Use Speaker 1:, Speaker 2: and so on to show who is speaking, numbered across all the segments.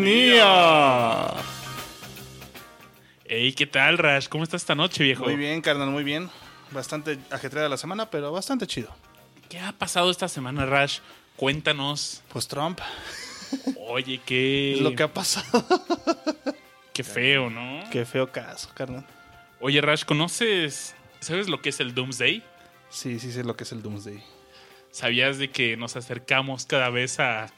Speaker 1: Discomanía.
Speaker 2: Hey, ¿qué tal, Rash? ¿Cómo estás esta noche, viejo?
Speaker 1: Muy bien, carnal, muy bien. Bastante ajetreada la semana, pero bastante chido.
Speaker 2: ¿Qué ha pasado esta semana, Rash? Cuéntanos.
Speaker 1: Pues Trump,
Speaker 2: Oye, qué.
Speaker 1: es lo que ha pasado.
Speaker 2: Qué feo, ¿no?
Speaker 1: Qué feo caso, carnal.
Speaker 2: Oye, Rash, ¿conoces. ¿Sabes lo que es el Doomsday?
Speaker 1: Sí, sí sé lo que es el Doomsday.
Speaker 2: ¿Sabías de que nos acercamos cada vez a.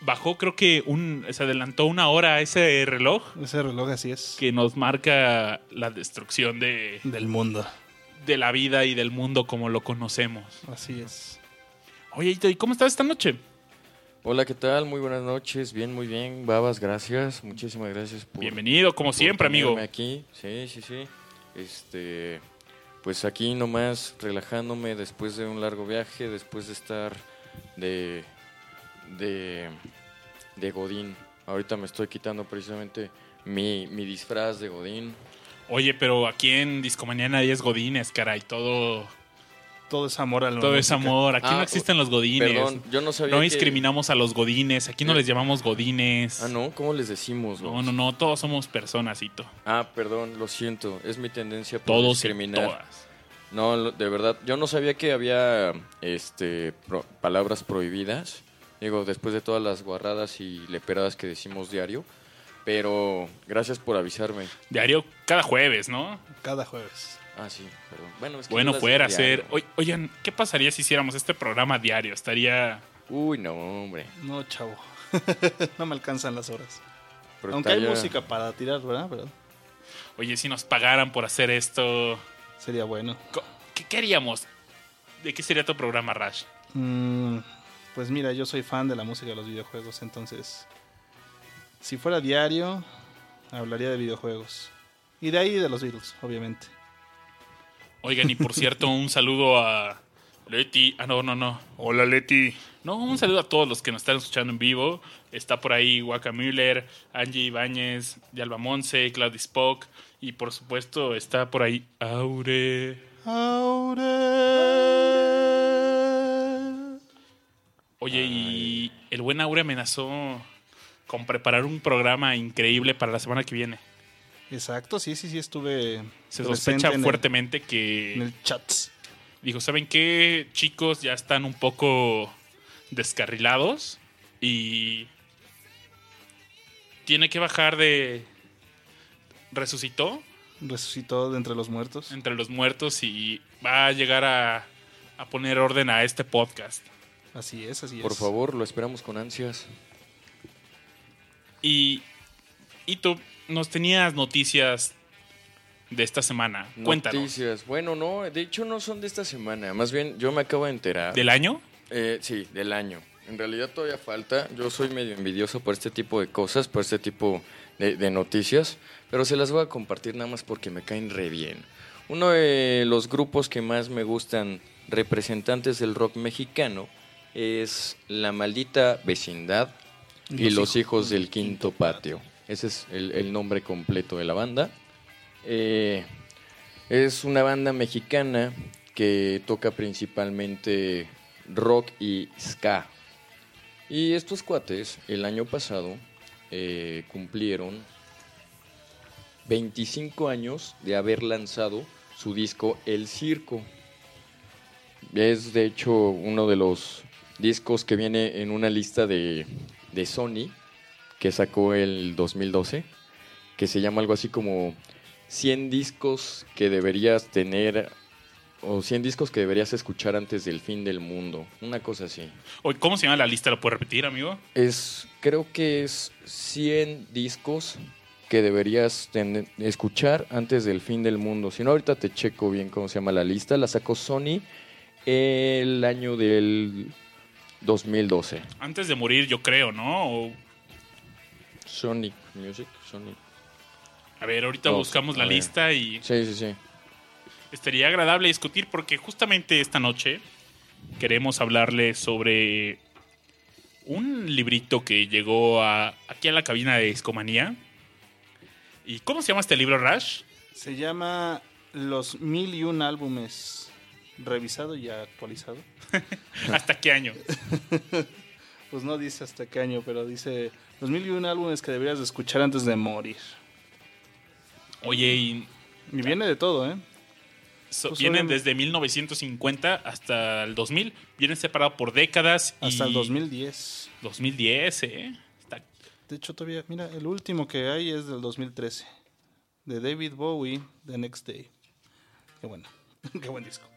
Speaker 2: Bajó, creo que un. Se adelantó una hora ese reloj
Speaker 1: Ese reloj así es.
Speaker 2: que nos marca la destrucción de,
Speaker 1: Del mundo.
Speaker 2: de la vida y del mundo como lo conocemos.
Speaker 1: Así es.
Speaker 2: Oye, ¿y cómo estás esta noche?
Speaker 3: Hola, ¿qué tal? Muy buenas noches. Bien, muy bien. Babas, gracias. Muchísimas gracias por.
Speaker 2: Bienvenido, como
Speaker 3: por
Speaker 2: siempre, amigo.
Speaker 3: tenerme aquí. Sí, sí, sí. Este. Pues aquí nomás relajándome después de un largo viaje, después de estar de. de. de Godín. Ahorita me estoy quitando precisamente mi, mi disfraz de Godín.
Speaker 2: Oye, pero aquí en Discomanía nadie es Godines, caray. Todo,
Speaker 1: Todo es amor al
Speaker 2: todo es amor. Aquí
Speaker 3: Ah,
Speaker 2: no existen los Godines.
Speaker 3: Perdón, yo no sabía.
Speaker 2: No
Speaker 3: que-
Speaker 2: discriminamos a los Godines. Aquí no les llamamos Godines.
Speaker 3: Ah, no, ¿cómo les decimos?
Speaker 2: No,
Speaker 3: vos?
Speaker 2: no, no, Todos somos personasito.
Speaker 3: Ah, perdón, lo siento. Es mi tendencia por
Speaker 2: Todos y
Speaker 3: discriminar.
Speaker 2: todas.
Speaker 3: No, lo- de verdad, yo no sabía que había este pro- palabras prohibidas. Digo, después de todas las guarradas y leperadas que decimos diario. Pero gracias por avisarme.
Speaker 2: Diario cada jueves, ¿no?
Speaker 1: Cada jueves.
Speaker 3: Ah, sí, perdón. Bueno, es que
Speaker 2: Bueno,
Speaker 3: yo las
Speaker 2: fuera a
Speaker 3: digo
Speaker 2: ser.
Speaker 3: diario.
Speaker 2: Oy- Oigan, ¿qué pasaría si hiciéramos este programa diario? Estaría.
Speaker 3: Uy, no, hombre.
Speaker 1: No, chavo. no me alcanzan las horas.
Speaker 3: Pero
Speaker 1: Aunque hay
Speaker 3: talla-
Speaker 1: música para tirar, ¿verdad? Pero
Speaker 2: Oye, si nos pagaran por hacer esto.
Speaker 1: sería bueno.
Speaker 2: co- ¿Qué, qué haríamos? ¿De qué sería tu programa, Rash?
Speaker 1: Mm, pues mira, yo soy fan de la música de los videojuegos, entonces si fuera diario, hablaría de videojuegos. Y de ahí de los Beatles, obviamente.
Speaker 2: Oigan, y por cierto, un saludo a Leti. Ah, no, no, no. Hola, Leti. No, un saludo a todos los que nos están escuchando en vivo. Está por ahí Waka Müller, Angie Ibáñez, Yalba Monse, Claudio Spock. Y por supuesto, está por ahí Aure.
Speaker 1: Aure.
Speaker 2: Oye, y el buen Aure amenazó con preparar un programa increíble para la semana que viene.
Speaker 1: Exacto, sí, sí, sí, estuve.
Speaker 2: Se
Speaker 1: presente
Speaker 2: sospecha
Speaker 1: en el-
Speaker 2: fuertemente
Speaker 1: En
Speaker 2: que.
Speaker 1: el chat.
Speaker 2: Dijo, ¿saben qué? Chicos, ya están un poco descarrilados y tiene que bajar de... Resucitó
Speaker 1: Resucitó de entre los muertos.
Speaker 2: entre los muertos y va a llegar a, a poner orden a este podcast.
Speaker 1: Así es, así es.
Speaker 3: Por favor, lo esperamos con ansias.
Speaker 2: Y, y tú nos tenías noticias de esta semana. Cuéntanos.
Speaker 3: Noticias. Bueno, no, de hecho no son de esta semana. Más bien, yo me acabo de enterar.
Speaker 2: ¿Del año?
Speaker 3: Eh, sí, del año. En realidad todavía falta. Yo soy medio envidioso por este tipo de cosas, por este tipo de, de noticias, pero se las voy a compartir nada más porque me caen re bien. Uno de los grupos que más me gustan, representantes del rock mexicano, es La Maldita Vecindad y Los, hijos, del Quinto Patio. Ese es el, el nombre completo de la banda. Eh, es una banda mexicana que toca principalmente rock y ska. Y estos cuates el año pasado eh, cumplieron 25 años de haber lanzado su disco El Circo. Es de hecho uno de los discos que viene en una lista de, de Sony que sacó el 2012, que se llama algo así como 100 discos que deberías tener o 100 discos que deberías escuchar antes del fin del mundo, una cosa así.
Speaker 2: Oye, ¿Cómo se llama la lista? ¿Lo puedes repetir, amigo?
Speaker 3: Es, creo que es 100 discos que deberías ten- escuchar antes del fin del mundo. Si no, ahorita te checo bien cómo se llama la lista. La sacó Sony el año del 2012.
Speaker 2: Antes de morir, yo creo, ¿no? O-
Speaker 3: Sony Music, Sony.
Speaker 2: a ver, ahorita
Speaker 3: No,
Speaker 2: buscamos la
Speaker 3: a ver.
Speaker 2: lista y...
Speaker 3: Sí, sí, sí.
Speaker 2: estaría agradable discutir porque justamente esta noche queremos hablarles sobre un librito que llegó a- aquí a la cabina de Discomanía. ¿Y cómo se llama este libro, Rash?
Speaker 1: Se llama Los Mil y Un Álbumes. Revisado y actualizado.
Speaker 2: ¿Hasta qué año?
Speaker 1: Pues no dice hasta qué año, pero dice los mil y un álbumes que deberías de escuchar antes de morir.
Speaker 2: Oye, y
Speaker 1: Y viene de todo, ¿eh?
Speaker 2: so-
Speaker 1: Pues
Speaker 2: vienen
Speaker 1: obviamente-
Speaker 2: desde 1950 hasta el 2000. Vienen separados por décadas. y-
Speaker 1: Hasta el 2010.
Speaker 2: 2010, ¿eh? Está-
Speaker 1: De hecho, todavía, mira, el último que hay es del 2013. De David Bowie, The Next Day. Qué bueno. Qué buen disco.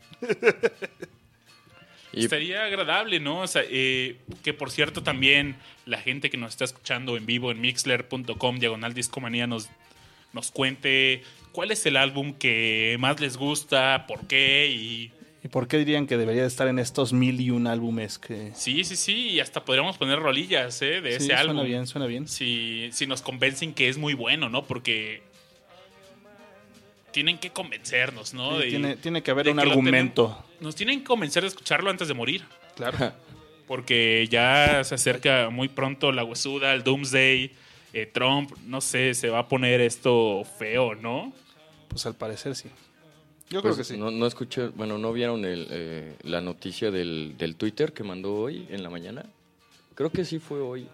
Speaker 3: Y
Speaker 2: Estaría agradable, ¿no? O sea, eh, que por cierto también la gente que nos está escuchando en vivo en mixler.com, diagonal discomanía, nos, nos cuente cuál es el álbum que más les gusta, por qué y...
Speaker 1: ¿Y por qué dirían que debería de estar en estos mil y un álbumes que...
Speaker 2: Sí, sí, sí, y hasta podríamos poner rolillas, ¿eh? De
Speaker 1: Sí,
Speaker 2: ese álbum.
Speaker 1: Suena bien, suena bien.
Speaker 2: Si, si nos convencen que es muy bueno, ¿no? Porque tienen que convencernos, ¿no?
Speaker 1: Sí,
Speaker 2: De-
Speaker 1: tiene, tiene que haber
Speaker 2: de
Speaker 1: un
Speaker 2: que lo
Speaker 1: argumento.
Speaker 2: nos tienen que convencer de escucharlo antes de morir.
Speaker 1: Claro.
Speaker 2: porque ya se acerca muy pronto la huesuda, el Doomsday, eh, Trump, no sé, se va a poner esto feo, ¿no?
Speaker 1: Pues al parecer sí. Yo creo
Speaker 3: pues,
Speaker 1: que sí.
Speaker 3: no, no escuché, bueno, no vieron el, eh, la noticia del, del Twitter que mandó hoy en la mañana. Creo que sí fue hoy.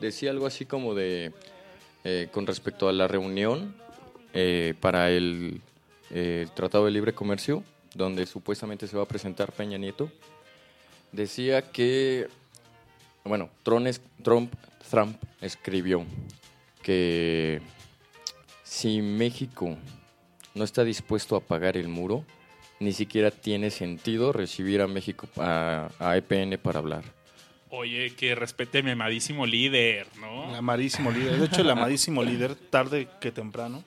Speaker 3: Decía algo así como de, eh, con respecto a la reunión eh, para el eh, Tratado de Libre Comercio, donde supuestamente se va a presentar Peña Nieto. Decía que, bueno, Tron es- Trump, Trump escribió que si México no está dispuesto a pagar el muro, ni siquiera tiene sentido recibir a México, a, a EPN para hablar.
Speaker 2: Oye, que respete a mi amadísimo líder, ¿no?
Speaker 1: El amadísimo líder. De hecho, el amadísimo líder, tarde que temprano,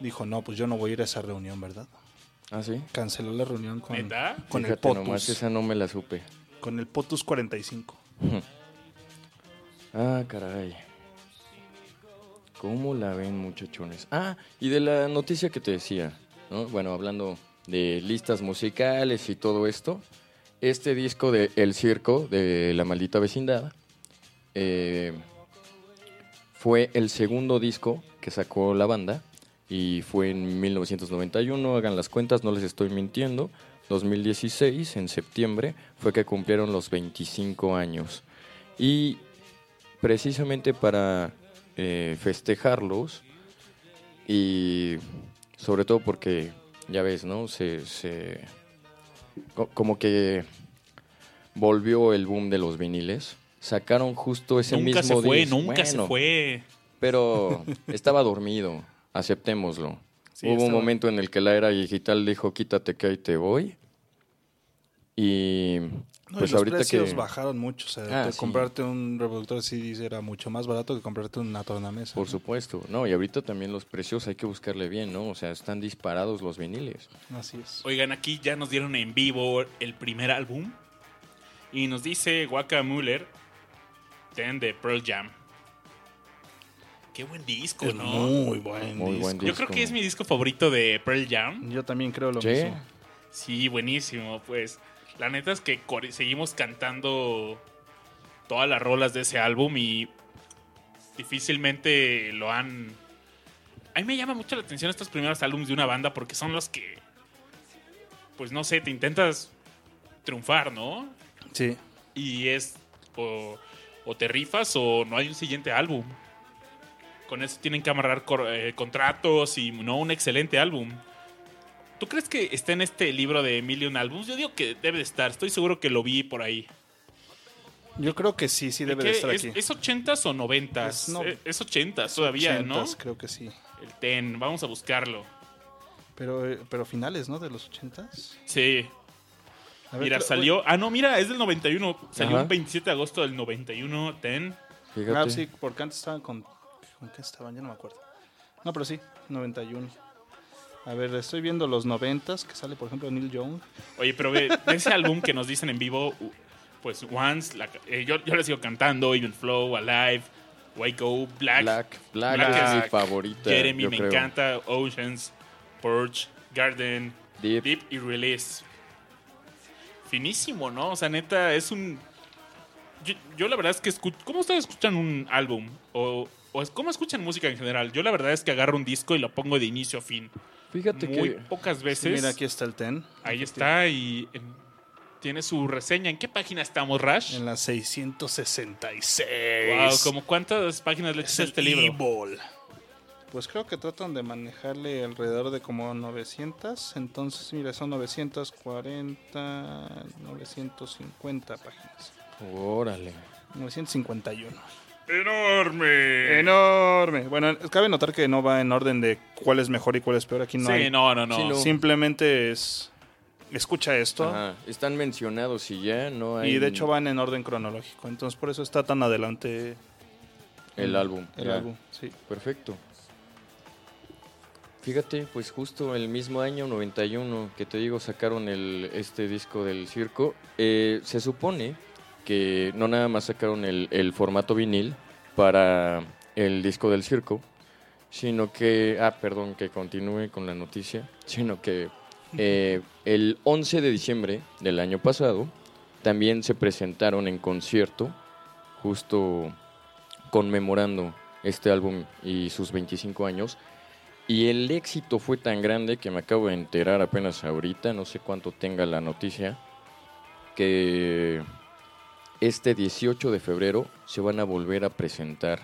Speaker 1: dijo, no, pues yo no voy a ir a esa reunión, ¿verdad?
Speaker 3: ¿Ah, sí?
Speaker 1: Canceló la reunión con,
Speaker 2: ¿Neta?
Speaker 1: con el
Speaker 3: Fíjate nomás,
Speaker 1: POTUS.
Speaker 3: esa no me la supe.
Speaker 1: Con el POTUS 45.
Speaker 3: Ah, caray. ¿Cómo la ven, muchachones? Ah, y de la noticia que te decía, ¿no? Bueno, hablando de listas musicales y todo esto, este disco de El Circo, de La Maldita Vecindad, eh, fue el segundo disco que sacó la banda y fue en 1991, hagan las cuentas, no les estoy mintiendo, 2016, en septiembre, fue que cumplieron los 25 años. Y precisamente para eh, festejarlos y sobre todo porque, ya ves, ¿no? Se, se- co- como que volvió el boom de los viniles. Sacaron justo ese
Speaker 2: Nunca se
Speaker 3: mismo
Speaker 2: fue,
Speaker 3: disco.
Speaker 2: nunca se
Speaker 3: Bueno,
Speaker 2: fue.
Speaker 3: pero estaba dormido, aceptémoslo.
Speaker 1: Sí,
Speaker 3: Hubo un
Speaker 1: estaba-
Speaker 3: momento en el que la era digital dijo, quítate que ahí te voy. Y
Speaker 1: No,
Speaker 3: pues
Speaker 1: y los
Speaker 3: ahorita
Speaker 1: precios
Speaker 3: que...
Speaker 1: bajaron mucho. O sea,
Speaker 3: Ah,
Speaker 1: te-
Speaker 3: sí.
Speaker 1: comprarte un reproductor de CDs era mucho más barato que comprarte una tornamesa.
Speaker 3: Por supuesto, no, y ahorita también los precios hay que buscarle bien, ¿no? O sea, están disparados los viniles.
Speaker 1: Así es.
Speaker 2: Oigan, aquí ya nos dieron en vivo el primer álbum. Y nos dice Waka Muller, Ten de Pearl Jam. Qué buen disco,
Speaker 1: Es
Speaker 2: ¿no?
Speaker 1: Muy buen
Speaker 3: Muy
Speaker 1: disco.
Speaker 3: buen
Speaker 2: Yo creo que es mi disco favorito de Pearl Jam.
Speaker 1: Yo también creo lo
Speaker 3: Sí.
Speaker 1: mismo.
Speaker 2: Sí, buenísimo. Pues la neta es que core- seguimos cantando todas las rolas de ese álbum y difícilmente lo han... A mí me llama mucho la atención estos primeros álbumes de una banda porque son los que, pues no sé, te intentas triunfar, ¿no?
Speaker 1: Sí.
Speaker 2: Y es o, o te rifas o no hay un siguiente álbum. Con eso tienen que amarrar cor- eh, contratos y no un excelente álbum. ¿Tú crees que está en este libro de Million Albums? Yo digo que debe de estar. Estoy seguro que lo vi por ahí.
Speaker 1: Yo creo que sí, sí debe
Speaker 2: ¿Qué?
Speaker 1: de estar
Speaker 2: ¿Es,
Speaker 1: aquí.
Speaker 2: es 80s o 90s?
Speaker 1: Es no-
Speaker 2: Eh, es 80s todavía,
Speaker 1: 80s,
Speaker 2: ¿no?
Speaker 1: Creo que sí.
Speaker 2: El Ten. Vamos a buscarlo.
Speaker 1: Pero, eh, pero finales, ¿no? De los 80s.
Speaker 2: Sí.
Speaker 1: A ver,
Speaker 2: Mira,
Speaker 1: creo-
Speaker 2: salió. Ah, no, mira, es del 91. Salió
Speaker 3: Ajá.
Speaker 2: el 27 de agosto del 91. Ten.
Speaker 3: Fíjate.
Speaker 1: Ah, sí, porque antes estaban con. ¿Con qué estaban? Ya no me acuerdo. No, pero sí, 91. A ver, estoy viendo los 90s, que sale, por ejemplo, Neil Young.
Speaker 2: Oye, pero ve, de ese álbum que nos dicen en vivo, u- pues Once, la ca- eh, yo, yo le sigo cantando, Even Flow, Alive, Wake Up, Black,
Speaker 3: Black, Black,
Speaker 2: Black.
Speaker 3: es mi favorita.
Speaker 2: Jeremy,
Speaker 3: yo
Speaker 2: me
Speaker 3: creo.
Speaker 2: encanta, Oceans, Purge, Garden,
Speaker 3: Deep.
Speaker 2: Deep y Release. Finísimo, ¿no? O sea, neta, es un... Yo, yo la verdad es que escucho... ¿Cómo ustedes escuchan un álbum? O, o es- ¿Cómo escuchan música en general? Yo la verdad es que agarro un disco y lo pongo de inicio a fin.
Speaker 3: Fíjate
Speaker 2: Muy
Speaker 3: que
Speaker 2: pocas
Speaker 1: Sí,
Speaker 2: veces.
Speaker 1: mira, aquí está el Ten.
Speaker 2: Ahí está y... em, tiene su reseña. ¿En qué página estamos, Rash?
Speaker 1: En la 666.
Speaker 2: Wow, ¿como cuántas páginas le
Speaker 1: Es
Speaker 2: echas a
Speaker 1: el
Speaker 2: este libro?
Speaker 1: Evil. Pues creo que tratan de manejarle alrededor de como 900. Entonces, mira, son 940, 950 páginas.
Speaker 3: Órale.
Speaker 1: 951.
Speaker 2: ¡Enorme!
Speaker 1: Enorme. Bueno, cabe notar que no va en orden de cuál es mejor y cuál es peor. Aquí no
Speaker 2: sí,
Speaker 1: hay.
Speaker 2: no, no, no.
Speaker 3: Sí, no.
Speaker 1: Simplemente es. Escucha esto.
Speaker 3: Ajá, Están mencionados y ya no hay
Speaker 1: Y de hecho van en orden cronológico. Entonces, por eso está tan adelante
Speaker 3: el álbum.
Speaker 1: el
Speaker 3: ya.
Speaker 1: álbum. Sí.
Speaker 3: Perfecto. Fíjate, pues justo el mismo año 91 que te digo sacaron el, este disco del circo, eh, se supone que no nada más sacaron el, el formato vinil para el disco del circo, sino que, ah, perdón, que continúe con la noticia, sino que eh, el 11 de diciembre del año pasado también se presentaron en concierto justo conmemorando este álbum y sus 25 años. Y el éxito fue tan grande que me acabo de enterar apenas ahorita, no sé cuánto tenga la noticia, que este 18 de febrero se van a volver a presentar.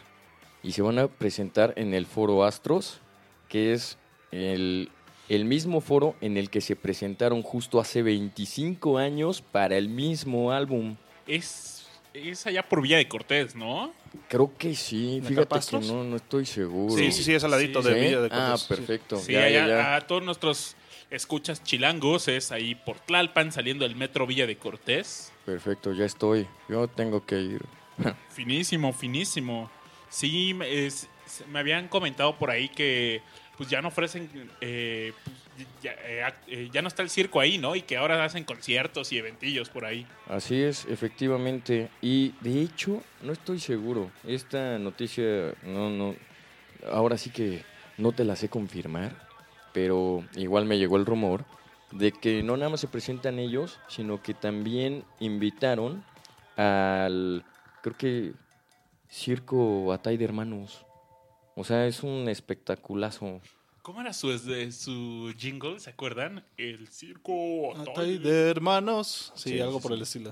Speaker 3: Y se van a presentar en el foro Astros, que es el, el mismo foro en el que se presentaron justo hace 25 años para el mismo álbum.
Speaker 2: Es, es allá por Villa de Cortés, ¿no?
Speaker 3: Creo que sí,
Speaker 1: ¿En
Speaker 3: fíjate que
Speaker 1: Acapastros?
Speaker 3: no, no estoy seguro.
Speaker 1: Sí, sí, sí, es al ladito
Speaker 2: Sí.
Speaker 1: de Villa de
Speaker 3: Ah,
Speaker 1: Cortés. sí.
Speaker 3: perfecto.
Speaker 2: Sí,
Speaker 3: ya, ya,
Speaker 2: allá
Speaker 3: ya.
Speaker 2: a todos nuestros escuchas chilangos es ahí por Tlalpan, saliendo del metro Villa de Cortés.
Speaker 3: Perfecto, ya estoy. Yo tengo que ir.
Speaker 2: Finísimo, finísimo. Sí, me- es- se- me habían comentado por ahí que pues ya no ofrecen, eh, pues, ya, eh, act- eh, ya no está el circo ahí, ¿no? Y que ahora hacen conciertos y eventillos por ahí.
Speaker 3: Así es, efectivamente. Y de hecho, no estoy seguro. Esta noticia, no, no. Ahora sí que no te la sé confirmar, pero igual me llegó el rumor de que no nada más se presentan ellos, sino que también invitaron al, creo que, Circo Atay de Hermanos. O sea, es un espectaculazo.
Speaker 2: ¿Cómo era su, de- su jingle? ¿Se acuerdan? El circo.
Speaker 1: Atay Ah, de hermanos. Sí,
Speaker 3: Sí,
Speaker 1: algo
Speaker 3: sí,
Speaker 1: por
Speaker 3: sí.
Speaker 1: el estilo.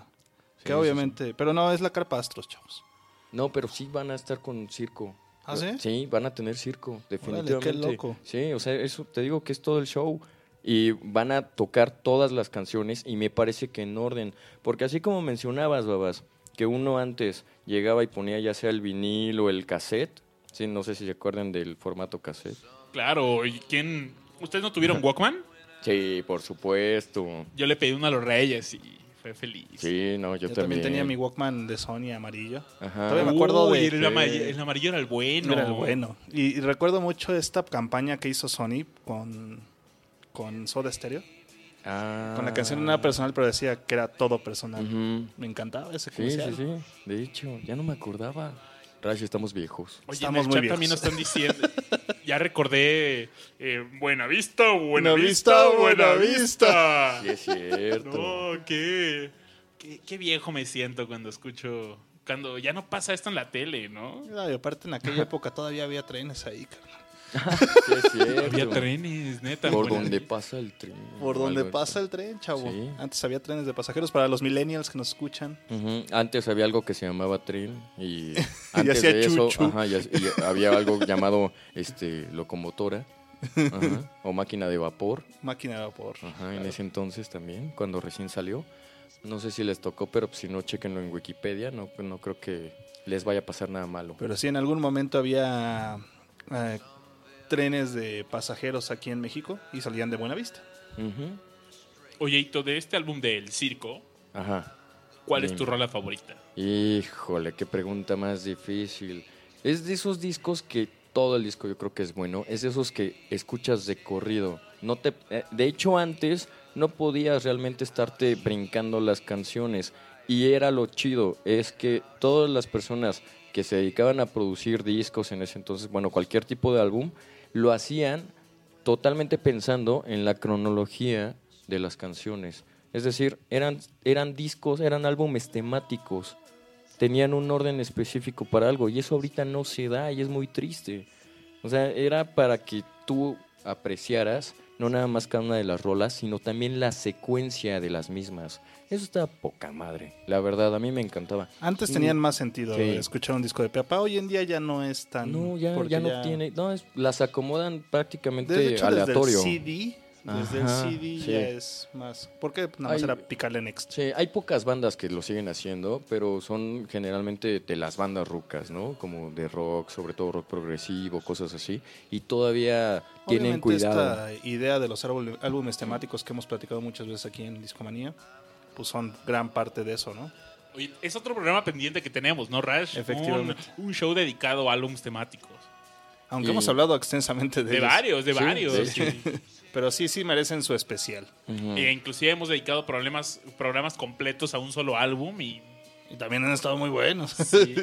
Speaker 3: Sí,
Speaker 1: que
Speaker 3: sí,
Speaker 1: obviamente. Pero no, es la carpa Astros, chavos.
Speaker 3: No, pero sí van a estar con circo.
Speaker 1: ¿Ah, sí?
Speaker 3: Sí, van a tener circo, definitivamente.
Speaker 1: loco.
Speaker 3: Sí, o sea, eso te digo que es todo el show. Y van a tocar todas las canciones y me parece que en orden. Porque así como mencionabas, babas, que uno antes llegaba y ponía ya sea el vinil o el cassette. Sí, no sé si se acuerdan del formato cassette.
Speaker 2: Claro, ¿y quién? ¿Ustedes no tuvieron Walkman?
Speaker 3: Sí, por supuesto.
Speaker 2: Yo le pedí uno a los Reyes y fue feliz.
Speaker 3: Sí, no, yo,
Speaker 1: Yo, también tenía mi Walkman de Sony amarillo.
Speaker 3: Ajá.
Speaker 1: Todavía me acuerdo
Speaker 2: Uy,
Speaker 1: de-
Speaker 2: El, ama- el amarillo era el bueno.
Speaker 1: Era el bueno. Y, y recuerdo mucho esta campaña que hizo Sony con, con Soda Stereo.
Speaker 3: Ah.
Speaker 1: Con la canción no era personal, pero decía que era todo personal.
Speaker 3: Ujú.
Speaker 1: Me encantaba ese
Speaker 3: Sí, sí,
Speaker 1: comercial.
Speaker 3: sí. De hecho, ya no me acordaba. Rash, estamos viejos.
Speaker 2: Oye, en
Speaker 1: Estamos
Speaker 2: el
Speaker 1: muy
Speaker 2: chat
Speaker 1: viejos.
Speaker 2: también nos están diciendo. ya recordé. eh, buena vista, buena,
Speaker 1: Buena
Speaker 2: vista,
Speaker 1: vista,
Speaker 2: buena
Speaker 1: buena
Speaker 2: vista.
Speaker 3: Sí, es cierto.
Speaker 2: No, qué, qué. qué viejo me siento cuando escucho. Cuando ya no pasa esto en la tele, ¿no?
Speaker 1: Ay, aparte, en aquella época todavía había trenes ahí, carnal.
Speaker 3: Sí, es cierto.
Speaker 2: Había trenes, neta.
Speaker 3: Por
Speaker 2: buena-
Speaker 3: donde pasa el tren.
Speaker 1: Por
Speaker 3: o
Speaker 1: donde
Speaker 3: algo
Speaker 1: pasa el tren, chavo.
Speaker 3: Sí.
Speaker 1: Antes había trenes de pasajeros para los millennials que nos escuchan.
Speaker 3: así. Ujú, Antes había algo que se llamaba tren y antes
Speaker 1: hacía
Speaker 3: de eso
Speaker 1: chuchu.
Speaker 3: ajá, y ha- y había algo llamado este locomotora ajá, o máquina de vapor.
Speaker 1: Máquina de vapor.
Speaker 3: Ajá, en ese entonces también, cuando recién salió. No sé si les tocó, pero si no, chequenlo en Wikipedia. No, no creo que les vaya a pasar nada malo.
Speaker 1: Pero sí, en algún momento había eh, trenes de pasajeros aquí en México y salían de buena vista.
Speaker 3: Ujú,
Speaker 2: Oye, Hito, de este álbum del circo,
Speaker 3: Ajá.
Speaker 2: ¿cuál es
Speaker 3: Bien.
Speaker 2: tu rola favorita?
Speaker 3: Híjole, qué pregunta más difícil. Es de esos discos que todo el disco yo creo que es bueno. Es de esos que escuchas de corrido. No te, eh, de hecho, antes no podías realmente estarte brincando las canciones. Y era lo chido, es que todas las personas que se dedicaban a producir discos en ese entonces, bueno, cualquier tipo de álbum, lo hacían totalmente pensando en la cronología de las canciones. Es decir, eran, eran discos, eran álbumes temáticos, tenían un orden específico para algo y eso ahorita no se da y es muy triste. O sea, era para que tú apreciaras no nada más cada una de las rolas, sino también la secuencia de las mismas. Eso está poca madre, la verdad, a mí me encantaba.
Speaker 1: Antes
Speaker 3: Y-
Speaker 1: tenían más sentido
Speaker 3: Sí.
Speaker 1: escuchar un disco de papá. Hoy en día ya no es tan.
Speaker 3: No, ya,
Speaker 1: Mm, porque
Speaker 3: ya no tiene. No, es- las acomodan prácticamente
Speaker 1: De hecho,
Speaker 3: aleatorio.
Speaker 1: desde el CD, desde el
Speaker 3: Ajá,
Speaker 1: CD
Speaker 3: sí.
Speaker 1: ya es más. Porque nada más
Speaker 3: Ay.
Speaker 1: era picarle next.
Speaker 3: Sí, hay pocas bandas que lo siguen haciendo, pero son generalmente de las bandas rucas, ¿no? Como de rock, sobre todo rock progresivo, cosas así. Y todavía tienen
Speaker 1: Obviamente
Speaker 3: cuidado.
Speaker 1: esta idea de los árbol- álbumes temáticos que hemos platicado muchas veces aquí en Discomanía, pues son gran parte de eso, ¿no?
Speaker 2: Oye, es otro programa pendiente que tenemos, ¿no, Rash?
Speaker 1: Efectivamente.
Speaker 2: Un, un show dedicado a álbumes temáticos.
Speaker 1: Aunque
Speaker 3: Y-
Speaker 1: hemos hablado extensamente de,
Speaker 2: De
Speaker 1: ellos.
Speaker 2: varios, de
Speaker 3: Sí,
Speaker 2: varios.
Speaker 3: de-
Speaker 2: sí.
Speaker 1: Pero sí, sí merecen su especial.
Speaker 3: Ujú.
Speaker 2: Eh, inclusive hemos dedicado problemas, programas completos a un solo álbum y...
Speaker 1: Y también han estado muy buenos.
Speaker 2: sí.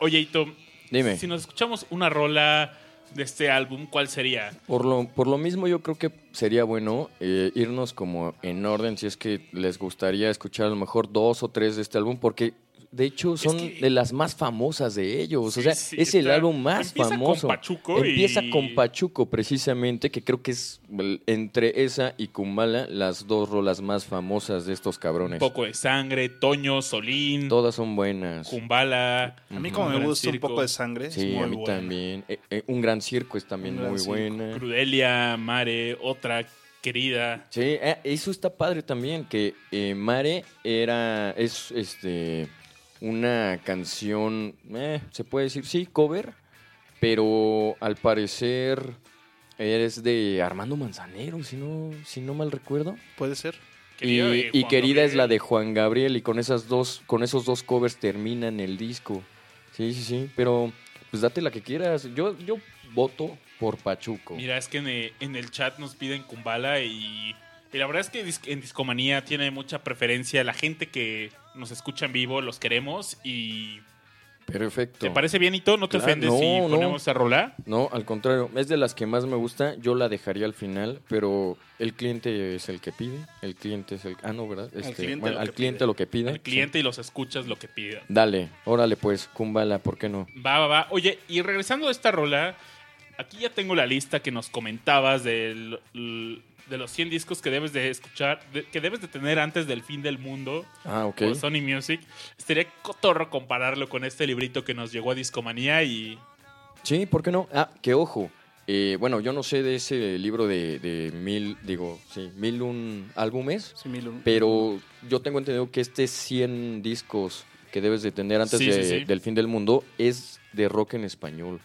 Speaker 2: Oye, Ito,
Speaker 3: Dime.
Speaker 2: si nos escuchamos una rola de este álbum, ¿cuál sería?
Speaker 3: Por lo, por lo mismo yo creo que sería bueno eh, irnos como en orden si es que les gustaría escuchar a lo mejor dos o tres de este álbum porque de hecho son
Speaker 2: que-
Speaker 3: de las más famosas de ellos,
Speaker 2: Sí,
Speaker 3: o sea,
Speaker 2: sí,
Speaker 3: es el
Speaker 2: está-
Speaker 3: álbum más
Speaker 2: empieza con
Speaker 3: famoso.
Speaker 2: Pachuco y-
Speaker 3: empieza con Pachuco precisamente, que creo que es el- entre esa y Kumbala las dos rolas más famosas de estos
Speaker 2: Un
Speaker 3: cabrones.
Speaker 2: poco de sangre, Toño, Solín,
Speaker 3: Todas son buenas.
Speaker 2: Kumbala.
Speaker 1: A mí como me
Speaker 2: Gran
Speaker 1: gusta un
Speaker 2: Circo,
Speaker 1: poco de sangre, es
Speaker 3: Sí,
Speaker 1: muy
Speaker 3: a mí
Speaker 1: buena.
Speaker 3: también. Eh, eh, un gran circo es también
Speaker 1: Un Gran
Speaker 3: muy
Speaker 1: Circo,
Speaker 3: buena.
Speaker 2: Crudelia, Mare, otra querida.
Speaker 3: Sí, eh, eso está padre también, que eh, Mare era, es este, una canción, eh, se puede decir, sí, cover, pero al parecer eres de Armando Manzanero, si no, si no mal recuerdo.
Speaker 1: Puede ser.
Speaker 2: Querida de
Speaker 3: y y
Speaker 2: Juan
Speaker 3: querida es la
Speaker 2: Gabriel.
Speaker 3: de Juan Gabriel, y con esas dos, con esos dos covers terminan el disco. Sí, sí, sí, pero pues date la que quieras. Yo, yo voto por Pachuco.
Speaker 2: Mira, es que en, eh, en el chat nos piden Kumbala y, y la verdad es que dis- en Discomanía tiene mucha preferencia la gente que nos escucha en vivo, los queremos y...
Speaker 3: Perfecto.
Speaker 2: ¿Te parece bien, Ito? ¿No te
Speaker 3: Claro,
Speaker 2: ofendes
Speaker 3: no,
Speaker 2: si
Speaker 3: no.
Speaker 2: ponemos a rolar?
Speaker 3: No, al contrario, es de las que más me gusta, yo la dejaría al final, pero el cliente es el que pide, el cliente es el... Ah, no, ¿verdad? Este,
Speaker 1: cliente
Speaker 3: bueno,
Speaker 1: lo
Speaker 3: al
Speaker 1: que
Speaker 3: cliente
Speaker 1: pide.
Speaker 3: lo que pide.
Speaker 2: Al cliente y los escuchas lo que pida.
Speaker 3: sí. Dale, órale pues, cúmbala, ¿por qué no?
Speaker 2: Va, va, va. Oye, y regresando a esta rola, aquí ya tengo la lista que nos comentabas del- l- de los 100 discos que debes de escuchar, de- que debes de tener antes del fin del mundo.
Speaker 3: Ah, ok.
Speaker 2: por Sony Music. Sería cotorro compararlo con este librito que nos llegó a Discomanía y
Speaker 3: Sí, ¿por qué no? Ah, que ojo. eh, bueno, yo no sé de ese libro de, de mil, digo, sí, mil un álbumes,
Speaker 1: Sí, mil un-
Speaker 3: pero yo tengo entendido que este 100 discos que debes de tener antes
Speaker 2: Sí,
Speaker 3: de-
Speaker 2: sí, sí.
Speaker 3: del fin del mundo es de rock en español,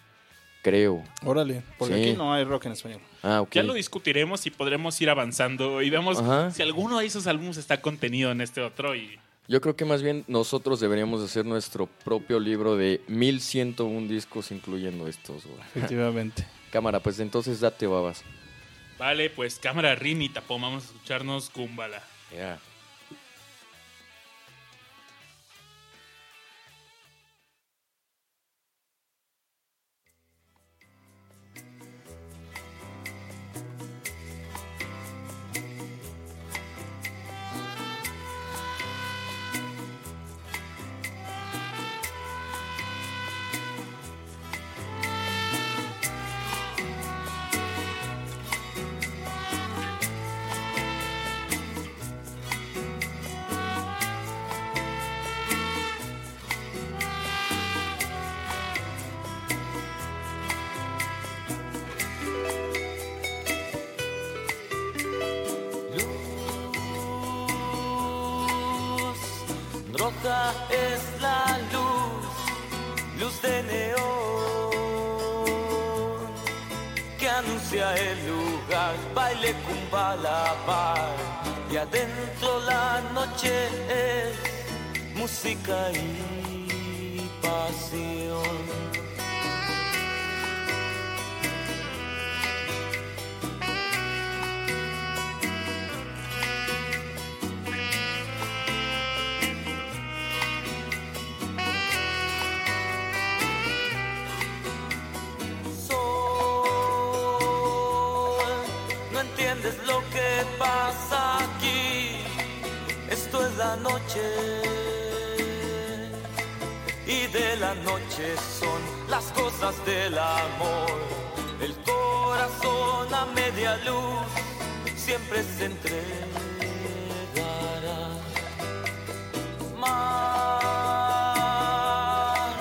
Speaker 3: creo.
Speaker 1: Órale, porque
Speaker 3: Sí.
Speaker 1: aquí no hay rock en español.
Speaker 3: Ah, ok.
Speaker 2: ya lo discutiremos y podremos ir avanzando y vemos
Speaker 3: Ajá.
Speaker 2: si alguno de esos álbumes está contenido en este otro y
Speaker 3: Yo creo que más bien nosotros deberíamos hacer nuestro propio libro de 1101 discos incluyendo estos, güey.
Speaker 1: Efectivamente.
Speaker 3: Cámara, pues entonces date babas.
Speaker 2: vale, pues cámara Rin y Tapón, vamos a escucharnos Kumbala.
Speaker 4: luz. Roja es la luz, luz de neón, que anuncia el lugar, baile cumbala bar, y adentro la noche es música y pasión. sol. No entiendes lo que pasa aquí. Esto es la noche. Y de la noche son las cosas del amor. El corazón a media luz
Speaker 5: siempre se entregará. Mar,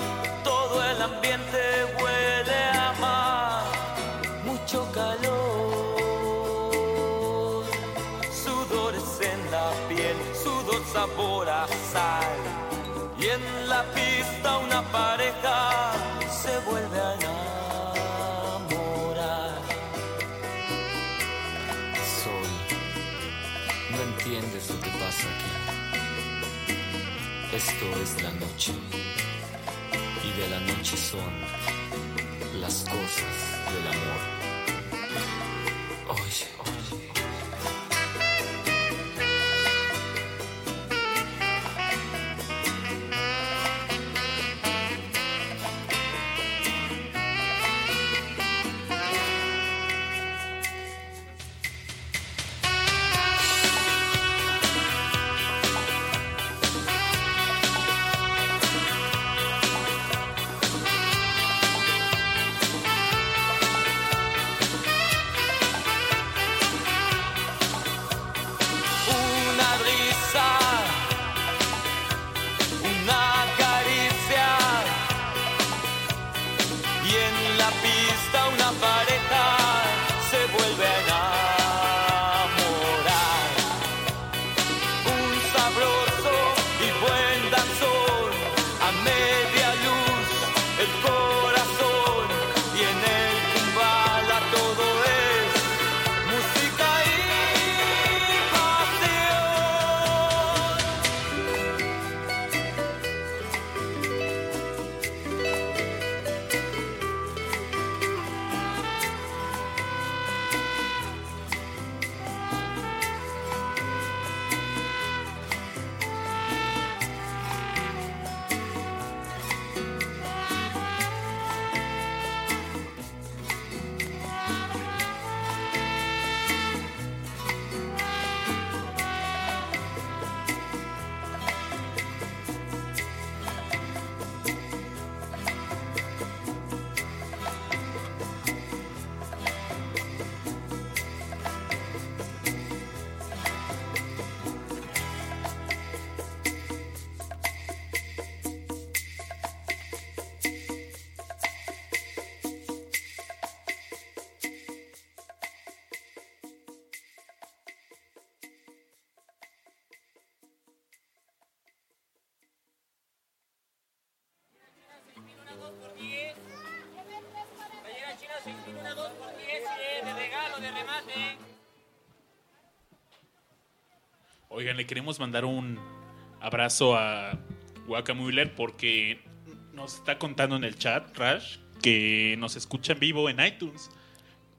Speaker 5: todo el ambiente huele a mar, mucho calor, sudores en la piel, sudor sabor a sal. Y en la pista una pareja se vuelve a enamorar.
Speaker 6: Sol, no entiendes lo que pasa aquí. Esto es la noche. Y de la noche son las cosas del amor. Oye, oye.
Speaker 5: Una risa, una caricia y en la pista una pareja se vuelve a enamorar. Un sabroso y buen danzón a media luz el corazón y en el cumbala todo es música y pasión.
Speaker 4: Playera china 6.000, una 2 por 10 eh, de regalo, de remate.
Speaker 2: Oigan, le queremos mandar un abrazo a Waka Müller porque nos está contando en el chat, Rash, que nos escucha en vivo en iTunes.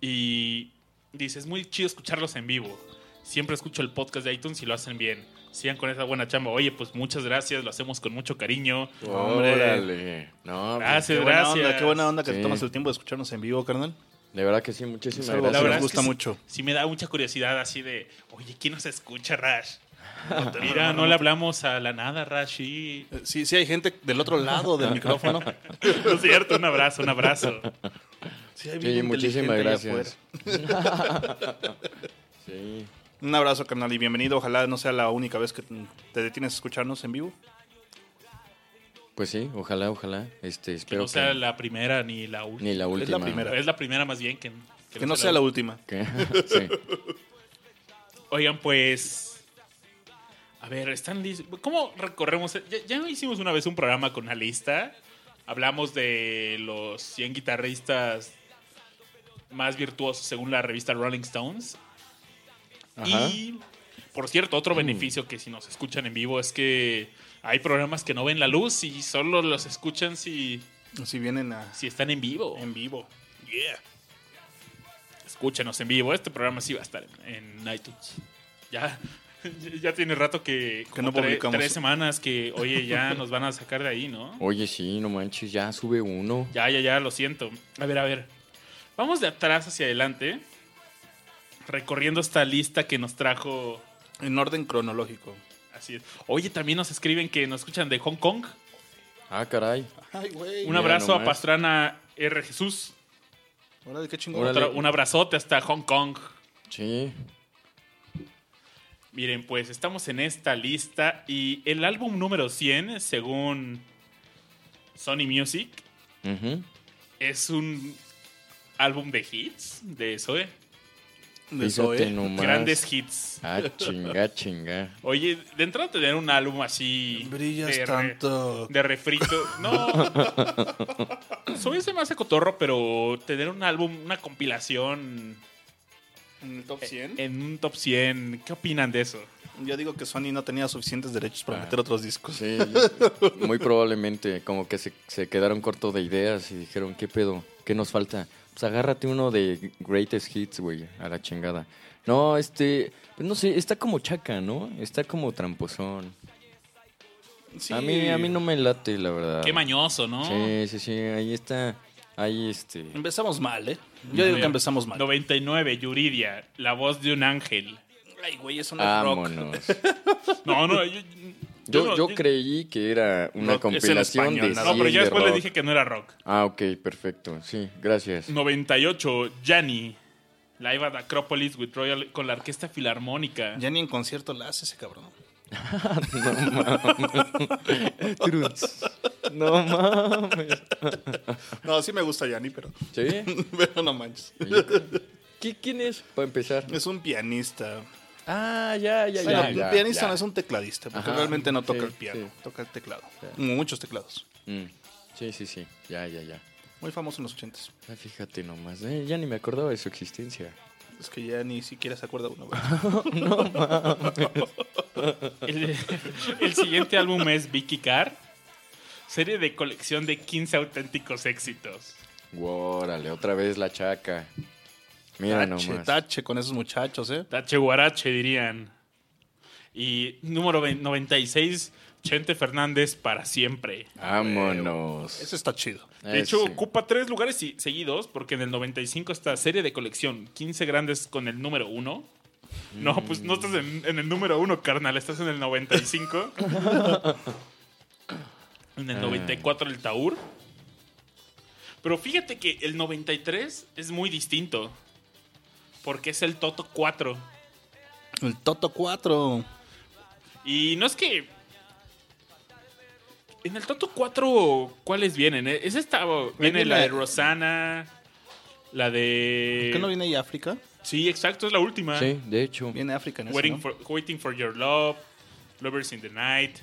Speaker 2: Y dice, es muy chido escucharlos en vivo. Siempre escucho el podcast de iTunes y lo hacen bien. Sigan con esa buena chamba. Oye, pues muchas gracias, lo hacemos con mucho cariño.
Speaker 1: Hombre.
Speaker 3: Órale. No, pues,
Speaker 2: Gracias.
Speaker 1: Qué buena onda, qué buena onda que te
Speaker 3: Sí.
Speaker 1: tomas el tiempo de escucharnos en vivo, carnal.
Speaker 3: de verdad que sí, muchísimas
Speaker 1: Es algo
Speaker 3: gracias.
Speaker 1: La verdad
Speaker 2: es
Speaker 1: nos gusta
Speaker 2: que sí-
Speaker 1: mucho.
Speaker 2: Sí me da mucha curiosidad así de, oye, ¿quién nos escucha, Rash? Mira, no le hablamos a la nada, Rash. y-
Speaker 1: Eh, Sí, sí, hay gente del otro lado del micrófono.
Speaker 2: No es cierto, un abrazo, un abrazo.
Speaker 1: Sí, hay
Speaker 3: Sí,
Speaker 1: bien inteligente
Speaker 3: muchísimas
Speaker 1: allá
Speaker 3: gracias.
Speaker 1: afuera.
Speaker 3: Sí.
Speaker 1: Un abrazo, carnal, y bienvenido. Ojalá no sea la única vez que te detienes a escucharnos en vivo.
Speaker 3: Pues sí, ojalá, ojalá. Este,
Speaker 2: Que
Speaker 3: espero
Speaker 2: no sea
Speaker 3: que
Speaker 2: la primera ni la última.
Speaker 3: ni la última.
Speaker 1: primera.
Speaker 2: Es la primera más bien que,
Speaker 1: Que no sea la última.
Speaker 3: ¿Qué? Sí.
Speaker 2: Oigan, pues. A ver, están listos. ¿Cómo recorremos? Ya, ya hicimos una vez un programa con una lista. Hablamos de los 100 guitarristas más virtuosos según la revista Rolling Stones.
Speaker 3: Ajá.
Speaker 2: Y, por cierto, otro
Speaker 1: Mm.
Speaker 2: beneficio que si nos escuchan en vivo es que hay programas que no ven la luz y solo los escuchan si,
Speaker 1: Si vienen a.
Speaker 2: si están en vivo.
Speaker 1: En vivo.
Speaker 2: Yeah. Escúchanos en vivo. Este programa sí va a estar en, en iTunes. Ya, ya tiene rato que, como
Speaker 1: no
Speaker 2: tre-
Speaker 1: publicamos.
Speaker 2: Tres semanas que, oye, ya nos van a sacar de ahí, ¿no?
Speaker 3: Oye, sí, no manches, ya sube uno.
Speaker 2: Ya, ya, ya, lo siento. A ver, a ver. Vamos de atrás hacia adelante. Recorriendo esta lista que nos trajo.
Speaker 1: En orden cronológico.
Speaker 2: Así es. Oye, también nos escriben que nos escuchan de Hong Kong.
Speaker 3: Ah, caray.
Speaker 1: Ay, güey.
Speaker 2: Un
Speaker 3: Mira
Speaker 2: abrazo a
Speaker 3: nomás.
Speaker 2: Pastrana R. Jesús.
Speaker 1: Órale, qué chingón.
Speaker 3: Órale.
Speaker 2: Otro- un abrazote hasta Hong Kong.
Speaker 3: Sí.
Speaker 2: Miren, pues estamos en esta lista y el álbum número 100, según Sony Music,
Speaker 3: Ujú.
Speaker 2: es un álbum de hits de Zoe.
Speaker 1: De
Speaker 3: Fíjate
Speaker 1: Zoe.
Speaker 3: nomás.
Speaker 2: Grandes hits.
Speaker 3: Ah, chinga, chinga.
Speaker 2: Oye, de entrada tener un álbum así...
Speaker 1: Brillas
Speaker 2: de re-
Speaker 1: tanto.
Speaker 2: De refrito. No. Soy se me hace cotorro, pero tener un álbum, una compilación
Speaker 1: ¿En el top
Speaker 2: en un top 100, ¿qué opinan de eso?
Speaker 1: Eh, Yo digo que Sony no tenía suficientes derechos para meter otros discos.
Speaker 3: Ah, Sí, muy probablemente como que se, se quedaron corto de ideas y dijeron, ¿qué pedo? ¿Qué nos falta? Pues agárrate uno de Greatest Hits, güey, a la chingada. No, este, pues no sé, está como chaca, ¿no? Está como tramposón.
Speaker 1: Sí.
Speaker 3: A, mí, a mí no me late, la verdad.
Speaker 2: Qué mañoso, ¿no?
Speaker 3: Sí, sí, sí, ahí está, ahí este...
Speaker 1: Empezamos mal, ¿eh? Yo digo que
Speaker 2: Mira,
Speaker 1: empezamos mal.
Speaker 2: 99, Yuridia, la voz de un ángel.
Speaker 1: Ay, güey, eso no es rock.
Speaker 3: Vámonos.
Speaker 2: No, no, yo,
Speaker 3: Yo,
Speaker 2: no-
Speaker 3: yo creí que era una
Speaker 1: No, es en
Speaker 3: compilación
Speaker 1: español,
Speaker 3: de...
Speaker 1: nada
Speaker 2: No, pero
Speaker 3: 100
Speaker 2: yo
Speaker 3: de
Speaker 2: después le
Speaker 3: rock.
Speaker 2: dije que no era rock.
Speaker 3: Ah, ok, perfecto. Sí, gracias.
Speaker 2: 98, Gianni, live at Acropolis with Royal con la Orquesta Filarmónica.
Speaker 1: Ya ni en concierto la hace ese cabrón.
Speaker 3: Trutz. No mames.
Speaker 1: No, sí me gusta Yanni, pero,
Speaker 3: ¿Sí?
Speaker 1: pero no manches.
Speaker 3: ¿Qui- ¿Quién es? Para empezar.
Speaker 1: Es un pianista.
Speaker 3: Ah, ya, ya,
Speaker 1: Bueno,
Speaker 3: ya. ya,
Speaker 1: pianista
Speaker 3: ya.
Speaker 1: no es un tecladista, porque
Speaker 3: Ajá.
Speaker 1: realmente no toca
Speaker 3: Sí,
Speaker 1: el piano,
Speaker 3: sí.
Speaker 1: toca el teclado. Muchos teclados.
Speaker 3: Mm. Sí, sí, sí. Ya, ya, ya.
Speaker 1: Muy famoso en los ochentas.
Speaker 3: Ah, fíjate nomás. eh, ya ni me acordaba de su existencia.
Speaker 1: Es que ya ni siquiera se acuerda uno. güey.
Speaker 2: El, el siguiente álbum es Vicky Carr, serie de colección de 15 auténticos éxitos.
Speaker 3: Órale, otra vez la chaca. Mira
Speaker 1: Tache,
Speaker 3: nomás.
Speaker 1: tache con esos muchachos, ¿eh?
Speaker 2: Tache guarache, dirían. Y número ve- 96, Chente Fernández para siempre.
Speaker 3: Vámonos. Ah,
Speaker 1: Ese está chido.
Speaker 2: De hecho,
Speaker 3: Ese.
Speaker 2: ocupa tres lugares si- seguidos, porque en el 95 está serie de colección 15 grandes con el número 1. No, pues no estás en, en el número 1, carnal, estás en el 95. en el 94 el Taur. Pero fíjate que el 93 es muy distinto, porque es el Toto 4.
Speaker 1: El Toto 4.
Speaker 2: Y no es que. En el Toto 4, ¿cuáles vienen? Eh, Es esta. Viene,
Speaker 1: Viene
Speaker 2: la
Speaker 1: la-
Speaker 2: de Rosana. La de.
Speaker 1: ¿Qué no viene ahí África?
Speaker 2: Sí, exacto, es la última.
Speaker 3: Sí, de hecho.
Speaker 1: Viene África en ese,
Speaker 2: Waiting,
Speaker 1: ¿no?
Speaker 2: for, Waiting for Your Love. Lovers in the Night.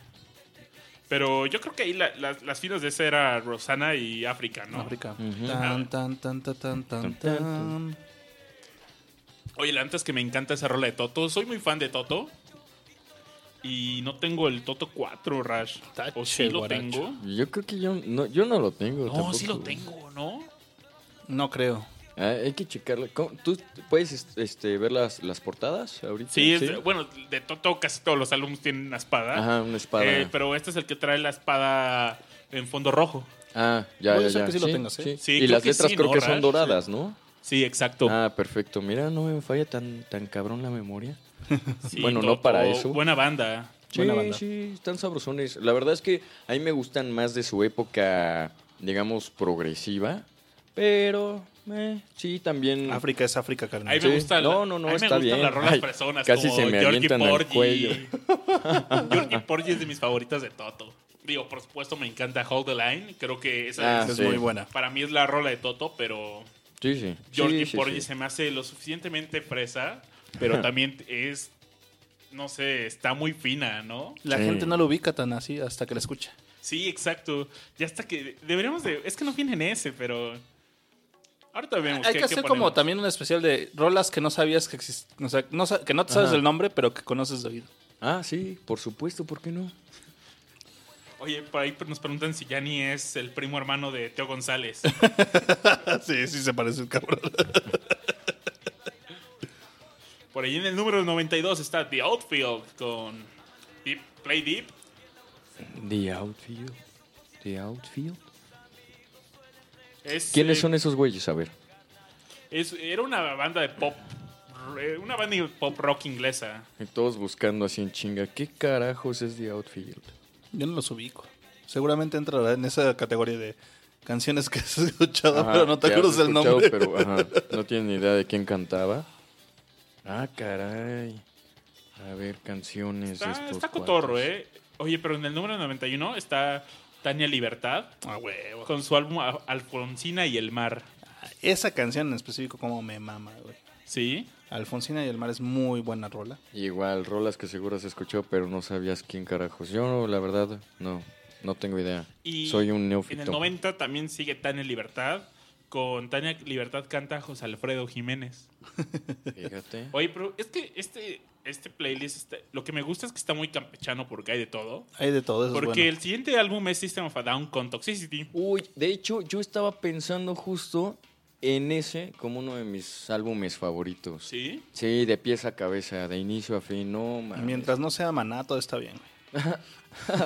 Speaker 2: Pero yo creo que ahí la- la- las filas de esa era Rosana y África, ¿no?
Speaker 1: África.
Speaker 3: Ujú.
Speaker 1: Tan, tan, tan, tan, tan, tan, tan.
Speaker 2: Oye, la antes que me encanta esa rola de Toto. Soy muy fan de Toto. Y no tengo el Toto 4, Rash. o sí
Speaker 1: Tache,
Speaker 2: lo
Speaker 1: guaracho.
Speaker 2: tengo.
Speaker 3: Yo creo que yo no, yo no lo tengo.
Speaker 2: No,
Speaker 3: tampoco.
Speaker 2: sí lo tengo, ¿no?
Speaker 1: No creo.
Speaker 3: Ah, hay que checarlo. ¿Cómo- ¿Tú puedes est- este, ver las, las portadas ahorita?
Speaker 2: Sí, es- bueno, de Toto casi todos los álbumes tienen una espada.
Speaker 3: Ajá, una espada.
Speaker 2: Eh, pero este es el que trae la espada en fondo rojo.
Speaker 3: Ah, ya,
Speaker 1: Puede
Speaker 3: ya,
Speaker 1: ser
Speaker 3: ya.
Speaker 1: que sí lo tengas, ¿eh?
Speaker 2: Sí,
Speaker 3: y
Speaker 2: creo
Speaker 3: las
Speaker 2: que
Speaker 3: letras
Speaker 2: sí,
Speaker 3: creo
Speaker 2: ¿no,
Speaker 3: que
Speaker 2: Raj?
Speaker 3: son doradas, ¿no?
Speaker 2: Sí, exacto.
Speaker 3: Ah, perfecto. Mira, no me falla tan, tan cabrón la memoria.
Speaker 2: Sí,
Speaker 3: bueno, no
Speaker 2: Toto,
Speaker 3: para eso.
Speaker 2: Buena banda.
Speaker 3: Sí,
Speaker 1: Buena banda.
Speaker 3: sí, están sabrosones. La verdad es que a mí me gustan más de su época, digamos, progresiva. Pero, eh, sí, también...
Speaker 1: África es África, carnal.
Speaker 2: Ahí
Speaker 3: Sí.
Speaker 2: me gusta.
Speaker 3: No, no, no,
Speaker 2: a mí
Speaker 3: está
Speaker 2: me gustan
Speaker 3: bien.
Speaker 2: las rolas
Speaker 3: Ay,
Speaker 2: personas.
Speaker 3: casi
Speaker 2: como
Speaker 3: se me
Speaker 2: Yorkie
Speaker 3: avientan al
Speaker 2: Porgy.
Speaker 3: cuello.
Speaker 2: Yorkie Porgy es de mis favoritas de Toto. Digo, por supuesto, me encanta Hold the Line. Creo que esa
Speaker 3: Ah,
Speaker 2: es,
Speaker 1: es
Speaker 3: sí.
Speaker 1: muy buena.
Speaker 2: para mí es la rola de Toto, pero
Speaker 3: Sí, sí.
Speaker 2: Jordi
Speaker 3: Sí, sí,
Speaker 2: Porgy
Speaker 3: sí.
Speaker 2: se me hace lo suficientemente fresa, pero también es, no sé, está muy fina, ¿no?
Speaker 1: La
Speaker 3: Sí.
Speaker 1: gente no lo ubica tan así hasta que la escucha.
Speaker 2: Sí, exacto. Ya hasta que deberíamos de... Es que no viene en ese, pero... Ahorita vemos.
Speaker 1: Hay
Speaker 2: qué-
Speaker 1: que
Speaker 2: qué
Speaker 1: hacer
Speaker 2: ponemos.
Speaker 1: como también un especial de rolas que no sabías que existían. O sea, no sa- que no te sabes
Speaker 3: Ajá.
Speaker 1: del nombre, pero que conoces de oído.
Speaker 3: Ah, sí, por supuesto, ¿por qué no?
Speaker 2: Oye, por ahí nos preguntan si Yanni es el primo hermano de Teo González.
Speaker 1: Ah, sí, sí se parece el cabrón.
Speaker 2: Por ahí en el número 92 está The Outfield con Deep, Play Deep.
Speaker 3: The Outfield. The Outfield.
Speaker 2: Es,
Speaker 3: ¿Quiénes
Speaker 2: eh,
Speaker 3: son esos güeyes? A ver.
Speaker 2: es- era una banda de pop, eh, una banda de pop rock inglesa.
Speaker 3: Y todos buscando así en chinga. ¿Qué carajos es The Outfield?
Speaker 1: Yo no los ubico. Seguramente entrará en esa categoría de canciones que has escuchado,
Speaker 3: Ajá,
Speaker 1: pero no te
Speaker 3: que has
Speaker 1: acuerdas del
Speaker 3: escuchado,
Speaker 1: nombre.
Speaker 3: pero, ajá, no tienen ni idea de quién cantaba. Ah, caray. A ver, canciones. de
Speaker 2: Está,
Speaker 3: estos
Speaker 2: está
Speaker 3: cuates.
Speaker 2: cotorro, ¿eh? Oye, pero en el número 91 está Tania Libertad
Speaker 1: Ah, huevo.
Speaker 2: con su álbum A- Alfonsina y el Mar.
Speaker 1: Esa canción en específico como me mama, güey.
Speaker 2: ¿Sí?
Speaker 1: Alfonsina y el mar es muy buena rola.
Speaker 3: Igual, rolas que seguro has escuchado, pero no sabías quién carajos. Yo, no, la verdad, no. No tengo idea.
Speaker 2: Y
Speaker 3: Soy un
Speaker 2: En
Speaker 3: neófito.
Speaker 2: el 90 también sigue Tania Libertad. Con Tania Libertad canta José Alfredo Jiménez.
Speaker 3: Fíjate.
Speaker 2: Oye, pero es que este, este playlist, está- lo que me gusta es que está muy campechano porque hay de todo.
Speaker 1: Hay de todo eso. es
Speaker 2: Porque
Speaker 1: bueno.
Speaker 2: el siguiente álbum es System of a Down con Toxicity.
Speaker 3: Uy, de hecho, yo estaba pensando justo en ese como uno de mis álbumes favoritos. Sí,
Speaker 2: ¿Sí?
Speaker 3: de pieza a cabeza, de inicio a fin. No, mames.
Speaker 1: Mientras no sea maná, todo está bien.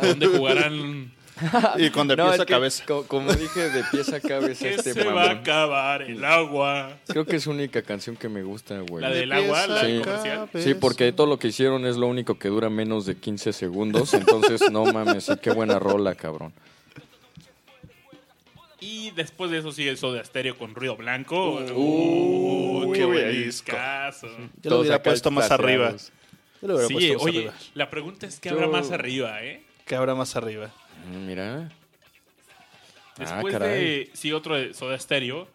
Speaker 2: Donde jugarán
Speaker 1: güey. Y con de
Speaker 3: No,
Speaker 1: pies
Speaker 3: es
Speaker 1: a
Speaker 3: que,
Speaker 1: cabeza.
Speaker 3: co- como dije, de pieza a cabeza
Speaker 2: que
Speaker 3: este
Speaker 2: se va a
Speaker 3: mamón.
Speaker 2: acabar el agua.
Speaker 3: Creo que es su única canción que me gusta, güey.
Speaker 2: La del agua, la
Speaker 3: Sí.
Speaker 2: comercial.
Speaker 3: Sí, porque todo lo que hicieron es lo único que dura menos de 15 segundos. Entonces, no mames, sí, qué buena rola, cabrón.
Speaker 2: Y después de eso sigue eso de Asterio con Ruido Blanco.
Speaker 3: Uh, Uy,
Speaker 2: qué buen
Speaker 3: güey.
Speaker 2: discazo.
Speaker 1: Yo lo
Speaker 3: Todos
Speaker 1: hubiera
Speaker 3: acá
Speaker 1: puesto más arriba.
Speaker 3: extasiados.
Speaker 1: Yo lo hubiera
Speaker 2: Sí,
Speaker 1: puesto más
Speaker 2: oye,
Speaker 1: arriba.
Speaker 2: la pregunta es que
Speaker 3: Yo-
Speaker 2: habrá más arriba, ¿eh?
Speaker 1: ¿Qué habrá más arriba?
Speaker 3: Mm, Mira.
Speaker 2: Después
Speaker 3: Ah, caray.
Speaker 2: de, sí, otro de Soda Stereo,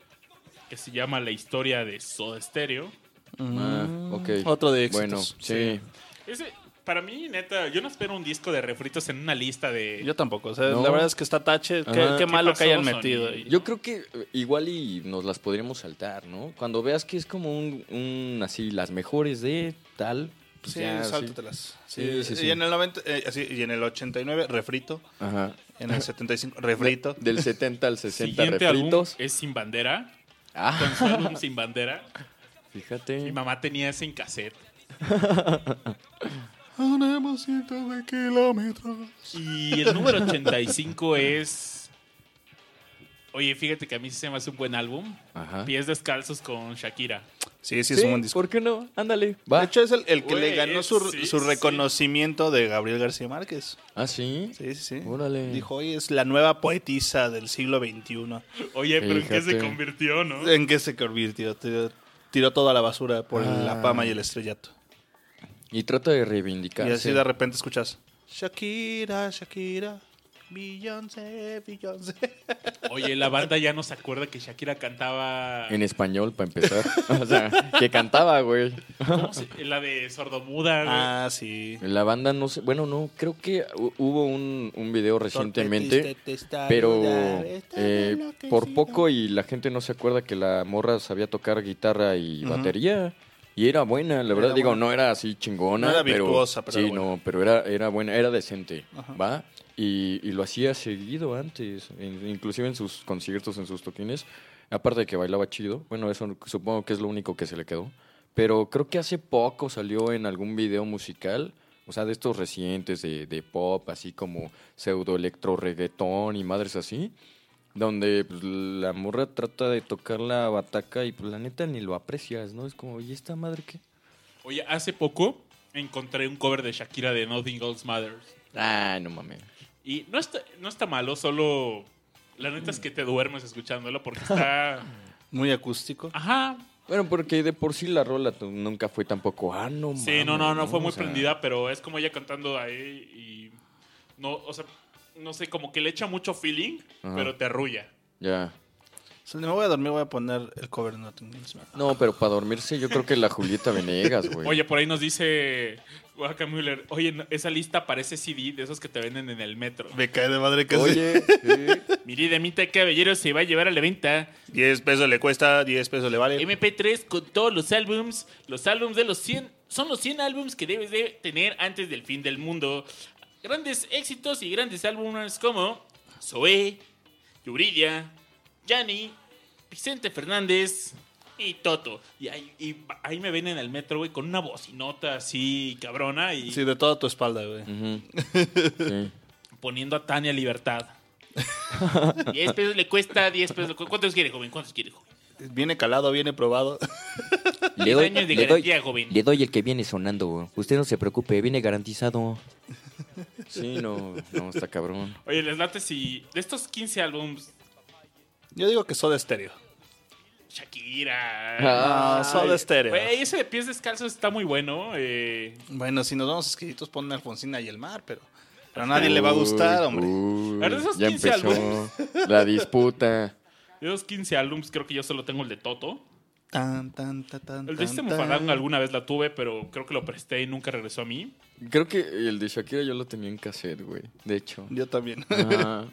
Speaker 2: que se llama La historia de Soda Stereo.
Speaker 3: Ah, ok.
Speaker 1: Mm. Otro de éxitos.
Speaker 3: Bueno, sí.
Speaker 2: Ese, para mí, neta, yo no espero un disco de refritos en una lista de...
Speaker 1: Yo tampoco. O sea,
Speaker 3: No.
Speaker 1: la verdad es que está tache. Qué,
Speaker 3: Ajá.
Speaker 1: qué
Speaker 3: ¿Qué
Speaker 1: malo
Speaker 2: pasó,
Speaker 1: que hayan
Speaker 2: Sony?
Speaker 1: metido. ahí.
Speaker 3: Yo creo que eh, igual y nos las podríamos saltar, ¿no? Cuando veas que es como un, un así, las mejores de tal. pues
Speaker 1: Sí,
Speaker 3: ya,
Speaker 1: sáltatelas.
Speaker 3: Sí, sí, sí.
Speaker 1: Y, en el 90, eh, así, y en el 89, refrito.
Speaker 3: Ajá.
Speaker 1: En el 75, refrito.
Speaker 3: Del 70 al 60
Speaker 2: Siguiente álbum
Speaker 3: refritos.
Speaker 2: es Sin Bandera.
Speaker 3: Ah,
Speaker 2: Con su álbum Sin Bandera. Mi
Speaker 3: fíjate.
Speaker 2: mamá tenía ese en cassette.
Speaker 1: Haremos cientos de kilómetros.
Speaker 2: Y el número 85 es. Oye, fíjate que a mí sí se me hace un buen álbum.
Speaker 3: Ajá.
Speaker 2: Pies descalzos con Shakira.
Speaker 1: Sí, sí, es un buen disco.
Speaker 3: ¿Por qué no? Ándale. Va.
Speaker 1: De hecho, es el, el que
Speaker 2: Güey,
Speaker 1: le ganó su,
Speaker 2: sí,
Speaker 1: su
Speaker 2: sí.
Speaker 1: reconocimiento de Gabriel García Márquez.
Speaker 3: Ah, sí.
Speaker 1: Sí, sí, sí.
Speaker 3: Órale.
Speaker 1: Dijo, hoy es la nueva poetisa del siglo XXI.
Speaker 2: Oye, pero en qué se
Speaker 3: Fíjate.
Speaker 2: convirtió, ¿no?
Speaker 1: ¿En qué se convirtió? Tiró, tiró toda la basura por
Speaker 3: Ah.
Speaker 1: la fama y el estrellato.
Speaker 3: Y trata de
Speaker 1: Y
Speaker 3: reivindicarse.
Speaker 1: así de repente escuchas, Shakira, Shakira, Beyoncé, Beyoncé.
Speaker 2: Oye, la banda ya no se acuerda que Shakira cantaba.
Speaker 3: En español, para empezar. o sea, que cantaba, güey.
Speaker 2: ¿cómo se- La de Sordomuda. güey.
Speaker 1: Ah, sí.
Speaker 3: La banda no sé. Bueno, no, creo que hu- hubo un, un video recientemente.
Speaker 1: Torpetiste, te está
Speaker 3: Pero
Speaker 1: ayudando, está
Speaker 3: eh,
Speaker 1: enloquecido.
Speaker 3: por poco y la gente no se acuerda que la morra sabía tocar guitarra y batería. Y era buena, la verdad.
Speaker 1: Era
Speaker 3: Digo,
Speaker 1: buena.
Speaker 3: no era así chingona.
Speaker 1: No era virtuosa, pero
Speaker 3: Sí,
Speaker 1: era buena.
Speaker 3: no, pero era, era buena, era decente. ¿Va? Y, y lo hacía seguido antes, en- inclusive en sus conciertos, en sus toquines. Aparte de que bailaba chido. Bueno, eso supongo que es lo único que se le quedó. Pero creo que hace poco salió en algún video musical. O sea, de estos recientes de, de pop, así como pseudo electro reggaetón y madres así donde pues, la morra trata de tocar la bataca y pues la neta ni lo aprecias, ¿no? Es como, ¿y esta madre qué?
Speaker 2: Oye, hace poco encontré un cover de Shakira de Nothing Else Matters.
Speaker 3: Ah, no mames.
Speaker 2: Y no está, no está malo, solo. La neta es que te duermes escuchándolo porque está.
Speaker 1: Muy acústico.
Speaker 2: Ajá.
Speaker 3: Bueno, porque de por sí la rola tu- nunca fue tampoco, ah, no mames.
Speaker 2: Sí, no, no, no, fue
Speaker 3: O
Speaker 2: muy
Speaker 3: sea,
Speaker 2: prendida, pero es como ella cantando ahí y no, o sea, no sé, como que le echa mucho feeling,
Speaker 3: Ajá.
Speaker 2: pero te arrulla.
Speaker 3: Ya.
Speaker 1: Si me voy a dormir, voy a poner el cover de Nothing Else Matters.
Speaker 3: No, pero para dormirse yo creo que la Julieta Venegas, güey.
Speaker 2: Oye, por ahí nos dice Oaxaca Müller, oye, no, esa lista parece CD de esos que te venden en el metro.
Speaker 1: Me cae de madre que sí.
Speaker 3: Oye, sí.
Speaker 2: Miri de Mita Caballero se va a llevar ¿eh?". a la venta
Speaker 1: 10 pesos le cuesta, 10 pesos le vale.
Speaker 2: MP3 con todos los álbums, los álbums de los 100, son los 100 álbums que debes de tener antes del fin del mundo. Grandes éxitos y grandes álbumes como Zoé, Yuridia, Yanni, Vicente Fernández y Toto. Y ahí, y ahí me ven en el metro, güey, con una bocinota así cabrona y
Speaker 1: Sí, de toda tu espalda, güey.
Speaker 3: Ujú. Sí.
Speaker 2: poniendo a Tania Libertad. 10 pesos le cuesta, 10 pesos. le cu- ¿Cuántos quiere, joven? ¿Cuántos quiere, joven?
Speaker 1: Viene calado, viene probado.
Speaker 2: Le doy- años de le doy- garantía, joven. le
Speaker 5: doy el que viene sonando. Usted no se preocupe, viene garantizado.
Speaker 3: Sí, no, no, está cabrón.
Speaker 2: Oye, les late si de estos 15 álbums
Speaker 1: Yo digo que Soda Stereo.
Speaker 2: Shakira.
Speaker 3: Ah,
Speaker 7: Ah, Soda Stereo.
Speaker 2: Güey, ese de pies descalzos está muy bueno. eh.
Speaker 1: Bueno, si nos vamos exquisitos, ponme Alfonsina y el mar, pero, pero a nadie le va a gustar, hombre.
Speaker 3: uy,
Speaker 2: Pero de esos
Speaker 3: ya
Speaker 2: 15
Speaker 3: empezó
Speaker 2: álbumes.
Speaker 3: la disputa.
Speaker 2: de esos 15 álbums, creo que yo solo tengo el de Toto.
Speaker 1: Tan, tan, tan, tan.
Speaker 2: El de este
Speaker 1: tan,
Speaker 2: Mufadán
Speaker 1: tan.
Speaker 2: alguna vez la tuve, pero creo que lo presté y nunca regresó a mí.
Speaker 3: Creo que el de Shakira yo lo tenía en cassette, güey. De hecho.
Speaker 1: Yo también.
Speaker 3: Ajá.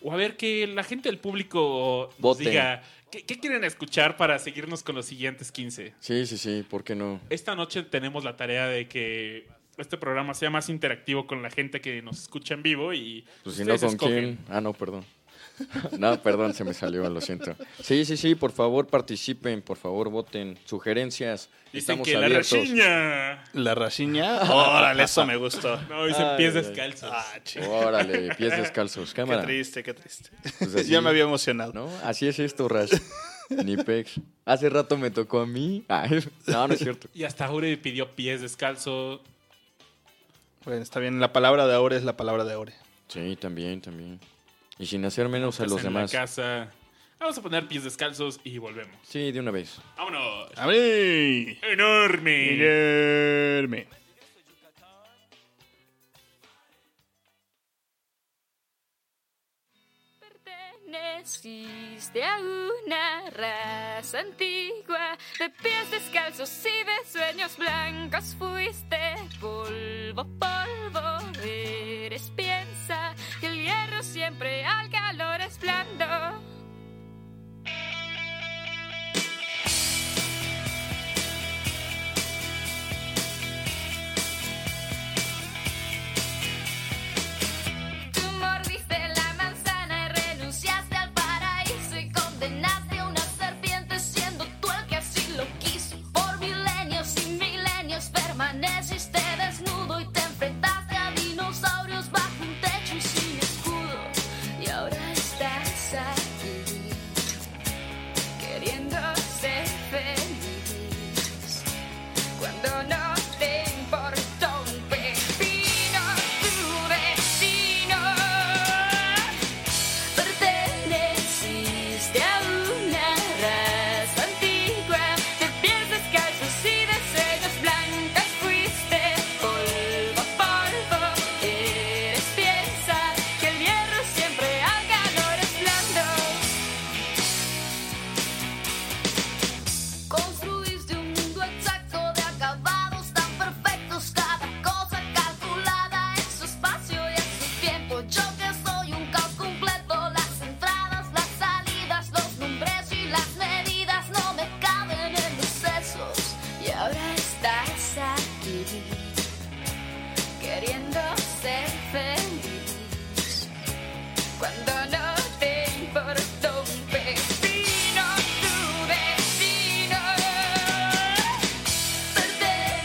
Speaker 2: O a ver que la gente del público nos
Speaker 3: Vote.
Speaker 2: diga ¿qué, qué quieren escuchar para seguirnos con los siguientes 15.
Speaker 3: Sí, sí, sí, ¿por qué no?
Speaker 2: Esta noche tenemos la tarea de que este programa sea más interactivo con la gente que nos escucha en vivo y
Speaker 3: Pues si no,
Speaker 2: ustedes
Speaker 3: ¿con
Speaker 2: escogen.
Speaker 3: quién? Ah, no, perdón. No, perdón, se me salió, lo siento. Sí, sí, sí, por favor participen, por favor voten. Sugerencias,
Speaker 2: Dicen
Speaker 3: estamos
Speaker 2: que
Speaker 3: abiertos.
Speaker 2: la rachiña.
Speaker 1: La raciña. Órale, eso me gustó.
Speaker 2: No, dicen
Speaker 3: Ay,
Speaker 2: pies
Speaker 3: ay,
Speaker 2: descalzos.
Speaker 3: Órale, pies descalzos,
Speaker 1: Qué
Speaker 3: cámara.
Speaker 1: triste, qué triste.
Speaker 3: Pues así.
Speaker 1: ya me había emocionado.
Speaker 3: ¿No? Así es esto, Rash. Ni pex. Hace rato me tocó a mí. Ay, no, no es cierto.
Speaker 2: Y hasta Ure pidió pies descalzos.
Speaker 1: Bueno, está bien. La palabra de ahora es la palabra de ahora.
Speaker 3: Sí, también, también. Y sin hacer menos a los
Speaker 2: Pues en
Speaker 3: demás.
Speaker 2: la casa. Vamos a poner pies descalzos y volvemos.
Speaker 3: Sí, de una vez.
Speaker 2: ¡Vámonos!
Speaker 1: A mí.
Speaker 2: ¡Enorme!
Speaker 1: Guillerme.
Speaker 8: Perteneciste a una raza antigua de pies descalzos y de sueños blancos. Fuiste polvo, polvo, eres piensa que el hierro siempre al calor es blando. Tú mordiste la manzana y renunciaste al paraíso y condenaste a una serpiente siendo tú el que así lo quiso. Por milenios y milenios permaneciste desnudo y te enfrentaste a dinosaurios bajo un techo y sin escudo. Y ahora estás aquí queriendo ser feliz cuando no te importó un pepino tu vecino. Perteneciste a una raza antigua de pies descalzos y de sueños blancos. Fuiste polvo, polvo, eres piensa que el hierro siempre al calor es blando. Construiste un mundo exacto de acabados tan perfectos, cada cosa calculada en su espacio y en su tiempo. Yo que soy un caos completo, las entradas, las salidas, los nombres y las medidas no me caben en los sesos. Y ahora estás aquí, queriendo ser feliz cuando no te importa un pepino tu vecino.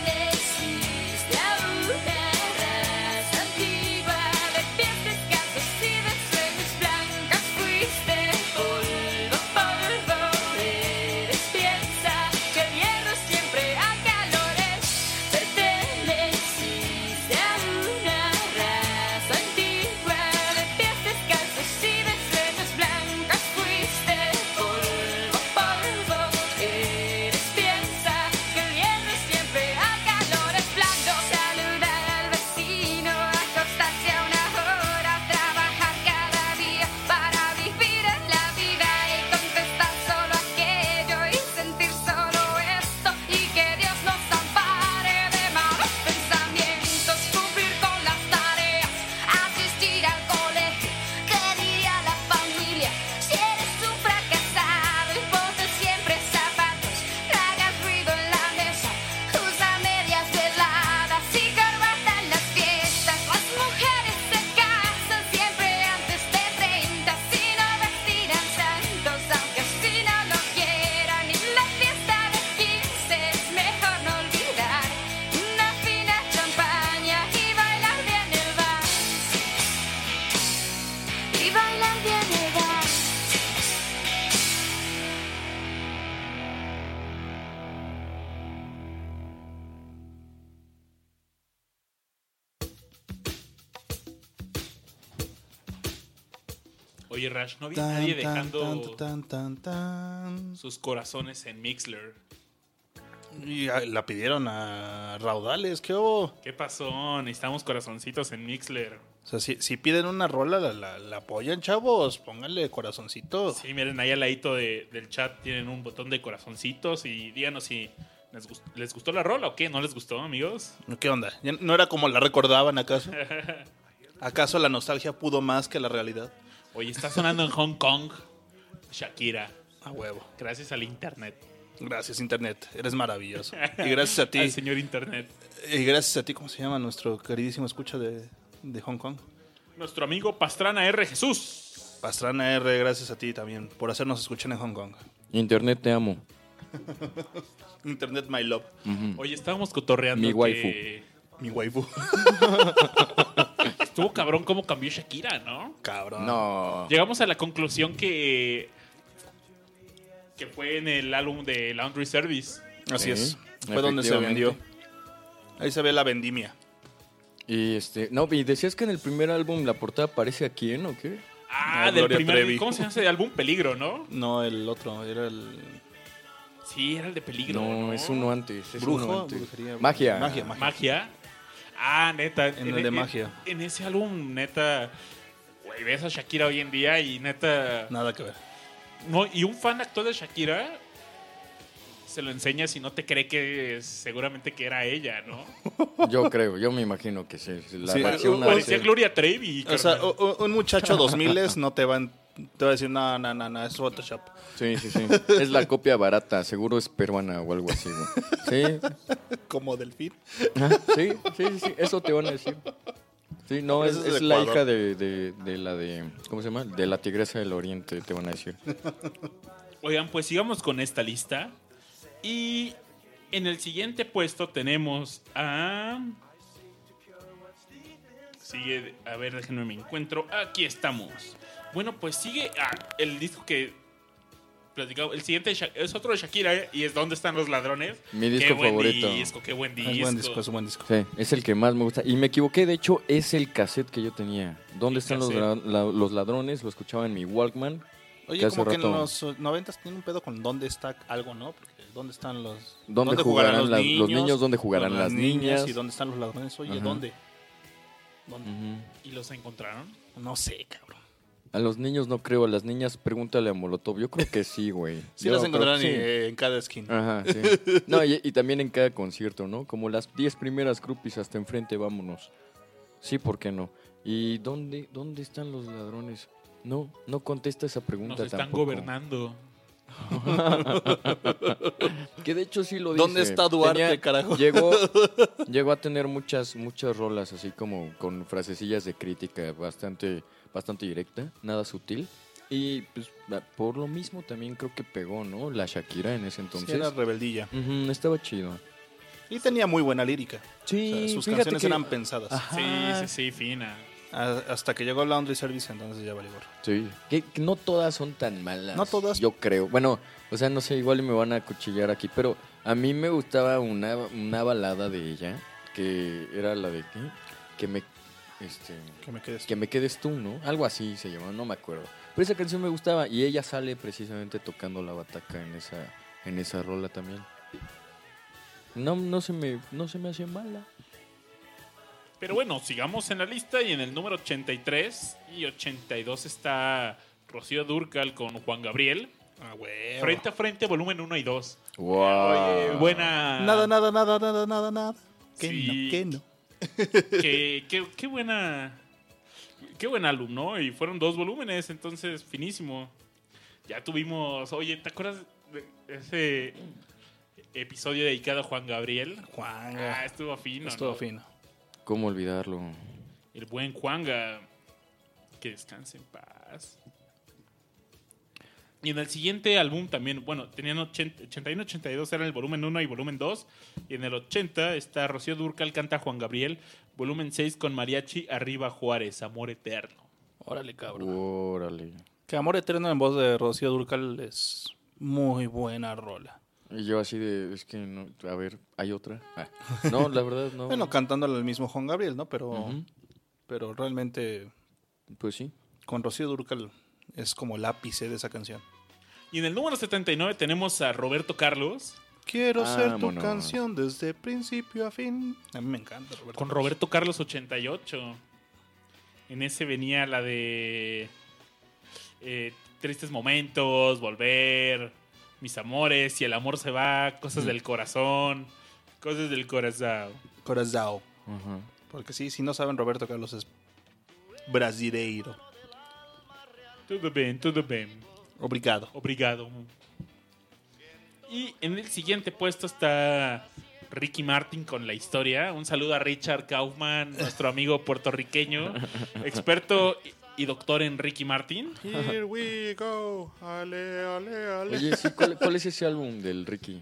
Speaker 8: Perteneciste a una raza antigua de pies descalzos y de sueños blancos. Fuiste polvo, polvo, eres piensa que el hierro siempre a calores. Perteneciste a una raza antigua de pies descalzos y de sueños blancos. Fuiste polvo, polvo, eres piensa que el hierro siempre a calores. Blando, saludar al vecino, acostarse a una hora, trabajar cada día para vivir en la vida y contestar solo aquello y sentir solo esto y que Dios nos ampare de malos pensamientos, cumplir con las tareas, asistir al colegio, que diría la familia, si eres un fracasado y ponte siempre zapatos, no hagas ruido en la mesa, usa medias veladas y corbata en las fiestas, las mujeres se casan siempre antes de 30, si no vestirán santos, aunque si no lo quieran, y la fiesta de 15 es mejor no olvidar, una fina champaña y bailar bien el bar, y bailar bien el bar.
Speaker 2: Oye, Rash, no vi a
Speaker 1: Tan,
Speaker 2: nadie
Speaker 1: tan,
Speaker 2: dejando
Speaker 1: tan, tan, tan, tan.
Speaker 2: sus corazones en Mixler.
Speaker 1: Y ah, la pidieron a Raudales, ¿qué hubo?
Speaker 2: ¿Qué pasó? Necesitamos corazoncitos en Mixler.
Speaker 1: O sea, si, si piden una rola, la, la- la apoyan, chavos. Pónganle corazoncito.
Speaker 2: Sí, miren, ahí al ladito de- del chat tienen un botón de corazoncitos y díganos si les, gust- les gustó la rola o qué. ¿No les gustó, amigos?
Speaker 1: ¿Qué onda? ¿Ya ¿No era como la recordaban acaso? ¿Acaso la nostalgia pudo más que la realidad?
Speaker 2: Oye, está sonando en Hong Kong Shakira.
Speaker 1: A huevo.
Speaker 2: Gracias al internet.
Speaker 1: Gracias, Internet. Eres maravilloso. Y gracias a ti.
Speaker 2: Al señor internet.
Speaker 1: Y gracias a ti, ¿cómo se llama nuestro queridísimo escucha de, de Hong Kong?
Speaker 2: Nuestro amigo Pastrana R. Jesús.
Speaker 1: Pastrana R, gracias a ti también por hacernos escuchar en Hong Kong.
Speaker 3: Internet te amo.
Speaker 1: Internet, my love.
Speaker 2: Oye, estábamos cotorreando. que
Speaker 3: Mi waifu.
Speaker 1: Mi Mm. waifu.
Speaker 2: Estuvo cabrón cómo cambió Shakira, ¿no?
Speaker 1: Cabrón. Ah.
Speaker 3: No.
Speaker 2: Llegamos a la conclusión que. que fue en el álbum de Laundry Service.
Speaker 1: Así
Speaker 3: Sí,
Speaker 1: es. Fue donde se
Speaker 3: efectivamente.
Speaker 1: vendió. Ahí se ve la vendimia.
Speaker 3: Y este, no, y decías que en el primer álbum la portada aparece a quién o qué?
Speaker 2: Ah,
Speaker 1: Ah,
Speaker 2: del
Speaker 1: Gloria
Speaker 2: primer.
Speaker 1: Trevi.
Speaker 2: ¿Cómo se llama ese álbum? Peligro, ¿no?
Speaker 1: No, el otro, era el
Speaker 2: Sí, era el de Peligro.
Speaker 3: No, es uno antes. es uno
Speaker 1: brujo,
Speaker 3: antes.
Speaker 1: brujería.
Speaker 3: Magia.
Speaker 1: Magia, magia.
Speaker 2: Magia. Ah, neta.
Speaker 1: En el de Magia.
Speaker 2: En ese álbum, neta. Güey, ves a Shakira hoy en día y neta.
Speaker 1: Nada que ver.
Speaker 2: No, y un fan actual de Shakira se lo enseña si no te cree que es- seguramente que era ella, ¿no?
Speaker 3: Yo creo, yo me imagino que sí. La
Speaker 1: Sí,
Speaker 3: versión
Speaker 1: o- o-
Speaker 2: Parecía
Speaker 3: hace-
Speaker 2: Gloria Trevi.
Speaker 1: O sea,
Speaker 2: carnal.
Speaker 1: u- u- un muchacho 2000 no te va, a- te va a decir, no, no, no, no, es Photoshop.
Speaker 3: Sí, sí, sí. Es la copia barata, seguro es peruana o algo así. güey. Sí,
Speaker 1: Como delfín.
Speaker 3: Ah, Sí, sí, sí, sí, eso te van a decir. Sí, no, es,
Speaker 1: Eso es de
Speaker 3: es la
Speaker 1: Ecuador.
Speaker 3: hija de, de- de la de. ¿Cómo se llama? De la tigresa del oriente, te van a decir.
Speaker 2: Oigan, pues sigamos con esta lista. Y en el siguiente puesto tenemos a. Sigue. A ver, déjenme me encuentro. Aquí estamos. Bueno, pues sigue ah, el disco que. platicaba- El siguiente de Sha- es otro de Shakira ¿eh? y es ¿Dónde están los ladrones?
Speaker 3: Mi
Speaker 2: qué
Speaker 3: disco
Speaker 2: buen
Speaker 3: favorito.
Speaker 2: Disco, qué buen disco.
Speaker 1: Es buen disco, es buen disco.
Speaker 3: Sí, es el que más me gusta. Y me equivoqué, de hecho, es el cassette que yo tenía. ¿Dónde
Speaker 2: El
Speaker 3: están los,
Speaker 2: cassette.
Speaker 3: dra- la- los ladrones? Lo escuchaba en mi Walkman.
Speaker 1: Oye,
Speaker 3: que hace
Speaker 1: como que en
Speaker 3: rato-
Speaker 1: los eh, 90 tienen un pedo con dónde está algo, ¿no? Porque dónde están los...
Speaker 3: ¿Dónde jugarán las- los niños? ¿Dónde
Speaker 1: con
Speaker 3: jugarán las niñas?
Speaker 1: Y dónde están los ladrones. Oye,
Speaker 3: Ajá.
Speaker 1: ¿dónde? ¿Dónde?
Speaker 3: Ujú.
Speaker 2: ¿Y los encontraron?
Speaker 1: No sé, cabrón.
Speaker 3: A los niños no creo, a las niñas pregúntale a Molotov. Yo creo que sí, güey.
Speaker 1: Sí
Speaker 3: Yo
Speaker 1: las
Speaker 3: creo
Speaker 1: encontrarán
Speaker 3: que sí. Ah,
Speaker 1: en cada esquina.
Speaker 3: Ajá, sí. No, y, y también en cada concierto, ¿no? Como las 10 primeras groupies hasta enfrente, vámonos. Sí, ¿por qué no? ¿Y dónde, dónde están los ladrones? No, no contesta esa pregunta
Speaker 2: Nos están
Speaker 3: tampoco.
Speaker 2: gobernando.
Speaker 3: Que de hecho sí lo dice.
Speaker 1: ¿Dónde está Duarte, carajo?
Speaker 3: Llegó, llegó a tener muchas, muchas rolas así como con frasecillas de crítica bastante, bastante directa, nada sutil. Y pues va- por lo mismo también creo que pegó, ¿no? La Shakira en ese
Speaker 1: Sí,
Speaker 3: entonces.
Speaker 1: era rebeldilla.
Speaker 3: Ujú, estaba chido.
Speaker 1: Y tenía muy buena lírica. O
Speaker 3: Sí,
Speaker 1: sea, sus
Speaker 3: fíjate
Speaker 1: canciones
Speaker 3: que- Ah.
Speaker 1: eran pensadas.
Speaker 2: Sí, sí, sí, fina.
Speaker 1: A- Hasta que llegó Laundry Service, entonces ya valió. gorro.
Speaker 3: Sí. Que, que no todas son tan malas.
Speaker 1: No todas.
Speaker 3: Yo creo. Bueno, o sea, no sé, igual me van a cuchillar aquí, pero a mí me gustaba una, una balada de ella, que era la de ¿qué? que me este
Speaker 1: Que me quedes.
Speaker 3: que me quedes tú, ¿no? Algo así se llamaba, no me acuerdo. Pero esa canción me gustaba y ella sale precisamente tocando la bataca en esa en esa rola también. No, no se me no se me hace mala.
Speaker 2: Pero bueno, sigamos en la lista y en el número 83 y 82 está Rocío Durcal con Juan Gabriel.
Speaker 1: Ah, huevo.
Speaker 2: Frente a frente, volumen 1 y 2.
Speaker 3: Wow.
Speaker 1: Ah.
Speaker 2: Oye, buena.
Speaker 1: Nada, nada, nada, nada, nada, nada. Que
Speaker 2: Sí.
Speaker 1: no, que no.
Speaker 2: Qué, qué- qué buena. Qué buen álbum, ¿no? Y fueron dos volúmenes, entonces finísimo. Ya tuvimos. Oye, ¿te acuerdas de ese episodio dedicado a Juan Gabriel?
Speaker 1: Juanga.
Speaker 2: Ah, estuvo fino.
Speaker 1: Estuvo
Speaker 2: ¿no?
Speaker 1: fino.
Speaker 3: ¿Cómo olvidarlo?
Speaker 2: El buen Juanga. Que descanse en paz. Y en el siguiente álbum también, bueno, tenían 80 81, 82 eran el volumen 1 y volumen 2. Y en el 80 está Rocío Durcal canta Juan Gabriel, volumen 6 con Mariachi Arriba Juárez, Amor Eterno.
Speaker 1: Órale, cabrón.
Speaker 3: Órale.
Speaker 1: Que Amor Eterno en voz de Rocío Durcal es muy buena rola.
Speaker 3: Y yo así de, es que no, a ver, ¿hay otra? Ah, No, la verdad
Speaker 2: Oh.
Speaker 3: no.
Speaker 1: Bueno, cantándola el mismo Juan Gabriel, ¿no? Pero,
Speaker 3: Ujú,
Speaker 1: pero realmente
Speaker 3: Pues sí.
Speaker 1: con Rocío Durcal es como el ápice de esa canción.
Speaker 2: Y en el número 79 tenemos a Roberto Carlos.
Speaker 1: Quiero
Speaker 2: Ah,
Speaker 1: ser tu
Speaker 3: Vámonos.
Speaker 1: canción desde principio a fin. A mí me encanta, Roberto.
Speaker 2: Con Roberto Carlos 88. En ese venía la de eh, Tristes Momentos, Volver, Mis Amores, y el amor se va, Cosas del Corazón, Cosas del Corazón.
Speaker 1: Corazao.
Speaker 3: Ujú.
Speaker 1: Porque sí, si no saben, Roberto Carlos es brasileiro.
Speaker 2: Todo bien, todo bien.
Speaker 1: Obrigado.
Speaker 2: Obrigado. Y en el siguiente puesto está Ricky Martin con la historia. Un saludo a Richard Kaufman, nuestro amigo puertorriqueño, experto y doctor en Ricky Martin.
Speaker 1: Here we go. Ale, ale, ale.
Speaker 3: Oye, sí, ¿cuál, cuál es ese álbum del Ricky?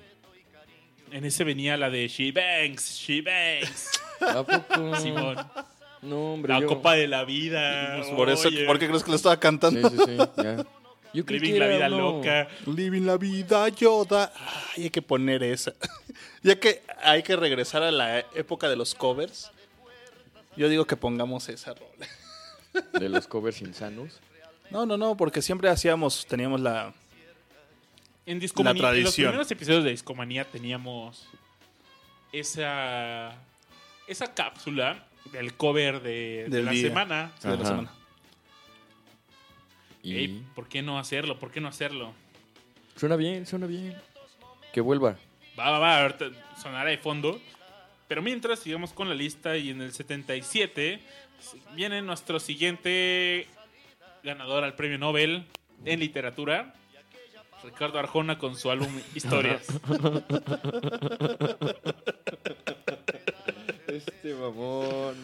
Speaker 2: En ese venía la de She Banks, She Banks,
Speaker 3: ¿A poco?
Speaker 2: Simón.
Speaker 3: No, hombre,
Speaker 2: La
Speaker 3: yo-
Speaker 2: copa de la vida.
Speaker 1: Por eso,
Speaker 2: oye,
Speaker 1: ¿por qué crees que lo estaba
Speaker 3: Sí,
Speaker 1: cantando?
Speaker 3: sí, sí, ya. Yo creí
Speaker 2: Living
Speaker 3: que
Speaker 2: la
Speaker 3: era
Speaker 2: vida
Speaker 3: uno-
Speaker 2: loca.
Speaker 1: Living la vida, Yoda. Ay, hay que poner esa. ya que hay que regresar a la época de los covers, yo digo que pongamos esa rola.
Speaker 3: De los covers insanos.
Speaker 1: No, no, no, porque siempre hacíamos, teníamos la.
Speaker 2: En Discomanía,
Speaker 1: La
Speaker 2: en los
Speaker 1: tradición.
Speaker 2: primeros episodios de Discomanía teníamos esa esa cápsula del cover de, de
Speaker 1: Del
Speaker 2: la
Speaker 1: día.
Speaker 2: semana.
Speaker 1: de la
Speaker 3: Ajá.
Speaker 1: semana.
Speaker 3: Y
Speaker 2: Ey, ¿por qué no hacerlo? ¿Por qué no hacerlo?
Speaker 3: suena bien, suena bien. Que vuelva.
Speaker 2: Va, va, va, ahorita sonará de fondo. Pero mientras sigamos con la lista y en el 77 viene nuestro siguiente ganador al premio Nobel en literatura, Ricardo Arjona con su álbum Historias.
Speaker 3: Este mamón.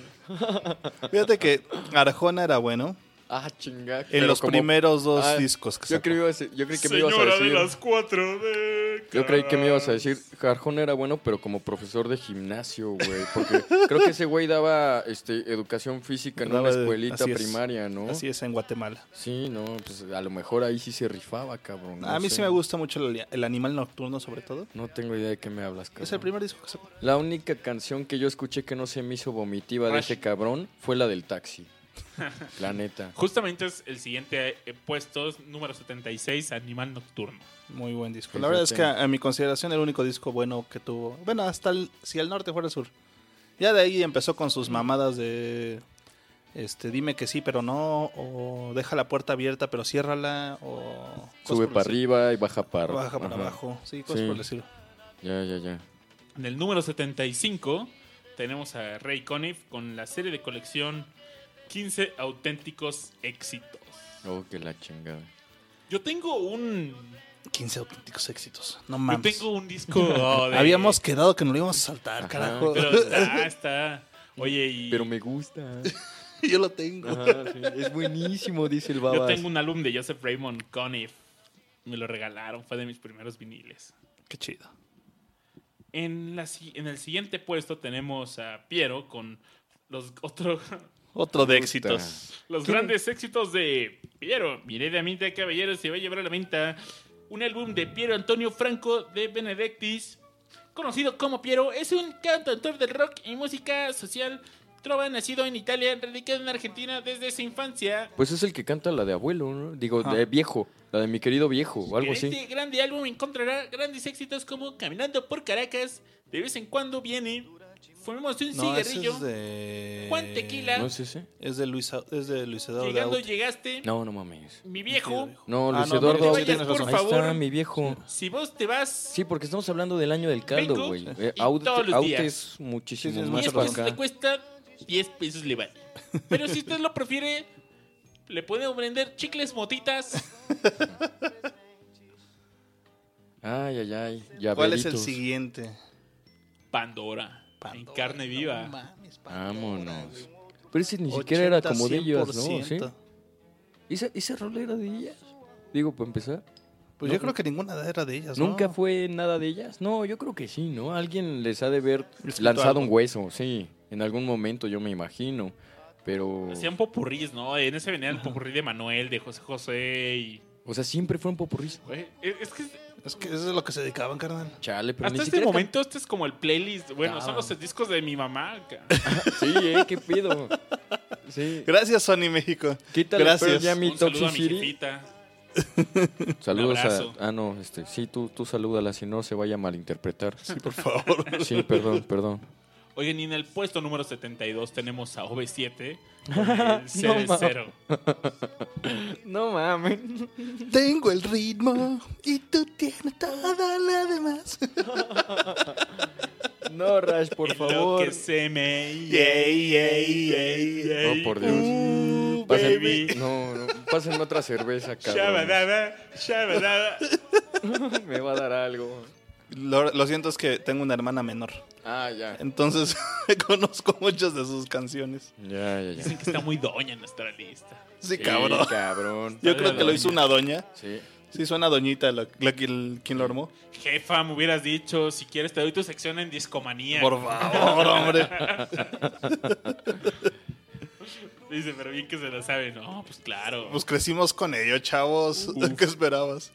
Speaker 1: Fíjate que Arjona era bueno
Speaker 3: Ah, chinga.
Speaker 1: en los primeros dos
Speaker 3: Ah,
Speaker 1: discos que
Speaker 3: Yo
Speaker 1: sacó.
Speaker 3: creí, ibas a- yo creí que me ibas a
Speaker 2: Señora de
Speaker 3: decir.
Speaker 2: las cuatro de
Speaker 3: Yo creí que me ibas a decir. Arjona era bueno, pero como profesor de gimnasio, güey. Porque creo que ese güey daba este, educación física en
Speaker 1: Daba
Speaker 3: una
Speaker 1: de-
Speaker 3: escuelita
Speaker 1: así es.
Speaker 3: primaria, ¿no?
Speaker 1: Así es en Guatemala.
Speaker 3: Sí, no, pues a lo mejor ahí sí se rifaba, cabrón. no
Speaker 1: a mí sí
Speaker 3: sé.
Speaker 1: me gusta mucho el, el animal nocturno, sobre todo.
Speaker 3: No tengo idea de qué me hablas, cabrón.
Speaker 1: Es el primer disco que sacó.
Speaker 3: La única canción que yo escuché que no se me hizo vomitiva de
Speaker 2: Rush.
Speaker 3: ese cabrón fue la del taxi. La neta.
Speaker 2: Justamente es el siguiente eh, puesto, número 76, Animal Nocturno.
Speaker 1: Muy buen disco.
Speaker 3: Pues
Speaker 1: La verdad
Speaker 3: yo
Speaker 1: es que
Speaker 3: tengo.
Speaker 1: a, a mi consideración el único disco bueno que tuvo. Bueno, hasta el, si el norte fuera el sur. Ya de ahí empezó con sus mamadas de este dime que sí, pero no o deja la puerta abierta, pero ciérrala o cosas
Speaker 3: Sube
Speaker 1: por
Speaker 3: para
Speaker 1: el estilo.
Speaker 3: arriba y baja para
Speaker 1: baja para
Speaker 3: ajá.
Speaker 1: abajo, sí, cosas
Speaker 3: Sí.
Speaker 1: por el estilo.
Speaker 3: Ya, ya, ya.
Speaker 2: En el número 75 tenemos a Ray Conniff con la serie de colección 15 auténticos éxitos.
Speaker 3: Oh, que la chingada.
Speaker 2: Yo tengo un
Speaker 1: 15 auténticos éxitos. No
Speaker 2: yo
Speaker 1: mames.
Speaker 2: tengo un disco oh, de-
Speaker 1: Habíamos quedado que no lo íbamos a saltar,
Speaker 3: Ajá.
Speaker 1: carajo.
Speaker 2: pero ah, está. Oye, y
Speaker 3: Pero me gusta.
Speaker 1: Yo lo tengo.
Speaker 3: Ajá, sí. Es buenísimo, dice el babas.
Speaker 2: yo tengo un álbum de Joseph Raymond Conniff. Me lo regalaron, fue de mis primeros viniles.
Speaker 1: Qué chido.
Speaker 2: En, la, si- en el siguiente puesto tenemos a Piero con los otros
Speaker 1: Otro de
Speaker 3: Me gusta.
Speaker 1: éxitos.
Speaker 2: Los grandes éxitos de Piero. Miré de Amita de Caballero se va a llevar a la venta un álbum de Piero Antonio Franco de Benedictis. Conocido como Piero, es un cantautor del rock y música social. Trova, nacido en Italia, radicado en Argentina desde su infancia.
Speaker 3: Pues es el que canta la de abuelo, ¿no? Digo,
Speaker 1: Ajá.
Speaker 3: de viejo. La de mi querido viejo o algo
Speaker 2: en
Speaker 3: así.
Speaker 2: este grande álbum encontrará grandes éxitos como Caminando por Caracas, De vez en cuando viene, Fumemos un
Speaker 1: No, ese
Speaker 2: cigarrillo,
Speaker 1: es de
Speaker 2: Juan Tequila.
Speaker 3: ¿No es ese?
Speaker 1: Es de Luis es de Luis Eduardo
Speaker 2: Llegando
Speaker 1: Aute.
Speaker 2: llegaste,
Speaker 3: No, no mames.
Speaker 2: Mi viejo,
Speaker 3: No,
Speaker 1: Ah,
Speaker 3: Luis
Speaker 1: no,
Speaker 3: Eduardo.
Speaker 1: no,
Speaker 2: sí, tienes
Speaker 3: Ahí
Speaker 2: razón.
Speaker 3: está,
Speaker 2: Por favor.
Speaker 3: mi viejo.
Speaker 2: Si vos te vas,
Speaker 3: Sí, porque estamos hablando del año del caldo,
Speaker 2: Vengo
Speaker 3: güey.
Speaker 2: y
Speaker 3: Eh, Aute,
Speaker 2: todos los
Speaker 3: Aute
Speaker 2: días.
Speaker 3: es muchísimo
Speaker 1: Sí, sí, es
Speaker 3: más
Speaker 1: mucho
Speaker 2: 10
Speaker 3: para
Speaker 1: más.
Speaker 2: pesos le
Speaker 3: acá.
Speaker 2: cuesta, 10 pesos le vale. Pero si usted lo prefiere, le pueden vender chicles motitas.
Speaker 3: Ay, ay, ay. Ya
Speaker 1: ¿Cuál es el siguiente?
Speaker 2: Pandora, en carne viva.
Speaker 3: Vámonos. Pero ese Ah, ni siquiera era como de ellos, ¿no? ¿Sí?
Speaker 1: 80-100%.
Speaker 3: ¿Esa, esa rola era de ellas? Digo, para empezar.
Speaker 1: Pues
Speaker 3: No,
Speaker 1: yo creo que ninguna era de ellas. Pues ¿no?
Speaker 3: ¿Nunca fue nada de ellas? No, yo creo que sí, ¿no? Alguien les ha de ver
Speaker 1: Escrito
Speaker 3: lanzado
Speaker 1: algo.
Speaker 3: un hueso, sí. En algún momento, yo me imagino. Pero.
Speaker 2: Hacían popurrís, ¿no? En ese venía el popurrí de Manuel, de José José y...
Speaker 3: O sea, siempre fueron popurrís.
Speaker 2: Güey, Es es que
Speaker 1: Es que eso es lo que se dedicaban, carnal.
Speaker 3: Chale, pero ni
Speaker 2: hasta este
Speaker 3: siquiera
Speaker 2: momento este es como el playlist. Bueno,
Speaker 3: Ah.
Speaker 2: son los discos de mi mamá. ca-
Speaker 3: Sí, ¿eh? ¿Qué pido? Sí.
Speaker 1: Gracias, Sony México.
Speaker 3: Quítale
Speaker 1: Gracias.
Speaker 3: Pearl Jam y
Speaker 2: Un saludo a
Speaker 3: Toxic
Speaker 2: mi
Speaker 3: City.
Speaker 2: jefita.
Speaker 3: Saludos
Speaker 2: abrazo.
Speaker 3: a. Ah, no, este. Sí, tú, tú salúdala, si no se vaya a malinterpretar.
Speaker 1: Sí, por favor.
Speaker 3: Sí, perdón, perdón.
Speaker 2: Oigan, y en el puesto número 72 tenemos a OV7 con el CD0.
Speaker 3: No mames.
Speaker 1: Tengo el ritmo y tú tienes toda la demás.
Speaker 3: No, Rash, por
Speaker 2: Lo
Speaker 3: favor.
Speaker 2: que se me...
Speaker 1: Yay, yay, yay,
Speaker 3: No,
Speaker 1: yay.
Speaker 3: Oh, por Dios.
Speaker 1: Uh,
Speaker 3: Pásen-
Speaker 2: baby.
Speaker 3: No, no. Pásenme otra cerveza, cabrón.
Speaker 2: Shabadaba, shabadaba.
Speaker 3: Me va a dar algo.
Speaker 1: Lo, lo siento, es que tengo una hermana menor.
Speaker 3: Ah, ya.
Speaker 1: Entonces, conozco muchas de sus canciones.
Speaker 3: Ya, ya, ya.
Speaker 2: Dicen que está muy doña en nuestra lista.
Speaker 1: Sí,
Speaker 3: Sí,
Speaker 1: cabrón.
Speaker 3: cabrón.
Speaker 1: Yo creo que lo hizo una doña.
Speaker 3: Sí.
Speaker 1: Sí, suena doñita la, la que- el- quien lo armó.
Speaker 2: Jefa, me hubieras dicho, si quieres te doy tu sección en discomanía.
Speaker 1: Por favor, hombre.
Speaker 2: Dice, pero bien que se la sabe. No, pues claro.
Speaker 1: Pues crecimos con ello, chavos. ¿Qué esperabas?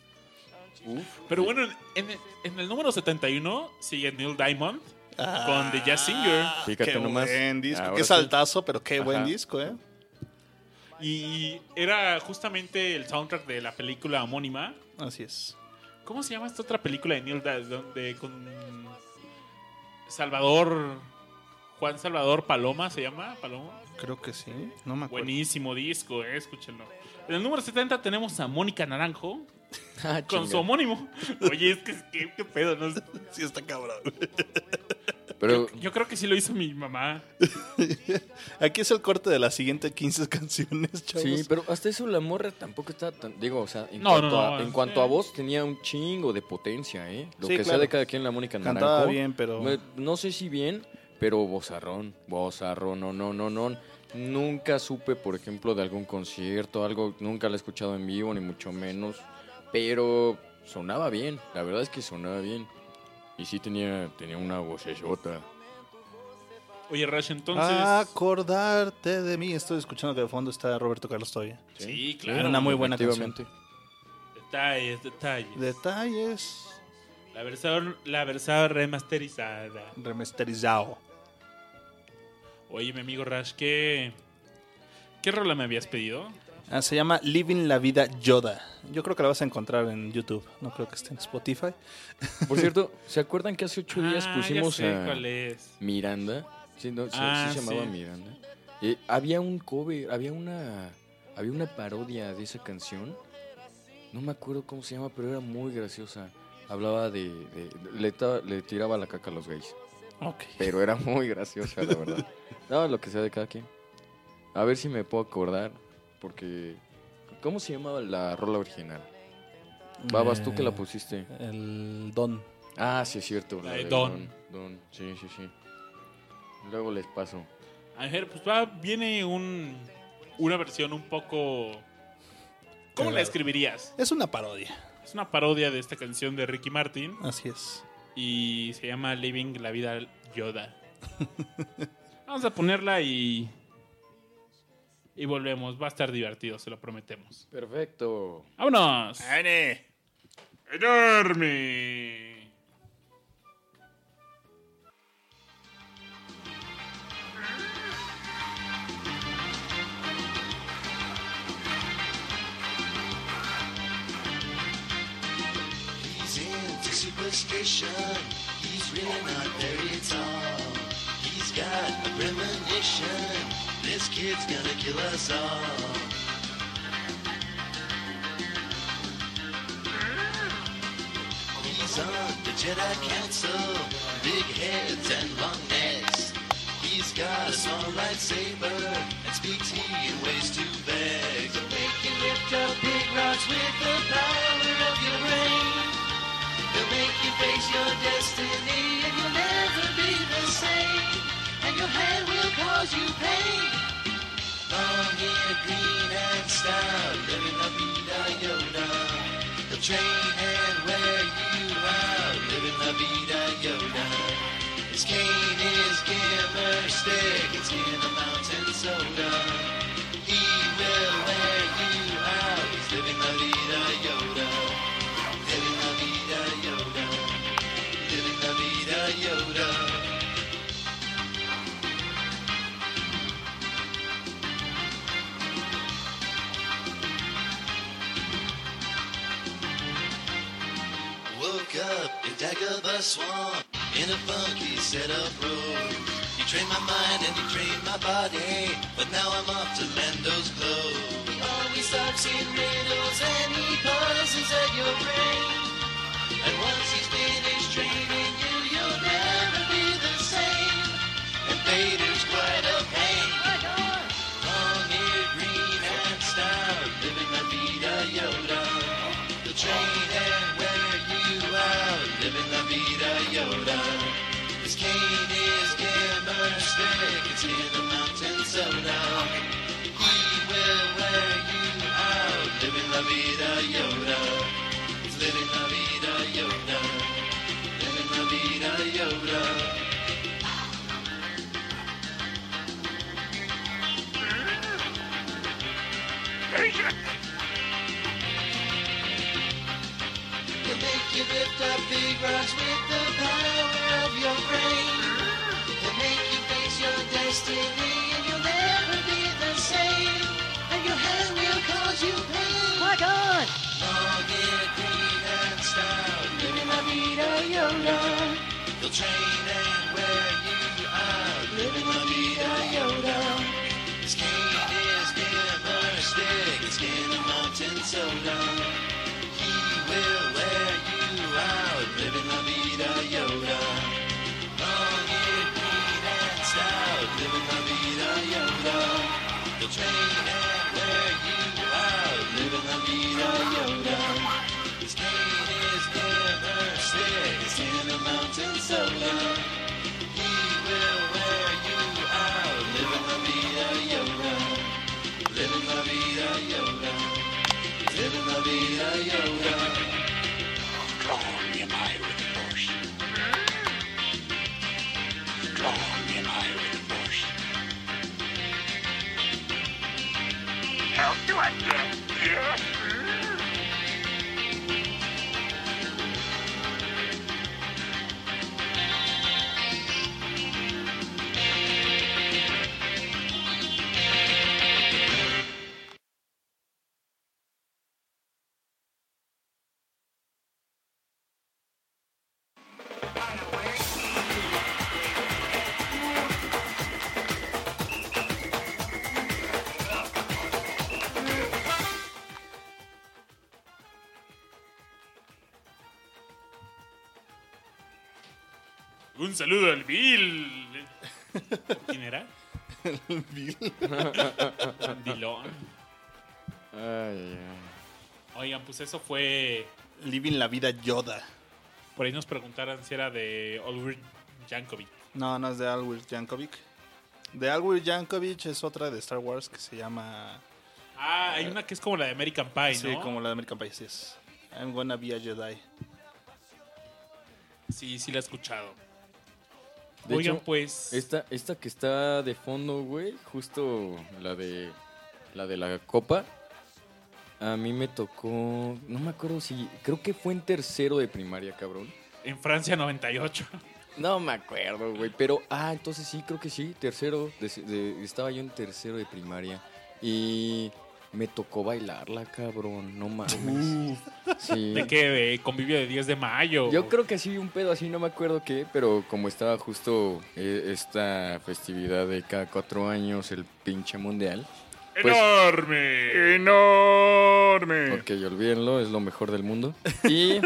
Speaker 2: Pero bueno, en, en- en el número 71 sigue Neil Diamond con The Jazz Singer.
Speaker 3: Fíjate
Speaker 1: Ah, qué
Speaker 3: nomás. Ah,
Speaker 1: buen disco.
Speaker 3: Ahora
Speaker 1: qué
Speaker 3: sí.
Speaker 1: saltazo, pero qué buen
Speaker 3: Ajá.
Speaker 1: disco, ¿eh?
Speaker 2: Y era justamente el soundtrack de la película homónima.
Speaker 1: Así es.
Speaker 2: ¿Cómo se llama esta otra película de Neil Diamond? Donde con Salvador... Juan Salvador Paloma, ¿se llama? Paloma.
Speaker 1: Creo que sí. No me acuerdo.
Speaker 2: Buenísimo disco, eh, escúchenlo. En el número 70 tenemos a Mónica Naranjo
Speaker 3: Ah,
Speaker 2: con su
Speaker 3: chinga.
Speaker 2: homónimo. Oye, es que qué, qué pedo, no sé.
Speaker 1: Sí, está cabrón.
Speaker 3: Pero
Speaker 2: Yo creo que sí lo hizo mi mamá.
Speaker 1: Aquí es el corte de las siguientes 15 canciones, chavos.
Speaker 3: Sí, pero hasta eso la morra tampoco está tan. Digo, o sea, en
Speaker 2: No,
Speaker 3: cuanto,
Speaker 2: no,
Speaker 3: a,
Speaker 2: no, eh.
Speaker 3: en
Speaker 2: no.
Speaker 3: cuanto a voz tenía un chingo de potencia, ¿eh? Lo
Speaker 1: Sí,
Speaker 3: que sea
Speaker 1: claro.
Speaker 3: de cada quien, la Mónica Naranjo.
Speaker 1: Cantaba bien, pero.
Speaker 3: me- No sé si bien, pero bozarrón. Bozarrón, no, no, no, no. Nunca supe, por ejemplo, de algún concierto, algo. Nunca la he escuchado en vivo, ni mucho menos. Pero sonaba bien, la verdad es que sonaba bien. Y sí tenía, tenía una vocesota.
Speaker 2: Oye, Rash, entonces.
Speaker 3: Ah,
Speaker 1: Acordarte de mí. Estoy escuchando que de fondo está Roberto Carlos todavía.
Speaker 2: sí,
Speaker 1: Era
Speaker 2: claro.
Speaker 1: una muy buena canción.
Speaker 3: Efectivamente.
Speaker 2: Detalles, detalles.
Speaker 1: Detalles.
Speaker 2: La versión, la versión remasterizada.
Speaker 1: Remasterizado.
Speaker 2: Oye, mi amigo Rash, ¿qué. ¿Qué rola me habías pedido?
Speaker 1: Ah, se llama Living la Vida Yoda. Yo creo que la vas a encontrar en YouTube. No creo que esté en Spotify.
Speaker 3: Por cierto, ¿se acuerdan que hace ocho días
Speaker 2: Ah,
Speaker 3: pusimos
Speaker 2: ya sé
Speaker 3: a-
Speaker 2: cuál es.
Speaker 3: Miranda. Sí, no, sí- sí
Speaker 2: Ah,
Speaker 3: se llamaba
Speaker 2: sí.
Speaker 3: Miranda. Eh, había un cover, había una, había una parodia de esa canción. No me acuerdo cómo se llama, pero era muy graciosa. Hablaba de... de- le, ta- le tiraba la caca a los gays.
Speaker 1: Ok.
Speaker 3: Pero era muy graciosa, la verdad. No, lo que sea de cada quien. A ver si me puedo acordar, porque... ¿Cómo se llamaba la rola original? Babas, tú que la pusiste.
Speaker 1: El Don.
Speaker 3: Ah, sí, es cierto.
Speaker 2: Eh. La de
Speaker 3: del
Speaker 2: Don.
Speaker 3: Don, sí, sí, sí. Luego les paso.
Speaker 2: A ver, pues va, viene un. Una versión un poco. ¿Cómo la
Speaker 1: Cagado.
Speaker 2: escribirías?
Speaker 1: Es una parodia.
Speaker 2: Es una parodia de esta canción de Ricky Martin
Speaker 1: Así es.
Speaker 2: y se llama Living la vida Yoda. Vamos a ponerla y y volvemos, va a estar divertido, se lo prometemos.
Speaker 3: Perfecto.
Speaker 2: Vámonos. Enorme.
Speaker 7: He's into superstition. He's really not very tall. He's got a premonition. This kid's gonna kill us all. He's on the Jedi Council. Big heads and long necks. He's got a small lightsaber and speaks he in ways to beg. To make you lift up big rocks with the power of your brain. They'll make you face your destiny and you'll never be the same. And your hand will cause you pain. Long hair, green and stout, living la vida Yoda. They'll train and wear you out, living la vida Yoda. His cane is gamer stick, it's in a mountain soda. He will wear you out, he's living la vida Yoda. Living la vida Yoda. Living la vida Yoda. woke up in Dagobah Swamp in a funky setup road. You trained my mind and you trained my body, but now I'm off to Lando's Glow. He always talks in riddles and he puzzles at your brain. And once he's finished training you, you'll never be the same. And Vader's quite a pain. Long hair, green and stout, living la vida Yoda. The train had wear you out, living la vida Yoda. His cane is gimmer stick, it's in a mountain soda. He will wear you out, living la vida Yoda. He's living la vida Yoda. Living la vida Yoda. Can make you lift up big rocks with the power of your brain. Can make you face your destiny and you'll never be the same. And your hand will cause you pain. My God! Long and green and stout, living la vida Yoda. They'll train and wear you out, living la vida Yoda. This cane is never stick, it's in a mountain soda. He will wear you out, living la vida Yoda. Long and green and stout, living la vida Yoda. The train and wear you out, living la vida Yoda. His cane is never sticks in a mountain soda. He will wear you out, living la vida Yoda. Living la vida Yoda. Living la vida Yoda.
Speaker 2: Un saludo al Bill. ¿Quién era? El Bill. Dilón.
Speaker 3: Ay, ay,
Speaker 2: Oigan, pues eso fue.
Speaker 1: Living la vida Yoda.
Speaker 2: Por ahí nos preguntaran si era de Oliver Jankovic.
Speaker 1: No, no es de Alwir Yankovic. De Alwir Yankovic es otra de Star Wars que se llama.
Speaker 2: Ah, hay una que es como la de American Pie, ¿no?
Speaker 1: sí, como la de American Pie, sí es. I'm gonna be a Jedi.
Speaker 2: Sí, sí la he escuchado.
Speaker 3: De
Speaker 2: Oigan,
Speaker 3: hecho,
Speaker 2: pues.
Speaker 3: Esta, esta que está de fondo, güey, justo la de la de la copa. A mí me tocó, no me acuerdo si, creo que fue en tercero de primaria, cabrón.
Speaker 2: En Francia 98.
Speaker 3: No me acuerdo, güey, pero ah, entonces sí, creo que sí, tercero, de- de- estaba yo en tercero de primaria y me tocó bailarla, cabrón, no mames. Sí.
Speaker 2: ¿De qué? De convivio de 10 de mayo.
Speaker 3: Yo creo que sí, un pedo así, no me acuerdo qué, pero como estaba justo eh, esta festividad de cada cuatro años, el pinche mundial. pues-
Speaker 2: ¡Enorme! ¡Enorme!
Speaker 3: Ok, olvídenlo, es lo mejor del mundo. Y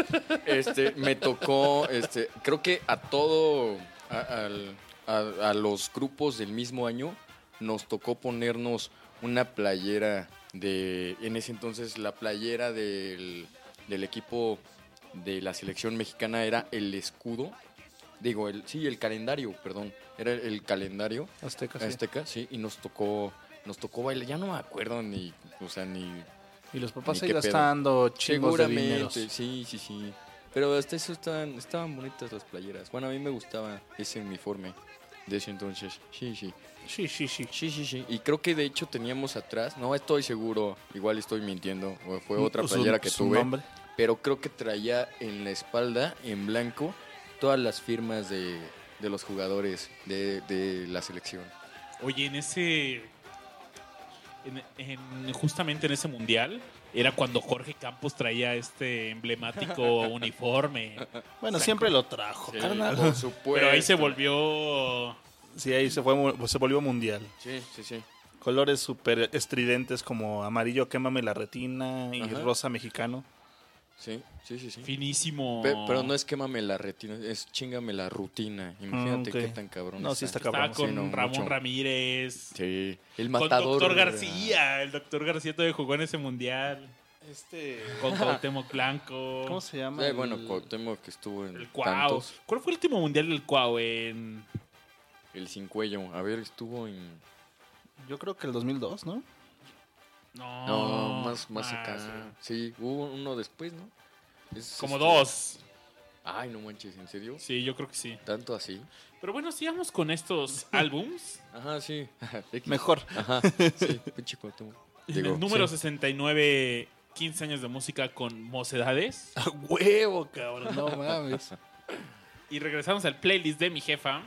Speaker 3: este, me tocó, este, creo que a todo, a, al- a- a los grupos del mismo año, nos tocó ponernos una playera de, en ese entonces la playera del, del equipo de la selección mexicana era el escudo, digo, el, sí, el calendario, perdón, era el, el calendario
Speaker 1: Azteca, Ah, sí.
Speaker 3: azteca, sí, y nos tocó, nos tocó bailar, ya no me acuerdo ni, o sea, ni
Speaker 1: Y los papás
Speaker 3: Ni
Speaker 1: ahí
Speaker 3: qué pedo.
Speaker 1: gastando chingos de
Speaker 3: Seguramente,
Speaker 1: dineros.
Speaker 3: sí, sí, sí. Pero hasta eso estaban, estaban bonitas las playeras. Bueno, a mí me gustaba ese uniforme de ese entonces. Sí, sí.
Speaker 2: Sí, sí, sí.
Speaker 3: Sí, sí, sí. Y creo que de hecho teníamos atrás, no estoy seguro, igual estoy mintiendo, o fue otra
Speaker 1: Su-
Speaker 3: playera que
Speaker 1: su
Speaker 3: tuve,
Speaker 1: nombre.
Speaker 3: pero creo que traía en la espalda, en blanco, todas las firmas de, de los jugadores de, de la selección.
Speaker 2: Oye, en ese. en- en- justamente en ese mundial era cuando Jorge Campos traía este emblemático uniforme.
Speaker 1: Bueno, siempre lo trajo,
Speaker 3: Sí,
Speaker 1: Oh, carnal.
Speaker 3: por supuesto.
Speaker 2: Pero ahí se volvió.
Speaker 1: Sí, ahí se, fue, mu- se volvió mundial.
Speaker 3: Sí, sí, sí.
Speaker 1: Colores súper estridentes como amarillo, quémame la retina y
Speaker 3: Ajá.
Speaker 1: rosa mexicano.
Speaker 3: Sí, sí, sí. sí.
Speaker 2: finísimo.
Speaker 3: Pe- pero no es quémame la retina, es chingame la rutina. Imagínate
Speaker 1: Ah, ok.
Speaker 3: qué tan cabrón.
Speaker 1: No, sí está
Speaker 2: Estaba
Speaker 1: cabrón.
Speaker 2: con
Speaker 3: sí, no,
Speaker 2: Ramón
Speaker 3: mucho.
Speaker 2: Ramírez.
Speaker 3: Sí, el
Speaker 2: Con
Speaker 3: matador. eh,
Speaker 2: Doctor
Speaker 3: ¿verdad?
Speaker 2: García. El Doctor García todavía jugó en ese mundial.
Speaker 1: Este,
Speaker 2: Con Cuauhtémoc Blanco.
Speaker 1: ¿Cómo se llama?
Speaker 3: Sí,
Speaker 1: El-
Speaker 3: ah, eh, bueno, Cuauhtémoc que estuvo en
Speaker 2: El Cuau.
Speaker 3: tantos.
Speaker 2: ¿Cuál fue el último mundial del Cuau? En...
Speaker 3: El sin cuello. A ver, estuvo en.
Speaker 1: Yo creo que el 2002, ¿no?
Speaker 2: No, ah,
Speaker 3: No, más, más acá.
Speaker 2: güey.
Speaker 3: Sí, hubo uno después, ¿no? Es,
Speaker 2: Como
Speaker 3: este-
Speaker 2: dos.
Speaker 3: Ay, no manches, ¿en serio?
Speaker 2: Sí, yo creo que sí.
Speaker 3: ¿Tanto así?
Speaker 2: Pero bueno, sigamos con estos álbums.
Speaker 3: Ajá, sí. X.
Speaker 1: Mejor.
Speaker 3: Ajá, sí, pinche Cuauhtémoc.
Speaker 2: En
Speaker 3: Digo,
Speaker 2: el número
Speaker 3: sí.
Speaker 2: 69, 15 años de música con mocedades.
Speaker 1: A huevo, cabrón. No mames.
Speaker 2: Y regresamos al playlist de mi jefa.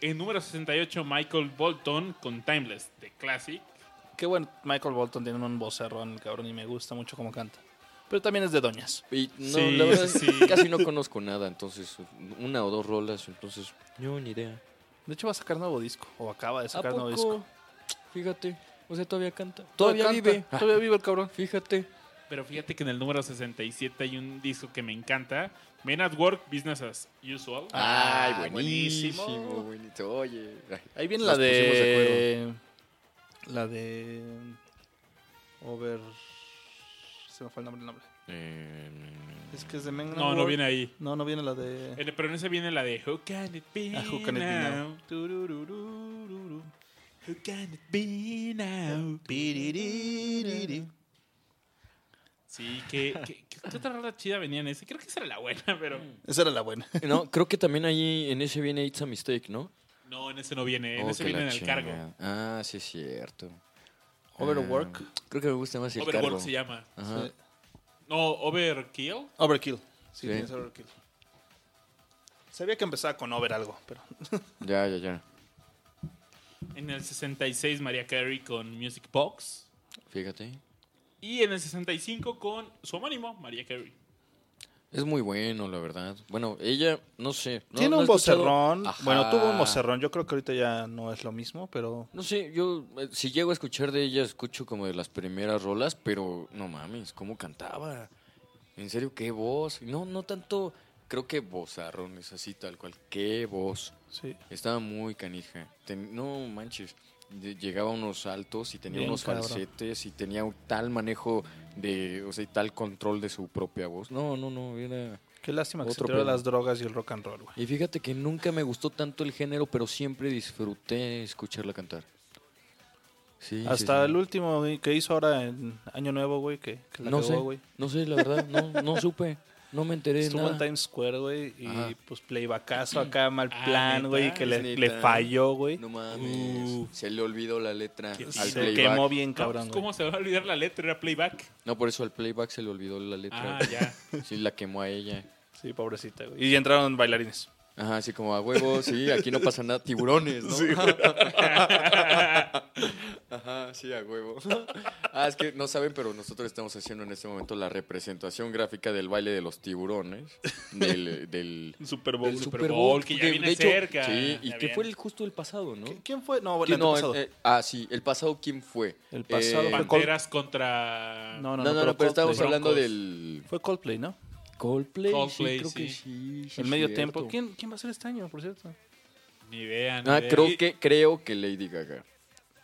Speaker 2: en número 68, Michael Bolton con Timeless, de Classic.
Speaker 1: Qué bueno, Michael Bolton tiene un vocerrón, el cabrón, y me gusta mucho cómo canta. Pero también es de doñas.
Speaker 3: Y no,
Speaker 2: Sí,
Speaker 3: la verdad es
Speaker 2: sí,
Speaker 3: que
Speaker 2: sí.
Speaker 3: casi no conozco nada, entonces una o dos rolas, entonces.
Speaker 5: Yo ni idea.
Speaker 1: De hecho, va a sacar nuevo disco, o acaba de
Speaker 3: ¿A
Speaker 1: sacar nuevo disco.
Speaker 3: poco? Fíjate, o sea, todavía canta.
Speaker 1: Todavía vive, todavía vive el cabrón.
Speaker 3: Fíjate.
Speaker 2: Pero fíjate que en el número 67 hay un disco que me encanta. Men at Work, Business as Usual.
Speaker 1: Ah,
Speaker 3: Ay, buenísimo,
Speaker 1: buenísimo.
Speaker 3: buenísimo. Oye.
Speaker 1: Ahí viene
Speaker 3: Nos
Speaker 1: la
Speaker 3: pusimos
Speaker 1: de. la de. Over. Se me fue el nombre, el nombre.
Speaker 2: Em.
Speaker 1: Es que es de Mengan.
Speaker 2: no, no viene ahí.
Speaker 1: No, no viene la de.
Speaker 2: En- pero en ese viene la de Who Can It Be
Speaker 1: Ah, Who Can It Be
Speaker 2: Now?
Speaker 1: Now. Turururururu.
Speaker 2: Who Can It Be Now?
Speaker 1: Piriririri.
Speaker 2: Sí, que, que- que- ¿qué otra rola chida venía en ese? Creo que esa era la buena, pero...
Speaker 1: Esa era la buena.
Speaker 3: No, creo que también ahí en ese viene It's a Mistake, ¿no?
Speaker 2: No, en ese no viene. En
Speaker 3: Oh,
Speaker 2: ese
Speaker 3: que
Speaker 2: viene
Speaker 3: la
Speaker 2: en el cargo.
Speaker 3: chingada. Ah, sí, es cierto.
Speaker 1: Overwork.
Speaker 3: Ah, creo que me gusta más el
Speaker 2: Overwork
Speaker 3: cargo.
Speaker 2: se llama.
Speaker 3: Ajá.
Speaker 1: Sí.
Speaker 2: No, Overkill.
Speaker 1: Overkill.
Speaker 3: Sí.
Speaker 1: Sí, tienes Overkill. Sabía que empezaba con Over algo, pero.
Speaker 3: Ya, ya, ya.
Speaker 2: En el 66, María Carey con Music Box.
Speaker 3: Fíjate.
Speaker 2: Y en el 65 con su homónimo, María Carey.
Speaker 3: Es muy bueno, la verdad. Bueno, ella, no sé. no-
Speaker 1: Tiene
Speaker 3: no
Speaker 1: un
Speaker 3: he escuchado-
Speaker 1: vocerrón.
Speaker 3: Ajá.
Speaker 1: Bueno, tuvo un vocerrón. Yo creo que ahorita ya no es lo mismo, pero.
Speaker 3: No sé, yo eh, si llego a escuchar de ella, escucho como de las primeras rolas, pero no mames, ¿cómo cantaba? En serio, qué voz. No, no tanto, creo que vozarrón es así tal cual. Qué voz.
Speaker 1: Sí.
Speaker 3: Estaba muy canija. Ten- no manches. de- Llegaba a unos altos y tenía
Speaker 1: Bien,
Speaker 3: unos
Speaker 1: cabrón.
Speaker 3: falsetes y tenía un tal manejo de, o sea, y tal control de su propia voz. No, no, no, era...
Speaker 1: Qué lástima que se
Speaker 3: Otro
Speaker 1: tiró a
Speaker 3: pedo.
Speaker 1: las drogas y el rock and roll, güey.
Speaker 3: Y fíjate que nunca me gustó tanto el género, pero siempre disfruté escucharla cantar. Sí, sí,
Speaker 1: Hasta
Speaker 3: sí.
Speaker 1: el último güey, que hizo ahora en Año Nuevo, güey, que, que la
Speaker 3: no
Speaker 1: cagó,
Speaker 3: sé,
Speaker 1: güey.
Speaker 3: no sé, la verdad, no, no supe, no me enteré de
Speaker 1: Estuvo en
Speaker 3: nada.
Speaker 1: Times Square, güey, y
Speaker 3: Ajá.
Speaker 1: pues playbacazo acá, mal
Speaker 2: Ah,
Speaker 1: plan,
Speaker 2: neta,
Speaker 1: güey, y que
Speaker 2: es
Speaker 1: le, le falló, güey.
Speaker 3: Pues No mames,
Speaker 1: Uh.
Speaker 3: se le olvidó la letra
Speaker 2: Qué
Speaker 3: al
Speaker 1: se
Speaker 2: playback.
Speaker 1: quemó
Speaker 3: playback.
Speaker 1: bien,
Speaker 2: No,
Speaker 1: cabrón,
Speaker 2: pues,
Speaker 1: güey.
Speaker 2: ¿Cómo se va a olvidar la letra? Era playback.
Speaker 3: No, por eso al playback se le olvidó la letra.
Speaker 2: Ah, ya.
Speaker 3: Sí, la quemó a ella.
Speaker 1: Sí, pobrecita, güey. Y entraron bailarines.
Speaker 3: Ajá, así como a huevo, sí, aquí no pasa nada, tiburones, ¿no? Ajá, sí, a huevo. Ah, es que no saben, pero nosotros estamos haciendo en este momento la representación gráfica del baile de los tiburones, del, del,
Speaker 1: Super
Speaker 3: del
Speaker 1: Bowl.
Speaker 2: Super Bowl, que ya viene cerca.
Speaker 3: Sí, y
Speaker 2: Ya
Speaker 3: que
Speaker 2: viene.
Speaker 3: fue el justo el pasado, ¿no?
Speaker 1: ¿Qui- ¿Quién fue? No,
Speaker 3: Que
Speaker 1: bueno, el
Speaker 3: no,
Speaker 1: antepasado.
Speaker 3: eh, ah, sí, el pasado, ¿quién fue?
Speaker 1: El pasado
Speaker 2: Eh,
Speaker 1: fue Col-
Speaker 2: Panteras contra...
Speaker 1: no, no,
Speaker 3: No,
Speaker 1: no,
Speaker 3: no, no, pero, estábamos
Speaker 1: Coldplay.
Speaker 3: hablando
Speaker 2: Broncos.
Speaker 3: del
Speaker 1: Fue Coldplay, ¿no?
Speaker 3: Coldplay,
Speaker 2: Coldplay,
Speaker 3: sí, creo
Speaker 2: sí.
Speaker 3: que sí. sí,
Speaker 1: el medio
Speaker 3: cierto.
Speaker 1: tiempo. ¿Quién, ¿Quién va a ser este año, por cierto?
Speaker 2: Ni idea, ni
Speaker 3: Ah,
Speaker 2: idea.
Speaker 3: creo
Speaker 2: Y-
Speaker 3: que, creo que Lady Gaga.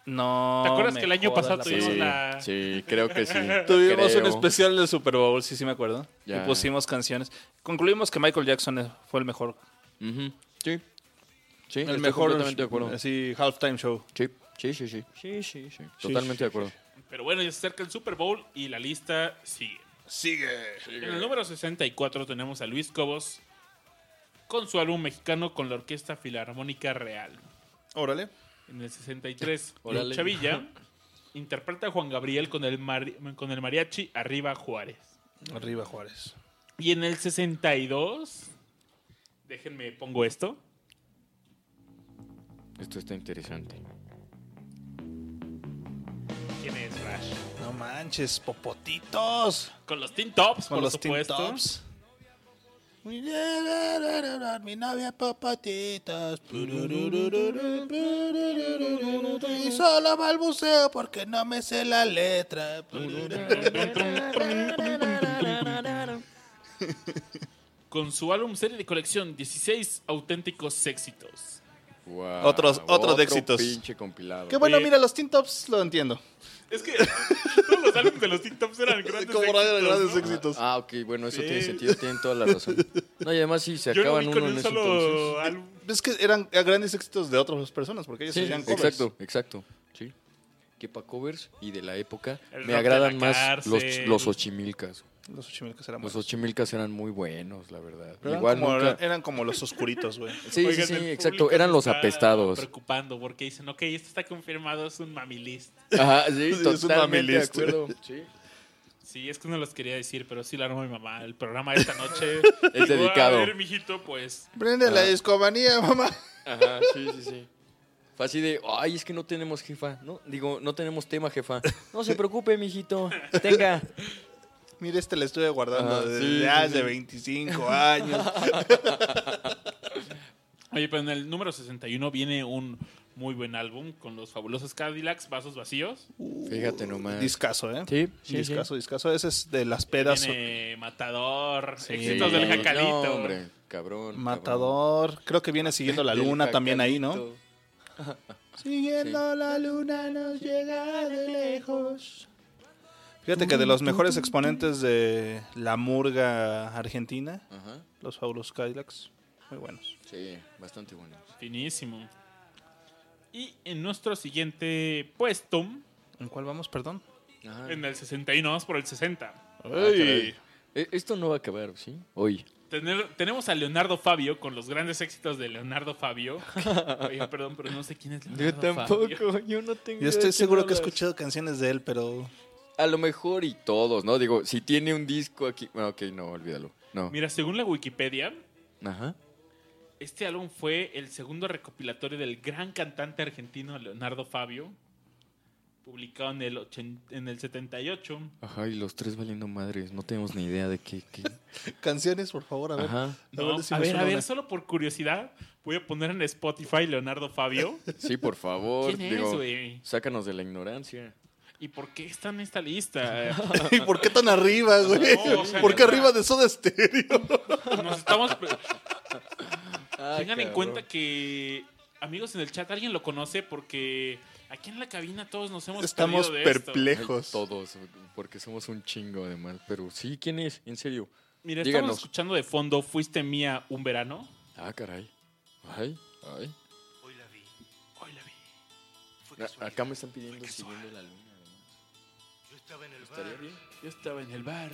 Speaker 1: No.
Speaker 2: ¿Te acuerdas
Speaker 1: me
Speaker 2: que el año
Speaker 1: jodas,
Speaker 2: pasado
Speaker 1: la
Speaker 2: tuvimos
Speaker 1: pasada.
Speaker 3: Sí,
Speaker 2: la-
Speaker 3: sí, creo que sí.
Speaker 1: Tuvimos
Speaker 3: Creo.
Speaker 1: un especial del Super Bowl, sí, sí me acuerdo.
Speaker 3: Ya.
Speaker 1: Y pusimos canciones. Concluimos que Michael Jackson fue el mejor.
Speaker 3: Ujú, Sí. Sí,
Speaker 1: El
Speaker 3: estoy
Speaker 1: mejor.
Speaker 3: Completamente de acuerdo.
Speaker 1: Así, halftime show.
Speaker 3: Sí, sí, sí, sí. Sí, sí, sí. Totalmente de acuerdo.
Speaker 2: Pero bueno, ya se acerca el Super Bowl y la lista sigue.
Speaker 1: Sigue.
Speaker 2: En el número 64 tenemos a Luis Cobos con su álbum mexicano con la Orquesta Filarmónica Real.
Speaker 1: Órale.
Speaker 2: En el 63,
Speaker 3: Órale.
Speaker 2: Chavilla interpreta a Juan Gabriel con el, mari- con el mariachi Arriba Juárez.
Speaker 1: Arriba Juárez.
Speaker 2: Y en el 62, déjenme pongo esto.
Speaker 3: Esto está interesante.
Speaker 2: ¿Quién es Flash?
Speaker 1: No manches, popotitos.
Speaker 2: Con los Teen Tops,
Speaker 1: Con
Speaker 2: por
Speaker 1: los
Speaker 2: supuesto.
Speaker 1: Teen Tops. Mi novia popotitos. Y solo balbuceo porque no me sé la letra.
Speaker 2: Con su álbum serie de colección, 16 auténticos éxitos.
Speaker 3: Wow,
Speaker 1: Otros- otros de éxitos.
Speaker 3: pinche compilado.
Speaker 1: Qué bueno,
Speaker 2: Oye.
Speaker 1: mira, los Teen Tops lo entiendo.
Speaker 2: Es que todos los álbumes de los Teen Tops eran grandes
Speaker 1: Como
Speaker 2: éxitos.
Speaker 1: eran grandes
Speaker 2: ¿no?
Speaker 1: éxitos.
Speaker 3: Ah, ok, bueno, eso
Speaker 2: Sí.
Speaker 3: tiene sentido, tienen toda la razón. No, y además sí, se
Speaker 2: Yo no vi
Speaker 3: acaban
Speaker 2: con
Speaker 3: uno
Speaker 2: un
Speaker 3: en ese
Speaker 2: solo
Speaker 3: entonces.
Speaker 2: álbum.
Speaker 1: Es que eran grandes éxitos de otras personas porque ellos
Speaker 3: Sí,
Speaker 1: hacían covers.
Speaker 3: exacto, exacto. Sí. Que para covers y de la época
Speaker 2: El rock de
Speaker 3: me
Speaker 2: la
Speaker 3: agradan más
Speaker 2: cárcel.
Speaker 3: los, los ochimilcas.
Speaker 1: Los Ochimilcas eran
Speaker 3: Los
Speaker 1: buenos.
Speaker 3: ochimilcas eran muy buenos, la verdad.
Speaker 1: Pero eran
Speaker 3: Igual
Speaker 1: como-
Speaker 3: nunca...
Speaker 1: eran como los oscuritos, güey.
Speaker 3: Sí,
Speaker 2: Oigan,
Speaker 3: sí,
Speaker 2: el
Speaker 3: sí,
Speaker 2: público
Speaker 3: exacto. Eran
Speaker 2: se
Speaker 3: los
Speaker 2: está
Speaker 3: apestados.
Speaker 2: preocupando porque dicen, ok, esto está confirmado, es un mamilist.
Speaker 3: Ajá, sí,
Speaker 1: es un
Speaker 3: totalmente de
Speaker 1: mamilista.
Speaker 3: acuerdo. Sí.
Speaker 2: Sí, es que no los quería decir, pero sí la armó mi mamá. El programa de esta noche
Speaker 3: Es
Speaker 2: Digo,
Speaker 3: dedicado.
Speaker 2: A ver, mijito, pues.
Speaker 1: Prende la discomanía, mamá.
Speaker 3: Ajá, sí, sí, sí. Fue así de, ay, es que no tenemos jefa. No, digo, no tenemos tema, jefa. No se preocupe, mijito. Tenga.
Speaker 1: Mira, este le estuve guardando
Speaker 3: Ah,
Speaker 1: desde
Speaker 3: sí, sí,
Speaker 1: hace
Speaker 3: sí.
Speaker 1: 25 años.
Speaker 2: Oye, pero en el número 61 viene un muy buen álbum con los fabulosos Cadillacs, Vasos Vacíos.
Speaker 3: Fíjate nomás.
Speaker 1: Discaso, ¿eh?
Speaker 3: Sí, sí, sí.
Speaker 1: discaso, discaso. Ese es de las pedas.
Speaker 2: Viene Matador,
Speaker 1: Sí.
Speaker 2: Éxitos del
Speaker 1: Sí.
Speaker 2: Jacalito.
Speaker 3: No, hombre, cabrón.
Speaker 1: Matador. Creo que viene siguiendo la
Speaker 3: cabrón.
Speaker 1: luna
Speaker 3: Del
Speaker 1: también ahí, ¿no?
Speaker 3: Jacalito.
Speaker 1: Siguiendo la luna nos llega de lejos. Fíjate que de los mejores exponentes de la murga argentina,
Speaker 3: Ajá.
Speaker 1: los Fabulos Cadillacs, muy buenos.
Speaker 3: Sí, bastante bueno.
Speaker 2: Finísimo. Y en nuestro siguiente puesto,
Speaker 1: ¿En cuál vamos, perdón?
Speaker 3: Ajá.
Speaker 2: en el 61, vamos por el 60.
Speaker 3: Ah, caray. Eh, Esto no va a acabar, ¿sí? Hoy.
Speaker 2: Tener- tenemos a Leonardo Fabio con los grandes éxitos de Leonardo Fabio. Oye, perdón, pero no sé quién es Leonardo Fabio.
Speaker 3: yo no tengo.
Speaker 1: Yo estoy seguro que he escuchado canciones de él, pero
Speaker 3: A lo mejor y todos, ¿no? Digo, si tiene un disco aquí. Bueno, ok, no, olvídalo. No.
Speaker 2: Mira, según la Wikipedia,
Speaker 3: Ajá.
Speaker 2: este álbum fue el segundo recopilatorio del gran cantante argentino Leonardo Fabio, publicado en el, ochen- en el 78.
Speaker 3: Ajá, y los tres valiendo madres. No tenemos ni idea de qué. qué-
Speaker 1: canciones, por favor, a ver.
Speaker 3: Ajá.
Speaker 1: A ver
Speaker 2: No,
Speaker 1: si
Speaker 2: a
Speaker 1: me
Speaker 2: ver,
Speaker 1: suena
Speaker 2: a ver,
Speaker 1: una.
Speaker 2: solo por curiosidad, voy a poner en Spotify Leonardo Fabio.
Speaker 3: Sí, por favor.
Speaker 2: ¿Quién
Speaker 3: digo,
Speaker 2: es, güey?
Speaker 3: Sácanos de la ignorancia.
Speaker 2: ¿Y por qué está en esta lista?
Speaker 1: ¿Y por qué tan arriba, güey?
Speaker 2: No, o sea,
Speaker 1: ¿Por qué
Speaker 2: neta.
Speaker 1: arriba de Soda Stereo?
Speaker 2: Nos estamos. pre- Tengan en
Speaker 3: Ah, cabrón.
Speaker 2: cuenta que, amigos en el chat, alguien lo conoce porque aquí en la cabina todos nos hemos
Speaker 1: Estamos
Speaker 2: perdido de esto.
Speaker 3: Ay,
Speaker 1: perplejos.
Speaker 3: todos, porque somos un chingo además. Pero sí, ¿quién es? En serio.
Speaker 2: Mira,
Speaker 3: Díganos.
Speaker 2: estamos escuchando de fondo Fuiste mía un verano.
Speaker 3: Ah, caray. Ay, ay.
Speaker 9: Hoy la vi.
Speaker 2: Hoy la vi.
Speaker 9: Fue
Speaker 3: A-
Speaker 9: casualidad.
Speaker 3: Acá me están pidiendo
Speaker 9: Fue casual.
Speaker 3: siguiendo la luna. además.
Speaker 9: Yo estaba en el bar.
Speaker 3: ¿Estaría bien?
Speaker 2: Ah. Yo estaba en el bar.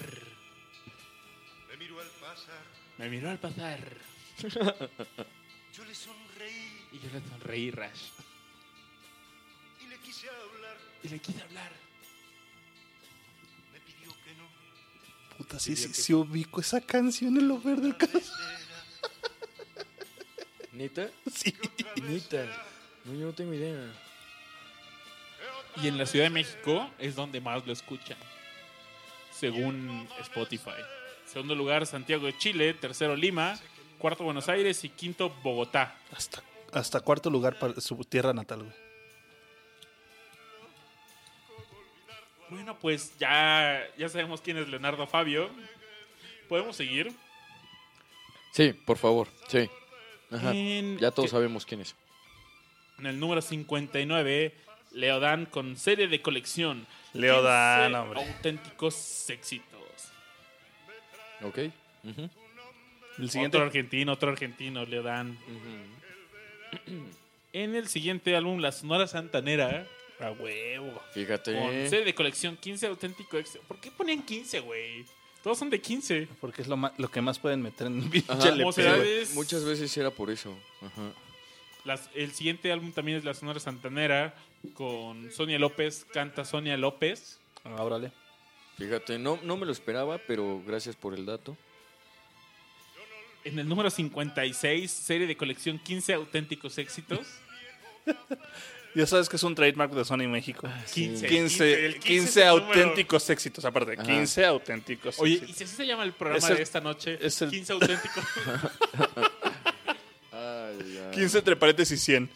Speaker 9: Me miró al pasar.
Speaker 2: Me miró al pasar
Speaker 9: Yo le sonreí
Speaker 2: y yo le sonreí, Rash.
Speaker 9: y le quise hablar.
Speaker 2: Y le quise hablar.
Speaker 9: Me pidió que no.
Speaker 1: Puta, sí, sí, sí ubico esa canción en lo verde.
Speaker 9: Otra vez será,
Speaker 3: ¿Neta?
Speaker 1: Sí.
Speaker 9: otra vez
Speaker 3: Neta.
Speaker 9: será,
Speaker 3: No, yo no tengo idea.
Speaker 9: que otra
Speaker 2: Y en la Ciudad de
Speaker 9: vez
Speaker 2: México es donde más lo escuchan, según Spotify. Segundo lugar, Santiago de Chile. Tercero, Lima. Cuarto, Buenos Aires. Y quinto, Bogotá.
Speaker 1: Hasta, hasta cuarto lugar para su tierra natal, güey.
Speaker 2: Bueno, pues ya, ya sabemos quién es Leonardo Fabio. ¿Podemos seguir?
Speaker 3: Sí, por favor. Sí. Ajá.
Speaker 2: En,
Speaker 3: Ya todos
Speaker 2: que-
Speaker 3: sabemos quién es.
Speaker 2: en el número 59, Leodán con serie de colección.
Speaker 1: Leodán,
Speaker 2: 15
Speaker 1: hombre.
Speaker 2: Auténticos éxitos.
Speaker 3: ¿Ok? Ujú.
Speaker 1: El siguiente.
Speaker 2: Otro argentino, otro argentino, Leodán. En el siguiente álbum, La Sonora Santanera. A huevo. Con
Speaker 3: Fíjate.
Speaker 2: serie de colección, 15 auténticos éxitos. ¿Por qué ponían 15, güey? Todos son de 15.
Speaker 1: Porque es lo, ma- lo que más pueden meter en un pinche
Speaker 3: Ajá.
Speaker 1: LP,
Speaker 2: o sea,
Speaker 1: güey.
Speaker 2: es-
Speaker 3: Muchas veces era por eso. Ajá.
Speaker 2: Las- el siguiente álbum también es La Sonora Santanera con Sonia López, canta Sonia López.
Speaker 1: Ah, órale.
Speaker 3: Fíjate, no, no me lo esperaba, pero gracias por el dato.
Speaker 2: En el número 56, serie de colección 15 auténticos éxitos.
Speaker 1: Ya sabes que es un trademark de Sony México.
Speaker 2: 15,
Speaker 1: 15,
Speaker 2: 15, Ah, el
Speaker 1: 15,
Speaker 2: 15 es el
Speaker 1: auténticos éxitos, aparte. 15 auténticos
Speaker 2: Oye, ¿y
Speaker 1: éxitos.
Speaker 2: si así se llama el programa
Speaker 1: Es el-
Speaker 2: de esta noche?
Speaker 1: es el-
Speaker 2: 15 auténticos.
Speaker 1: 15 entre paréntesis y 100.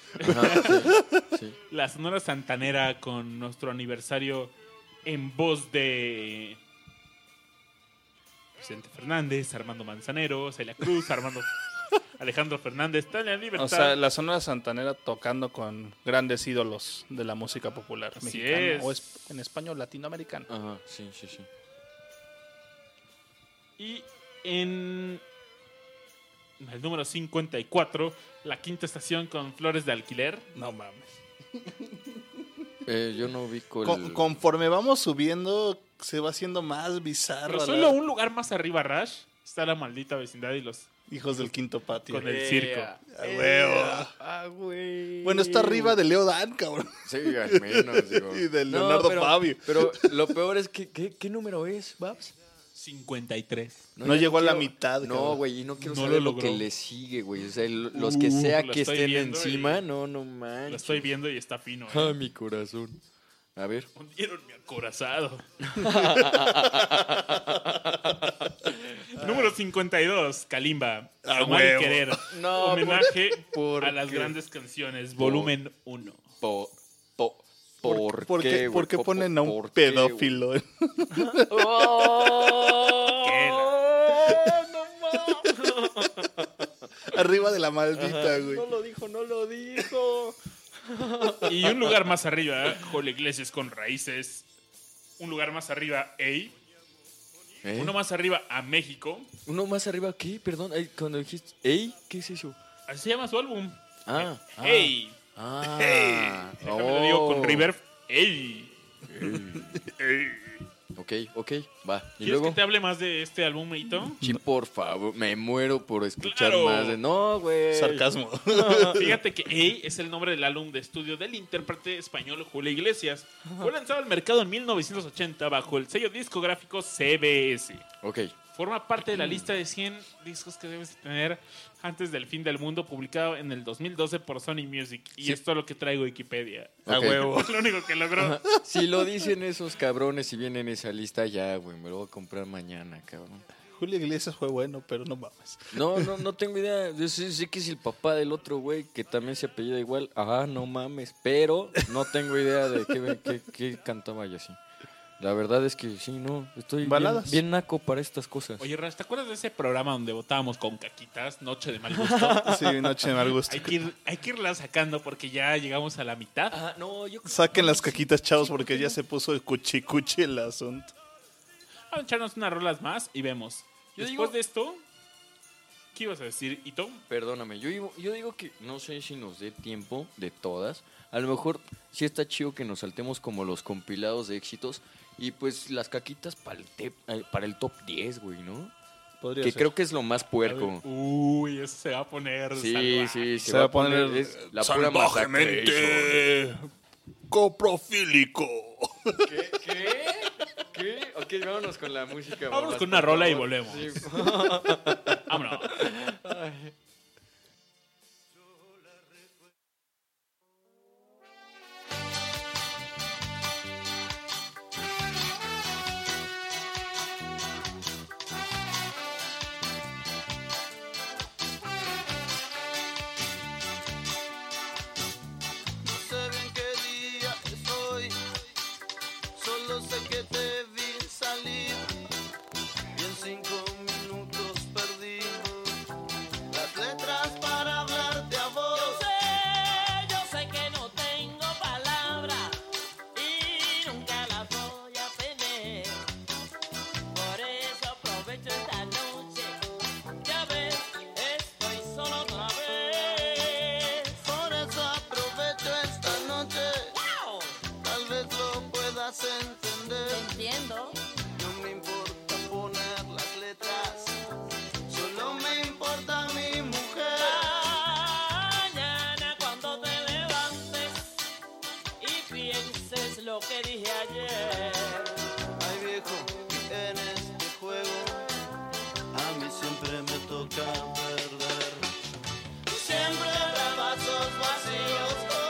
Speaker 2: La Sonora Santanera con nuestro aniversario en voz de Vicente Fernández, Armando Manzanero, Celia Cruz, Armando Alejandro Fernández, Tania Libertad.
Speaker 1: O sea, la Sonora Santanera tocando con grandes ídolos de la música popular
Speaker 2: Así
Speaker 1: mexicana
Speaker 2: es.
Speaker 1: o es- en español latinoamericano.
Speaker 3: Ajá, sí, sí, sí.
Speaker 2: Y en el número 54, la quinta estación con Flores de Alquiler.
Speaker 1: No mames.
Speaker 3: Eh, yo no ubico el...
Speaker 1: Con- conforme vamos subiendo, se va haciendo más bizarro.
Speaker 2: Pero
Speaker 1: la-
Speaker 2: solo un lugar más arriba, Rash, está la maldita vecindad y los...
Speaker 1: Hijos del quinto patio. Eh,
Speaker 2: Con el circo.
Speaker 1: A huevo.
Speaker 3: Eh, Ah, güey.
Speaker 1: Bueno, está arriba de Leo Dan, cabrón.
Speaker 3: Sí, al menos, digo.
Speaker 1: Y de Leonardo
Speaker 3: pero,
Speaker 1: Fabio.
Speaker 3: Pero lo peor es que, ¿qué, qué número es, Babs?
Speaker 2: 53.
Speaker 1: No
Speaker 3: ya
Speaker 1: llegó a la mitad,
Speaker 3: No,
Speaker 1: cabrón.
Speaker 3: güey, y no quiero
Speaker 2: No
Speaker 3: saber
Speaker 2: lo
Speaker 3: lo, que
Speaker 2: logró.
Speaker 3: le sigue, güey. O sea, el- los
Speaker 2: Uh,
Speaker 3: que sea
Speaker 2: lo
Speaker 3: que
Speaker 2: estoy
Speaker 3: estén
Speaker 2: viendo
Speaker 3: encima,
Speaker 2: y-
Speaker 3: no, no
Speaker 2: Lo
Speaker 3: manches.
Speaker 2: estoy viendo y está fino.
Speaker 3: Ah,
Speaker 2: ¿eh?
Speaker 3: mi corazón. A ver.
Speaker 2: Hundieron mi acorazado. Número 52, Kalimba.
Speaker 1: A
Speaker 2: Amar y
Speaker 1: huevo.
Speaker 2: querer.
Speaker 3: Ah, No,
Speaker 2: Homenaje
Speaker 3: ¿por
Speaker 2: a las
Speaker 3: qué?
Speaker 2: grandes canciones, volumen 1.
Speaker 3: Po, po, ¿Por,
Speaker 1: ¿Por
Speaker 3: qué,
Speaker 1: qué,
Speaker 3: güey?
Speaker 1: por qué
Speaker 3: Po- po-
Speaker 1: ponen a un
Speaker 3: ¿por qué, güey?
Speaker 1: pedófilo? arriba de la maldita, güey.
Speaker 3: No lo dijo, no lo dijo.
Speaker 2: Y un lugar más arriba, Jole Iglesias con raíces. Un lugar más arriba, Ey.
Speaker 3: ¿Eh?
Speaker 2: Uno más arriba, a México.
Speaker 3: Uno más arriba aquí, perdón, ay, cuando dijiste, ¡Ey! ¿Qué es eso?
Speaker 2: Así se llama su álbum.
Speaker 3: Ah, ah,
Speaker 2: Ey.
Speaker 3: ah,
Speaker 2: Déjame lo digo con
Speaker 3: oh.
Speaker 2: River. Ey.
Speaker 3: Ok, ok, va. Y
Speaker 2: ¿Quieres
Speaker 3: luego,
Speaker 2: que te hable más de este álbum, Meito?
Speaker 3: sí, por favor, me muero por escuchar
Speaker 2: Claro.
Speaker 3: más de. No, güey.
Speaker 1: Sarcasmo.
Speaker 2: Fíjate que Ey es el nombre del álbum de estudio del intérprete español Julio Iglesias. Fue lanzado al mercado en 1980 bajo el sello discográfico CBS.
Speaker 3: Ok,
Speaker 2: Forma parte
Speaker 3: Mm.
Speaker 2: de la lista de 100 discos que debes tener antes del fin del mundo, publicado en el 2012 por Sony Music. Y esto es lo que traigo Wikipedia.
Speaker 3: A huevo.
Speaker 2: Es lo único que logró.
Speaker 3: si lo dicen esos cabrones y vienen esa lista, ya, güey, me lo voy a comprar mañana, cabrón.
Speaker 1: Julio Iglesias fue bueno, pero no mames.
Speaker 3: No, no, no tengo idea. Yo sé, sé que es el papá del otro güey que también se apellida igual. Ajá, no mames. Pero no tengo idea de qué, qué, qué cantaba y así. La verdad es que sí, no. Estoy bien-
Speaker 1: Baladas.
Speaker 3: Bien, naco para estas cosas.
Speaker 2: Oye, Ras, ¿te acuerdas de ese programa donde votábamos con caquitas? Noche de mal gusto.
Speaker 1: Sí, noche de mal gusto.
Speaker 2: Hay que, ir- hay que irla sacando porque ya llegamos a la mitad.
Speaker 3: Ah, no, yo.
Speaker 1: Saquen las caquitas, chavos, porque ya se puso el cuchicuchi el asunto.
Speaker 2: Vamos a echarnos unas rolas más y vemos.
Speaker 3: Yo
Speaker 2: Después
Speaker 3: digo-
Speaker 2: de esto, ¿qué ibas a decir, Ito?
Speaker 3: Perdóname, yo digo, yo digo que no sé si nos dé tiempo de todas. A lo mejor sí está chido que nos saltemos como los compilados de éxitos y pues las caquitas para el, tep- eh, para el top 10, güey, ¿no?
Speaker 1: Podría
Speaker 3: Que creo que es lo más puerco.
Speaker 2: Uy, eso se va a poner. salvaje.
Speaker 1: Se va a poner,
Speaker 3: es la pura masacration.
Speaker 1: coprofílico.
Speaker 3: ¿Qué? ¿Qué? ¿Qué? Ok, vámonos con la música.
Speaker 2: Vámonos
Speaker 3: babas,
Speaker 2: con una
Speaker 3: por
Speaker 2: rola y
Speaker 3: favor.
Speaker 2: volvemos. Vámonos.
Speaker 4: No sé bien qué día es hoy, solo sé que te vi salir y en cinco minutos perdí las letras para hablarte a vos.
Speaker 10: sé, yo sé que no tengo palabra y nunca la voy a tener. Por eso aprovecho esta noche. Ya ves, estoy solo otra vez.
Speaker 4: Por eso aprovecho esta noche,
Speaker 10: ¡Wow!
Speaker 4: tal vez lo puedas entender.
Speaker 10: Entiendo.
Speaker 4: No me importa poner las letras, solo me importa mi mujer.
Speaker 10: Mañana cuando te levantes y pienses lo que dije ayer.
Speaker 4: Ay viejo, en este juego a mí siempre me toca perder. Siempre brazos vacíos. oh.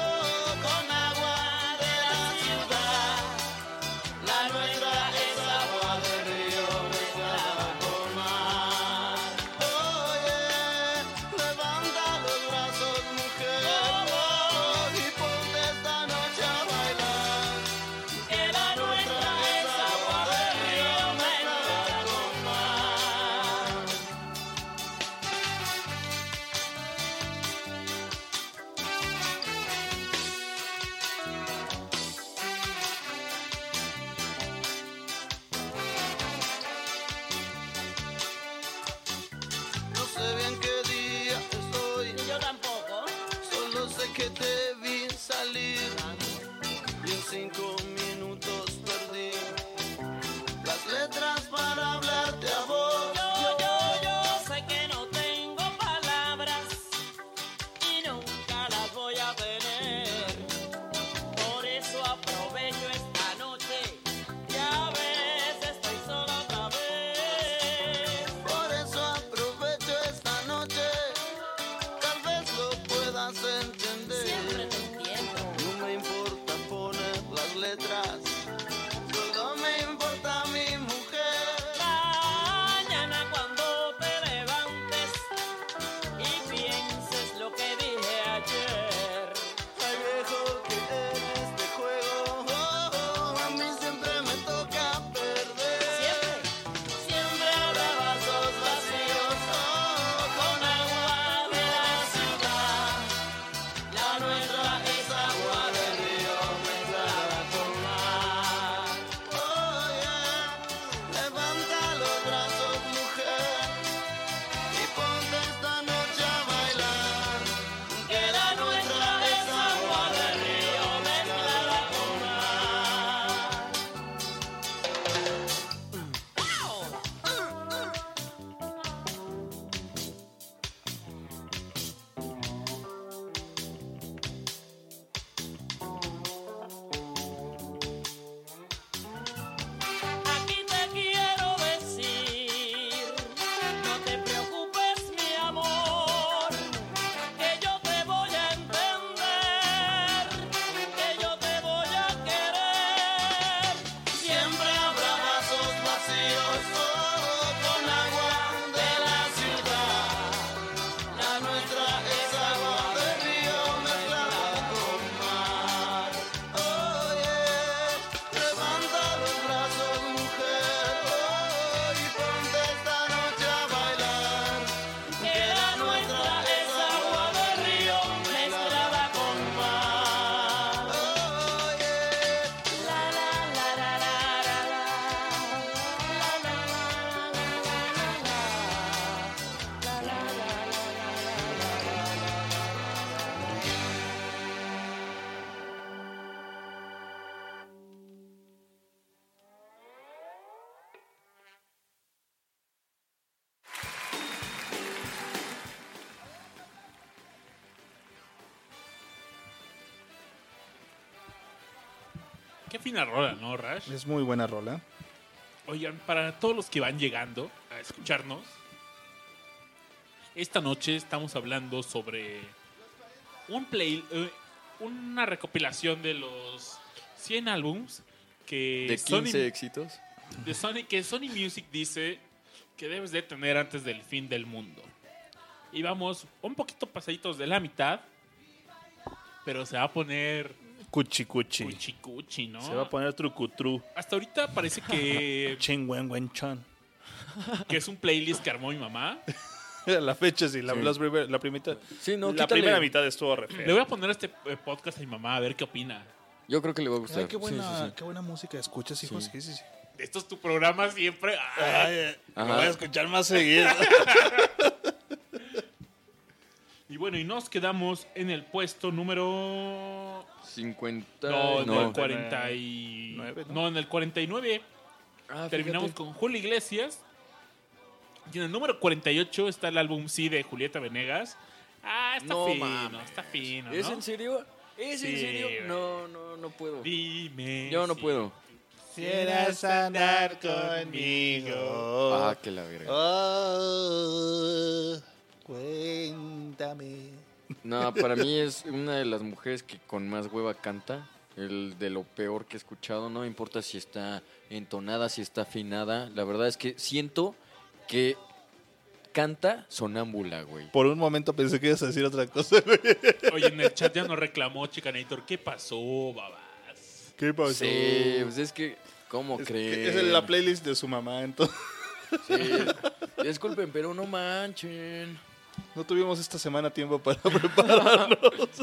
Speaker 2: Qué fina rola, ¿no, Rash?
Speaker 1: Es muy buena rola.
Speaker 2: Oigan, para todos los que van llegando a escucharnos, esta noche estamos hablando sobre un play, eh, una recopilación de los 100 álbums que
Speaker 3: De
Speaker 2: Sony-
Speaker 3: 15 éxitos.
Speaker 2: de Sony, que Sony Music dice que debes de tener antes del fin del mundo. Y vamos un poquito pasaditos de la mitad, pero se va a poner
Speaker 1: Cuchi cuchi.
Speaker 2: cuchi cuchi, ¿no?
Speaker 1: Se va a poner trucutru.
Speaker 2: Hasta ahorita parece que,
Speaker 1: Chen wen wen chan.
Speaker 2: que es un playlist que armó mi mamá.
Speaker 1: la fecha sí, la, las primer- la primita-
Speaker 3: Sí, no,
Speaker 1: la
Speaker 3: quítale.
Speaker 1: primera mitad estuvo re fea.
Speaker 2: Le voy a poner este eh, podcast a mi mamá a ver qué opina.
Speaker 3: Yo creo que le va a gustar.
Speaker 1: Ay, qué buena,
Speaker 3: Sí, sí, sí.
Speaker 1: qué buena música escuchas, hijo. Sí, sí, sí.
Speaker 2: Esto es tu programa siempre. Ah. Ay,
Speaker 3: Ajá. voy a
Speaker 1: escuchar más seguido.
Speaker 2: Y bueno, y nos quedamos en el puesto número
Speaker 3: 50.
Speaker 2: No, en el
Speaker 1: no.
Speaker 2: 49.
Speaker 1: ¿no?
Speaker 2: No, en el 49
Speaker 3: Ah,
Speaker 2: terminamos
Speaker 3: fíjate.
Speaker 2: con Julio Iglesias. Y en el número 48 está el álbum Sí de Julieta Venegas. Ah, está
Speaker 3: No
Speaker 2: fino,
Speaker 3: mames.
Speaker 2: está fino.
Speaker 3: ¿Es
Speaker 2: ¿no?
Speaker 3: en serio? ¿Es
Speaker 2: Sí,
Speaker 3: en serio?
Speaker 2: güey.
Speaker 3: No, no, no puedo.
Speaker 2: Dime.
Speaker 3: Yo no
Speaker 2: si
Speaker 3: puedo.
Speaker 2: Quisieras andar conmigo.
Speaker 3: Ah, que la verga. Ah,
Speaker 1: Oh, cuéntame.
Speaker 3: No, para mí es una de las mujeres que con más hueva canta. El de lo peor que he escuchado. No me importa si está entonada, si está afinada. La verdad es que siento que canta sonámbula, güey.
Speaker 1: Por un momento pensé que ibas a decir otra cosa.
Speaker 2: Oye, en el chat ya nos reclamó Chicanator. ¿Qué pasó, babas?
Speaker 1: ¿Qué pasó?
Speaker 3: Sí, pues es que, ¿cómo
Speaker 1: Oh, es, que
Speaker 3: crees?
Speaker 1: es en la playlist de su mamá, entonces.
Speaker 3: Sí. Disculpen, pero no manchen.
Speaker 1: No tuvimos esta semana tiempo para preparar.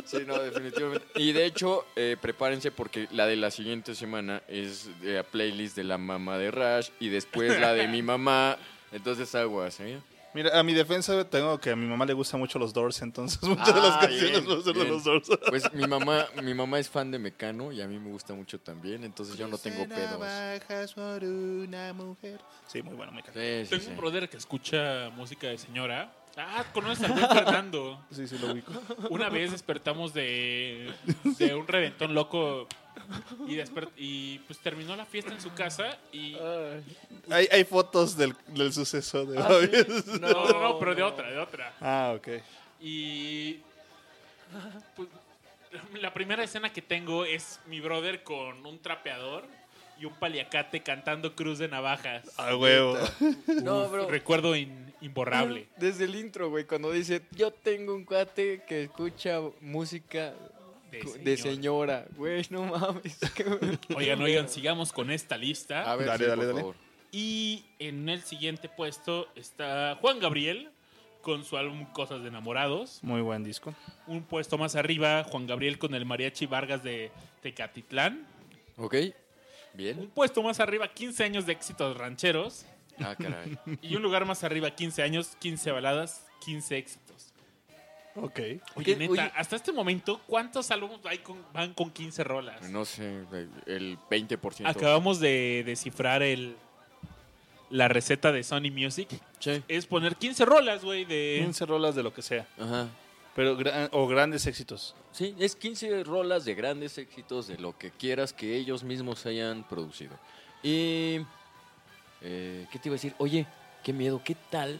Speaker 3: Sí, no, definitivamente. Y de hecho, eh, prepárense porque la de la siguiente semana es de la playlist de la mamá de Rash y después la de mi mamá. Entonces aguas, ¿eh?
Speaker 1: Mira, a mi defensa tengo que a mi mamá le gustan mucho los Doors, entonces muchas de las
Speaker 3: Ah,
Speaker 1: canciones
Speaker 3: bien,
Speaker 1: van a ser de
Speaker 3: bien.
Speaker 1: los Doors.
Speaker 3: Pues mi mamá, mi mamá es fan de Mecano y a mí me gusta mucho también, entonces yo no tengo
Speaker 1: "Ah,
Speaker 3: pedos.
Speaker 1: Sí, muy bueno, muy caro.
Speaker 3: Sí, sí,
Speaker 2: Tengo
Speaker 3: sí.
Speaker 2: un brother que escucha música de señora. Ah, conoces a Luis Fernando.
Speaker 1: Sí, sí, lo ubico.
Speaker 2: Una vez despertamos de, de un reventón loco y, desper- y pues terminó la fiesta en su casa y...
Speaker 1: Hay, hay fotos del, del suceso de hoy.
Speaker 2: No, no, no, pero de otra, de otra.
Speaker 1: Ah, ok.
Speaker 2: Y... pues, la primera escena que tengo es mi brother con un trapeador y un paliacate cantando Cruz de Navajas.
Speaker 3: Ah,
Speaker 1: A Ah, huevo.
Speaker 3: No, bro.
Speaker 2: Recuerdo in- imborrable.
Speaker 3: Desde el intro, güey, cuando dice, yo tengo un cuate que escucha música
Speaker 2: De
Speaker 3: cu-
Speaker 2: señora".
Speaker 3: de señora. Güey, no mames.
Speaker 2: Oigan, oigan, sigamos con esta lista.
Speaker 3: A ver,
Speaker 1: Dale,
Speaker 3: sí,
Speaker 1: dale,
Speaker 3: por
Speaker 1: dale.
Speaker 3: favor.
Speaker 2: Y en el siguiente puesto está Juan Gabriel con su álbum Cosas de Enamorados.
Speaker 1: Muy buen disco.
Speaker 2: Un puesto más arriba, Juan Gabriel con el Mariachi Vargas de Tecatitlán.
Speaker 3: Ok, bien.
Speaker 2: Un puesto más arriba, 15 años de éxitos rancheros.
Speaker 3: Ah, caray.
Speaker 2: Y un lugar más arriba, 15 años, 15 baladas, 15 éxitos.
Speaker 1: Ok.
Speaker 2: Oye,
Speaker 3: ¿Qué?
Speaker 2: neta,
Speaker 3: Oye.
Speaker 2: hasta este momento, ¿cuántos álbumes hay con- van con 15 rolas?
Speaker 3: No sé, güey, el 20%.
Speaker 2: Acabamos de descifrar el, la receta de Sony Music.
Speaker 3: Sí.
Speaker 2: Es poner 15 rolas, güey, de...
Speaker 1: 15 rolas de lo que sea.
Speaker 3: Ajá.
Speaker 1: Pero gran- o grandes éxitos.
Speaker 3: Sí, es 15 rolas de grandes éxitos de lo que quieras que ellos mismos hayan producido. Y. eh, ¿Qué te iba a decir? Oye, qué miedo, ¿qué tal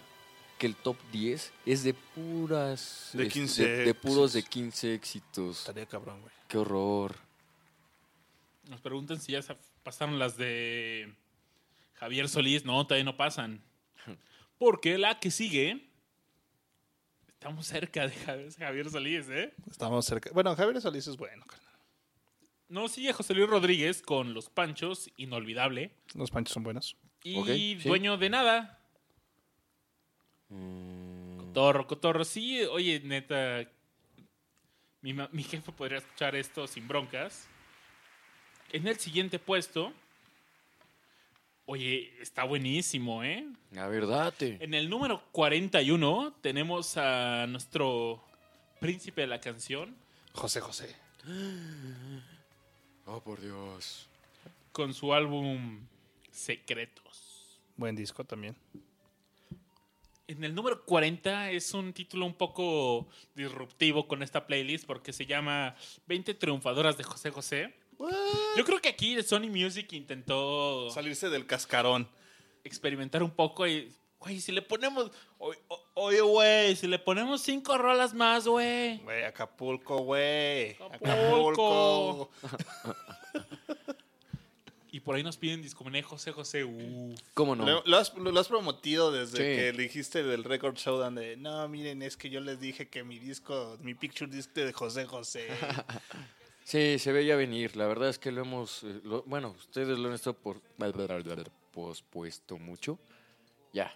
Speaker 3: que el top 10 es de puras.
Speaker 1: De
Speaker 3: es-
Speaker 1: 15
Speaker 3: de, de puros de
Speaker 1: éxitos.
Speaker 3: 15 éxitos.
Speaker 1: Estaría cabrón, güey.
Speaker 3: Qué horror.
Speaker 2: Nos preguntan si ya sa- pasaron las de Javier Solís. No, todavía no pasan. Porque la que sigue. Estamos cerca de Jav- Javier Solís, ¿eh?
Speaker 1: Estamos cerca. Bueno, Javier Solís es bueno, carnal.
Speaker 2: No, sigue José Luis Rodríguez con Los Panchos, inolvidable.
Speaker 1: Los panchos son buenos.
Speaker 2: Y
Speaker 3: Ok, sí.
Speaker 2: dueño de nada.
Speaker 3: Mm.
Speaker 2: Cotorro, cotorro. Sí, oye, neta. Mi, ma- mi jefe podría escuchar esto sin broncas. En el siguiente puesto. Oye, está buenísimo, ¿eh?
Speaker 3: La verdad, te.
Speaker 2: En el número 41 tenemos a nuestro príncipe de la canción
Speaker 1: José José.
Speaker 3: Oh, por Dios.
Speaker 2: con su álbum Secretos.
Speaker 1: Buen disco también.
Speaker 2: En el número 40 es un título un poco disruptivo con esta playlist porque se llama 20 triunfadoras de José José. Yo creo que aquí Sony Music intentó
Speaker 1: Salirse del cascarón.
Speaker 2: experimentar un poco y, güey, si le ponemos, oye, o- oye, güey, si le ponemos cinco rolas más, güey.
Speaker 1: Güey, Acapulco, güey.
Speaker 2: Acapulco.
Speaker 1: Acapulco.
Speaker 2: Y por ahí nos piden discomuné José José. Uf.
Speaker 3: ¿Cómo no?
Speaker 1: Lo, lo has, lo has prometido desde
Speaker 3: Sí.
Speaker 1: que dijiste del Record Show donde, no, miren, es que yo les dije que mi disco, mi picture disc de José José.
Speaker 3: Sí, se veía venir. La verdad es que lo hemos. eh, lo- bueno, ustedes lo han estado por, pospuesto mucho. Ya.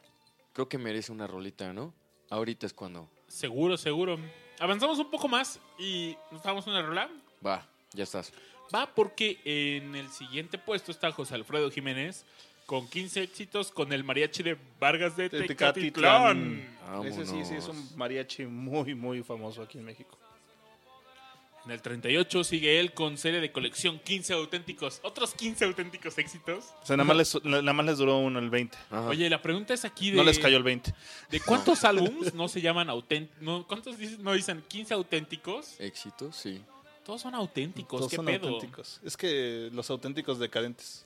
Speaker 3: Creo que merece una rolita, ¿no? Ahorita es cuando.
Speaker 2: Seguro, seguro. Avanzamos un poco más y nos damos una rola.
Speaker 3: Va, ya estás.
Speaker 2: Va porque en el siguiente puesto está José Alfredo Jiménez con 15 éxitos con el mariachi de Vargas de
Speaker 1: De
Speaker 2: Tecatitlán.
Speaker 1: Ese sí, sí, es
Speaker 3: Vámonos.
Speaker 1: un mariachi muy, muy famoso aquí en México.
Speaker 2: En el 38 sigue él con serie de colección 15 auténticos, otros 15 auténticos éxitos.
Speaker 1: O sea, nada más les, nada más les duró uno, el 20.
Speaker 3: Ajá.
Speaker 2: Oye, la pregunta es aquí de
Speaker 1: Ah. No les cayó el 20.
Speaker 2: ¿De cuántos álbums no se llaman auténticos? No, ¿Cuántos dicen, no dicen 15 auténticos?
Speaker 3: Éxito, sí.
Speaker 2: Todos son auténticos,
Speaker 1: Todos
Speaker 2: qué
Speaker 1: son
Speaker 2: pedo.
Speaker 1: auténticos. Es que los auténticos decadentes.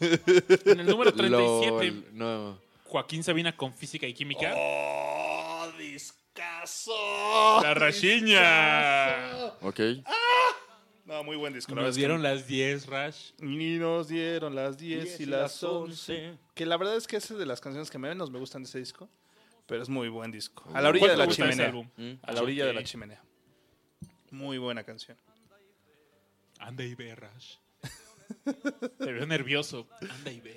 Speaker 2: En el número 37,
Speaker 3: Lol, no.
Speaker 2: Joaquín Sabina con física y química.
Speaker 1: ¡Oh, discazo!
Speaker 2: La rachiña.
Speaker 3: Ok.
Speaker 1: No, muy buen disco. la
Speaker 2: Nos
Speaker 1: verdad es que-
Speaker 2: dieron las 10, Rash.
Speaker 1: Y nos dieron las 10 y, las 11. Que la verdad es que esa es de las canciones que menos me gustan de ese disco. Pero es muy buen disco. A la orilla
Speaker 2: ¿Cuál
Speaker 1: de
Speaker 2: te
Speaker 1: la
Speaker 2: gusta de ese
Speaker 1: chimenea.
Speaker 2: álbum?
Speaker 3: Mm,
Speaker 1: A la orilla de la
Speaker 2: Ok.
Speaker 1: chimenea. Muy buena canción.
Speaker 2: Anda y ve, Rash. Te veo nervioso. Anda y ve.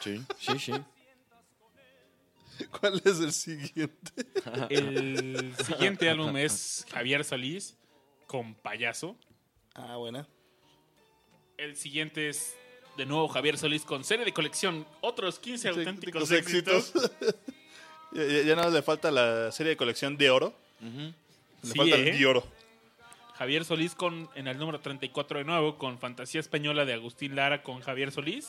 Speaker 3: Sí, sí, sí.
Speaker 1: ¿Cuál es el siguiente?
Speaker 2: El siguiente álbum es Javier Solís con Payaso.
Speaker 1: Ah, buena.
Speaker 2: El siguiente es de nuevo Javier Solís con serie de colección. Otros 15 auténticos éxitos.
Speaker 1: ya, ya- ya nada más le falta la serie de colección de oro. Le
Speaker 2: Sí,
Speaker 1: falta
Speaker 2: ¿eh?
Speaker 1: el de oro.
Speaker 2: Javier Solís con, en el número 34 de nuevo, con Fantasía Española de Agustín Lara con Javier Solís.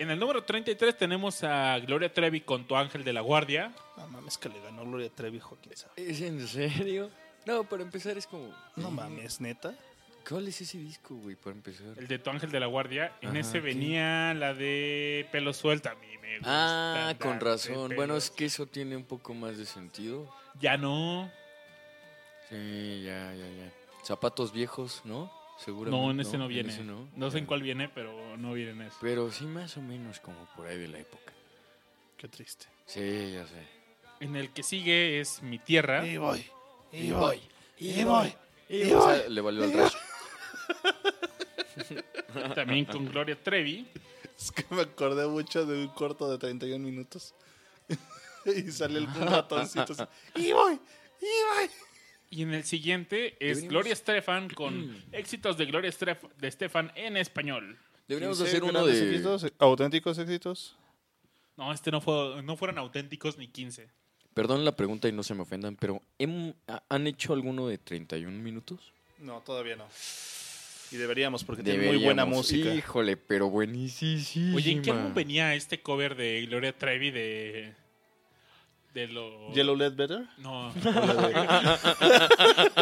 Speaker 2: En el número 33 tenemos a Gloria Trevi con Tu Ángel de la Guardia.
Speaker 1: No mames, que le ganó Gloria Trevi, quién sabe.
Speaker 3: ¿Es en serio? No, para empezar es como.
Speaker 1: No mames, neta.
Speaker 3: ¿Cuál es ese disco, güey? Para empezar.
Speaker 2: El de Tu Ángel de la Guardia. En
Speaker 3: Ajá,
Speaker 2: ese
Speaker 3: ok.
Speaker 2: venía la de Pelo Suelta. A mí me gusta
Speaker 3: Ah,
Speaker 2: andar
Speaker 3: con
Speaker 2: de
Speaker 3: razón.
Speaker 2: pelo
Speaker 3: Bueno, es que eso tiene un poco más de sentido.
Speaker 2: Ya no.
Speaker 3: Sí, ya, ya, ya. Zapatos viejos, ¿no? Seguramente.
Speaker 2: No, en ese no viene.
Speaker 3: ese
Speaker 2: no.
Speaker 3: no.
Speaker 2: sé
Speaker 3: Ya.
Speaker 2: en cuál viene, pero no viene en ese.
Speaker 3: Pero sí, más o menos como por ahí de la época.
Speaker 1: Qué triste.
Speaker 3: Sí, ya sé.
Speaker 2: En el que sigue es Mi Tierra.
Speaker 1: Y voy, y voy, y voy. Y
Speaker 3: O
Speaker 1: voy.
Speaker 3: sea, le valió al rayo.
Speaker 2: También con Gloria Trevi.
Speaker 1: Es que me acordé mucho de un corto de 31 minutos. y sale el ratoncito. así, y voy, y voy.
Speaker 2: Y en el siguiente es
Speaker 3: Deberíamos-
Speaker 2: Gloria Estefan con éxitos de Gloria Estef- de Estefan en español.
Speaker 3: Deberíamos
Speaker 1: 15
Speaker 3: hacer uno
Speaker 1: grandes
Speaker 3: de.
Speaker 1: éxitos, auténticos éxitos.
Speaker 2: No, este no fue, no fueron auténticos ni 15.
Speaker 3: Perdón la pregunta y no se me ofendan, pero ¿hem- ha- ¿han hecho alguno de 31 minutos?
Speaker 1: No, todavía no. Y deberíamos porque tiene muy buena
Speaker 3: Deberíamos.
Speaker 1: música.
Speaker 3: Híjole, pero buenísima.
Speaker 2: Oye, ¿en qué álbum venía este cover de Gloria Trevi de de lo
Speaker 1: Yellow Led Better.
Speaker 2: No.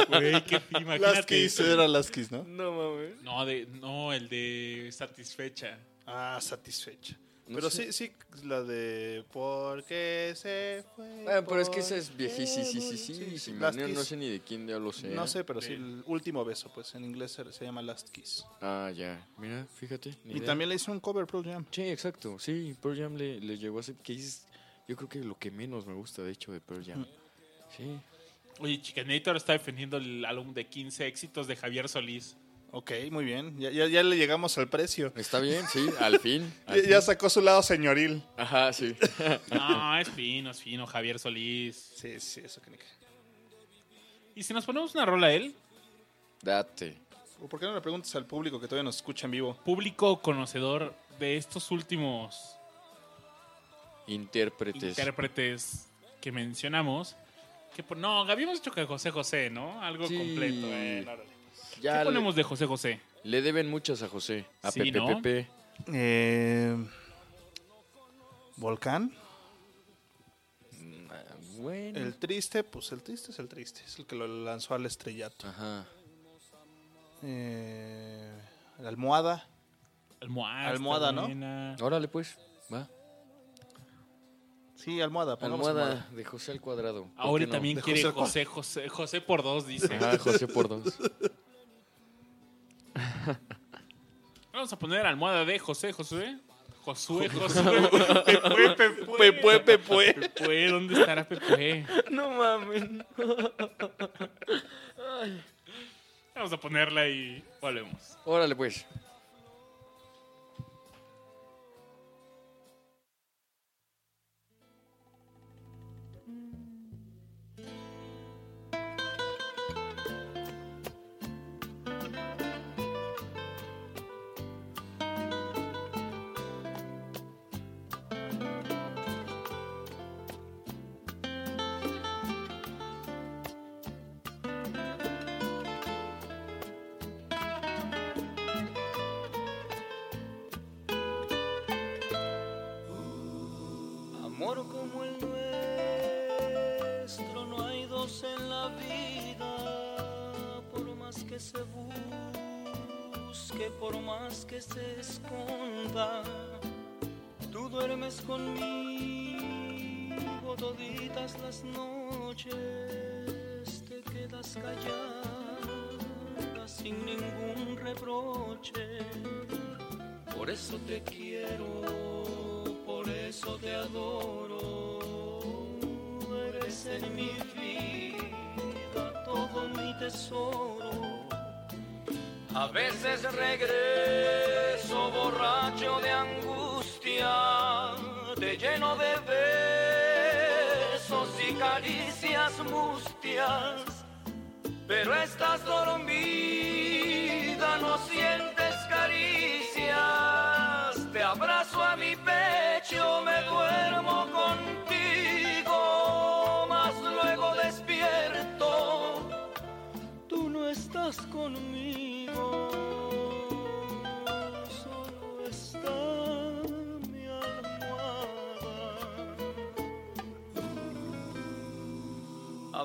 Speaker 2: Güey, qué imagínate.
Speaker 1: Las Kiss era Las Kiss, ¿no?
Speaker 3: No mames.
Speaker 2: No, de no, el de Satisfecha.
Speaker 1: Ah, satisfecha.
Speaker 3: No
Speaker 1: Pero
Speaker 3: sé.
Speaker 1: sí, sí, la de ¿Por qué se fue?
Speaker 3: Ah, pero es que esa
Speaker 1: ¿Por
Speaker 3: es
Speaker 1: qué
Speaker 3: viejísima.
Speaker 1: Las
Speaker 3: No, no
Speaker 1: Kiss.
Speaker 3: sé ni de quién diablos sea.
Speaker 1: No sé, pero sí,
Speaker 2: Sí.
Speaker 1: el último beso, pues en inglés se, se llama Last Kiss.
Speaker 3: Ah, ya. Mira, fíjate. ni
Speaker 1: Y
Speaker 3: idea.
Speaker 1: también le hizo un cover Pro Jam.
Speaker 3: Sí, exacto. Sí, Pearl Jam le, le llegó a hacer que es, yo creo que lo que menos me gusta, de hecho, de Pearl Jam. Sí.
Speaker 2: Oye, Chicanator está defendiendo el álbum de 15 éxitos de Javier Solís.
Speaker 1: Ok, muy bien. Ya, ya, ya le llegamos al precio.
Speaker 3: Está bien, sí, al fin. al
Speaker 1: Ya, ya
Speaker 3: fin.
Speaker 1: sacó su lado señoril.
Speaker 3: Ajá, sí.
Speaker 2: No, es fino, es fino, Javier Solís.
Speaker 1: Sí, sí, eso que ni qué.
Speaker 2: ¿Y si nos ponemos una rola a él?
Speaker 3: Date.
Speaker 1: ¿O ¿Por qué no le preguntas al público que todavía nos escucha en vivo?
Speaker 2: público conocedor de estos últimos
Speaker 3: Intérpretes.
Speaker 2: intérpretes que mencionamos. Que por- no, habíamos dicho que José José, ¿no? Algo
Speaker 3: Sí.
Speaker 2: completo. eh, órale. ¿Qué
Speaker 3: ya le,
Speaker 2: ponemos de José José?
Speaker 3: le deben muchas a José. A
Speaker 2: Sí,
Speaker 3: Pepe
Speaker 2: ¿no?
Speaker 3: Pepe.
Speaker 1: Eh, Volcán.
Speaker 3: Ah, Bueno.
Speaker 1: El triste, pues el triste es el triste. Es el que lo lanzó al estrellato.
Speaker 3: Ajá.
Speaker 1: eh, la almohada.
Speaker 2: Almohada.
Speaker 1: Almohada,
Speaker 2: está
Speaker 1: ¿no?
Speaker 2: buena.
Speaker 3: Órale, pues. Va.
Speaker 1: Sí, almohada. pongamos
Speaker 3: Almohada de José al cuadrado. ¿Por
Speaker 2: Ahora
Speaker 3: qué no?
Speaker 2: también
Speaker 1: De
Speaker 2: quiere
Speaker 1: José-
Speaker 2: José, José, José por dos, dice.
Speaker 3: Ah, José por dos.
Speaker 2: Vamos a poner almohada de José, José. Josué, Josué. Pepue, Pepue.
Speaker 1: Pepue, Pepue.
Speaker 2: Pepue, ¿dónde estará Pepue?
Speaker 3: No mames.
Speaker 2: Vamos a ponerla y volvemos.
Speaker 3: Órale, pues.
Speaker 4: Amor como el nuestro no hay dos en la vida, por más que se busque, por más que se esconda. Tú duermes conmigo toditas las noches, te quedas callada sin ningún reproche. Por eso te quiero, por eso te adoro. Eres en mi vida todo mi tesoro. A veces regreso borracho de angustia, te lleno de besos y caricias mustias. Pero estás dormida, no sientes caricias. Te abrazo a mi pecho, me duermo contigo, mas luego despierto. Tú no estás conmigo, solo está mi almohada. A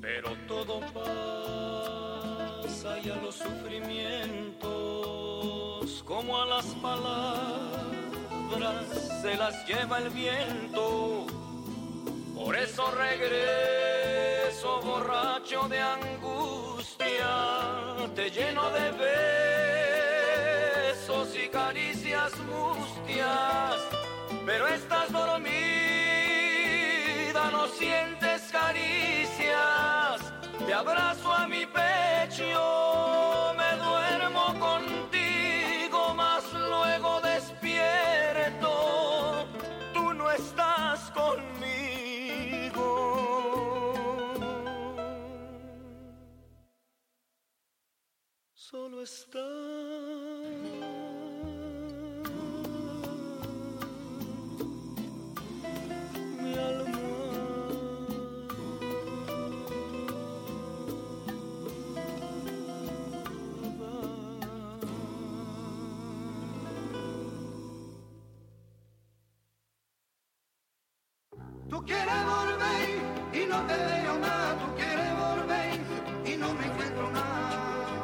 Speaker 4: Pero todo pasa y a los sufrimientos, como a las palabras, se las lleva el viento. Por eso regreso borracho de angustia, te lleno de besos y caricias mustias, pero estás dormida, no sientes caricias, te abrazo a mi pecho, me duermo contigo, más luego despierto, tú no estás conmigo solo está mi almohada.
Speaker 9: Tú quieres volver y no te veo nada. Tú quieres volver y no me encuentro nada.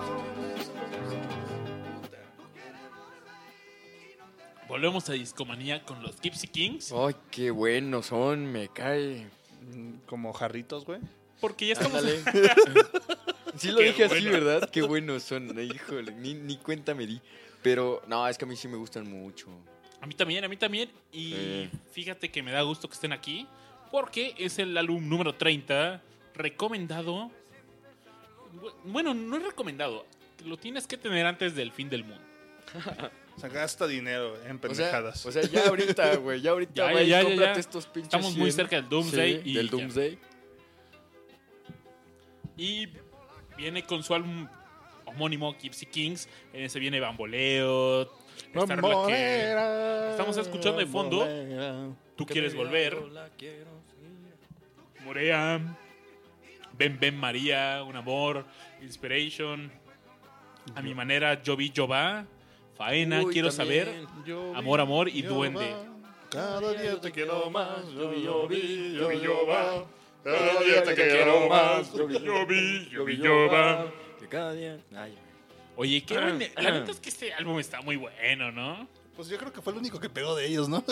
Speaker 2: Volvemos a Discomanía con los Gypsy Kings.
Speaker 3: Ay, qué buenos son, me cae.
Speaker 1: mamá. Como jarritos, güey.
Speaker 2: Porque ya estamos.
Speaker 3: Ándale. sí lo
Speaker 2: Qué
Speaker 3: dije así,
Speaker 2: bueno.
Speaker 3: ¿verdad? Qué buenos son. Híjole, ni, ni cuenta me di. Pero, no, es que a mí sí me gustan mucho.
Speaker 2: A mí también, a mí también. Y
Speaker 3: Sí.
Speaker 2: fíjate que me da gusto que estén aquí. Porque es el álbum número 30. Recomendado. Bu- Bueno, no es recomendado. Lo tienes que tener antes del fin del mundo.
Speaker 1: O sea, gasta dinero en
Speaker 3: O sea,
Speaker 1: pendejadas.
Speaker 3: o sea, ya ahorita, güey, ya ahorita,
Speaker 2: Ya, ya,
Speaker 3: güey,
Speaker 2: ya, ya,
Speaker 3: cómprate
Speaker 2: ya.
Speaker 3: estos pinches
Speaker 2: Estamos muy
Speaker 3: 100.
Speaker 2: cerca del Doomsday
Speaker 3: Sí,
Speaker 2: y
Speaker 3: del
Speaker 2: ya.
Speaker 3: Doomsday.
Speaker 2: Y viene con su álbum homónimo, Gypsy Kings. En ese viene Bamboleo, Esta rola que estamos escuchando de fondo. tú
Speaker 3: Que
Speaker 2: quieres
Speaker 3: mi vida
Speaker 2: volver.
Speaker 3: no la quiero seguir.
Speaker 2: Morea, Ben Ben María, Un Amor, Inspiration, A Mi Manera, Yo Vi, Yo Va, Faena,
Speaker 3: Uy,
Speaker 2: Quiero
Speaker 3: también.
Speaker 2: Saber, Amor, Amor y Duende.
Speaker 1: Cada día te quiero más, yo vi, yo vi, yo vi, yo va.
Speaker 3: Cada día te quiero más. Yo vi,
Speaker 2: Yo vi, yo vi, yo va.
Speaker 3: va. Que cada día. Ay,
Speaker 2: Oye, qué
Speaker 3: Ah,
Speaker 2: buen... La verdad es que este álbum está muy bueno, ¿no?
Speaker 1: Pues yo creo que fue el único que pegó de ellos, ¿no?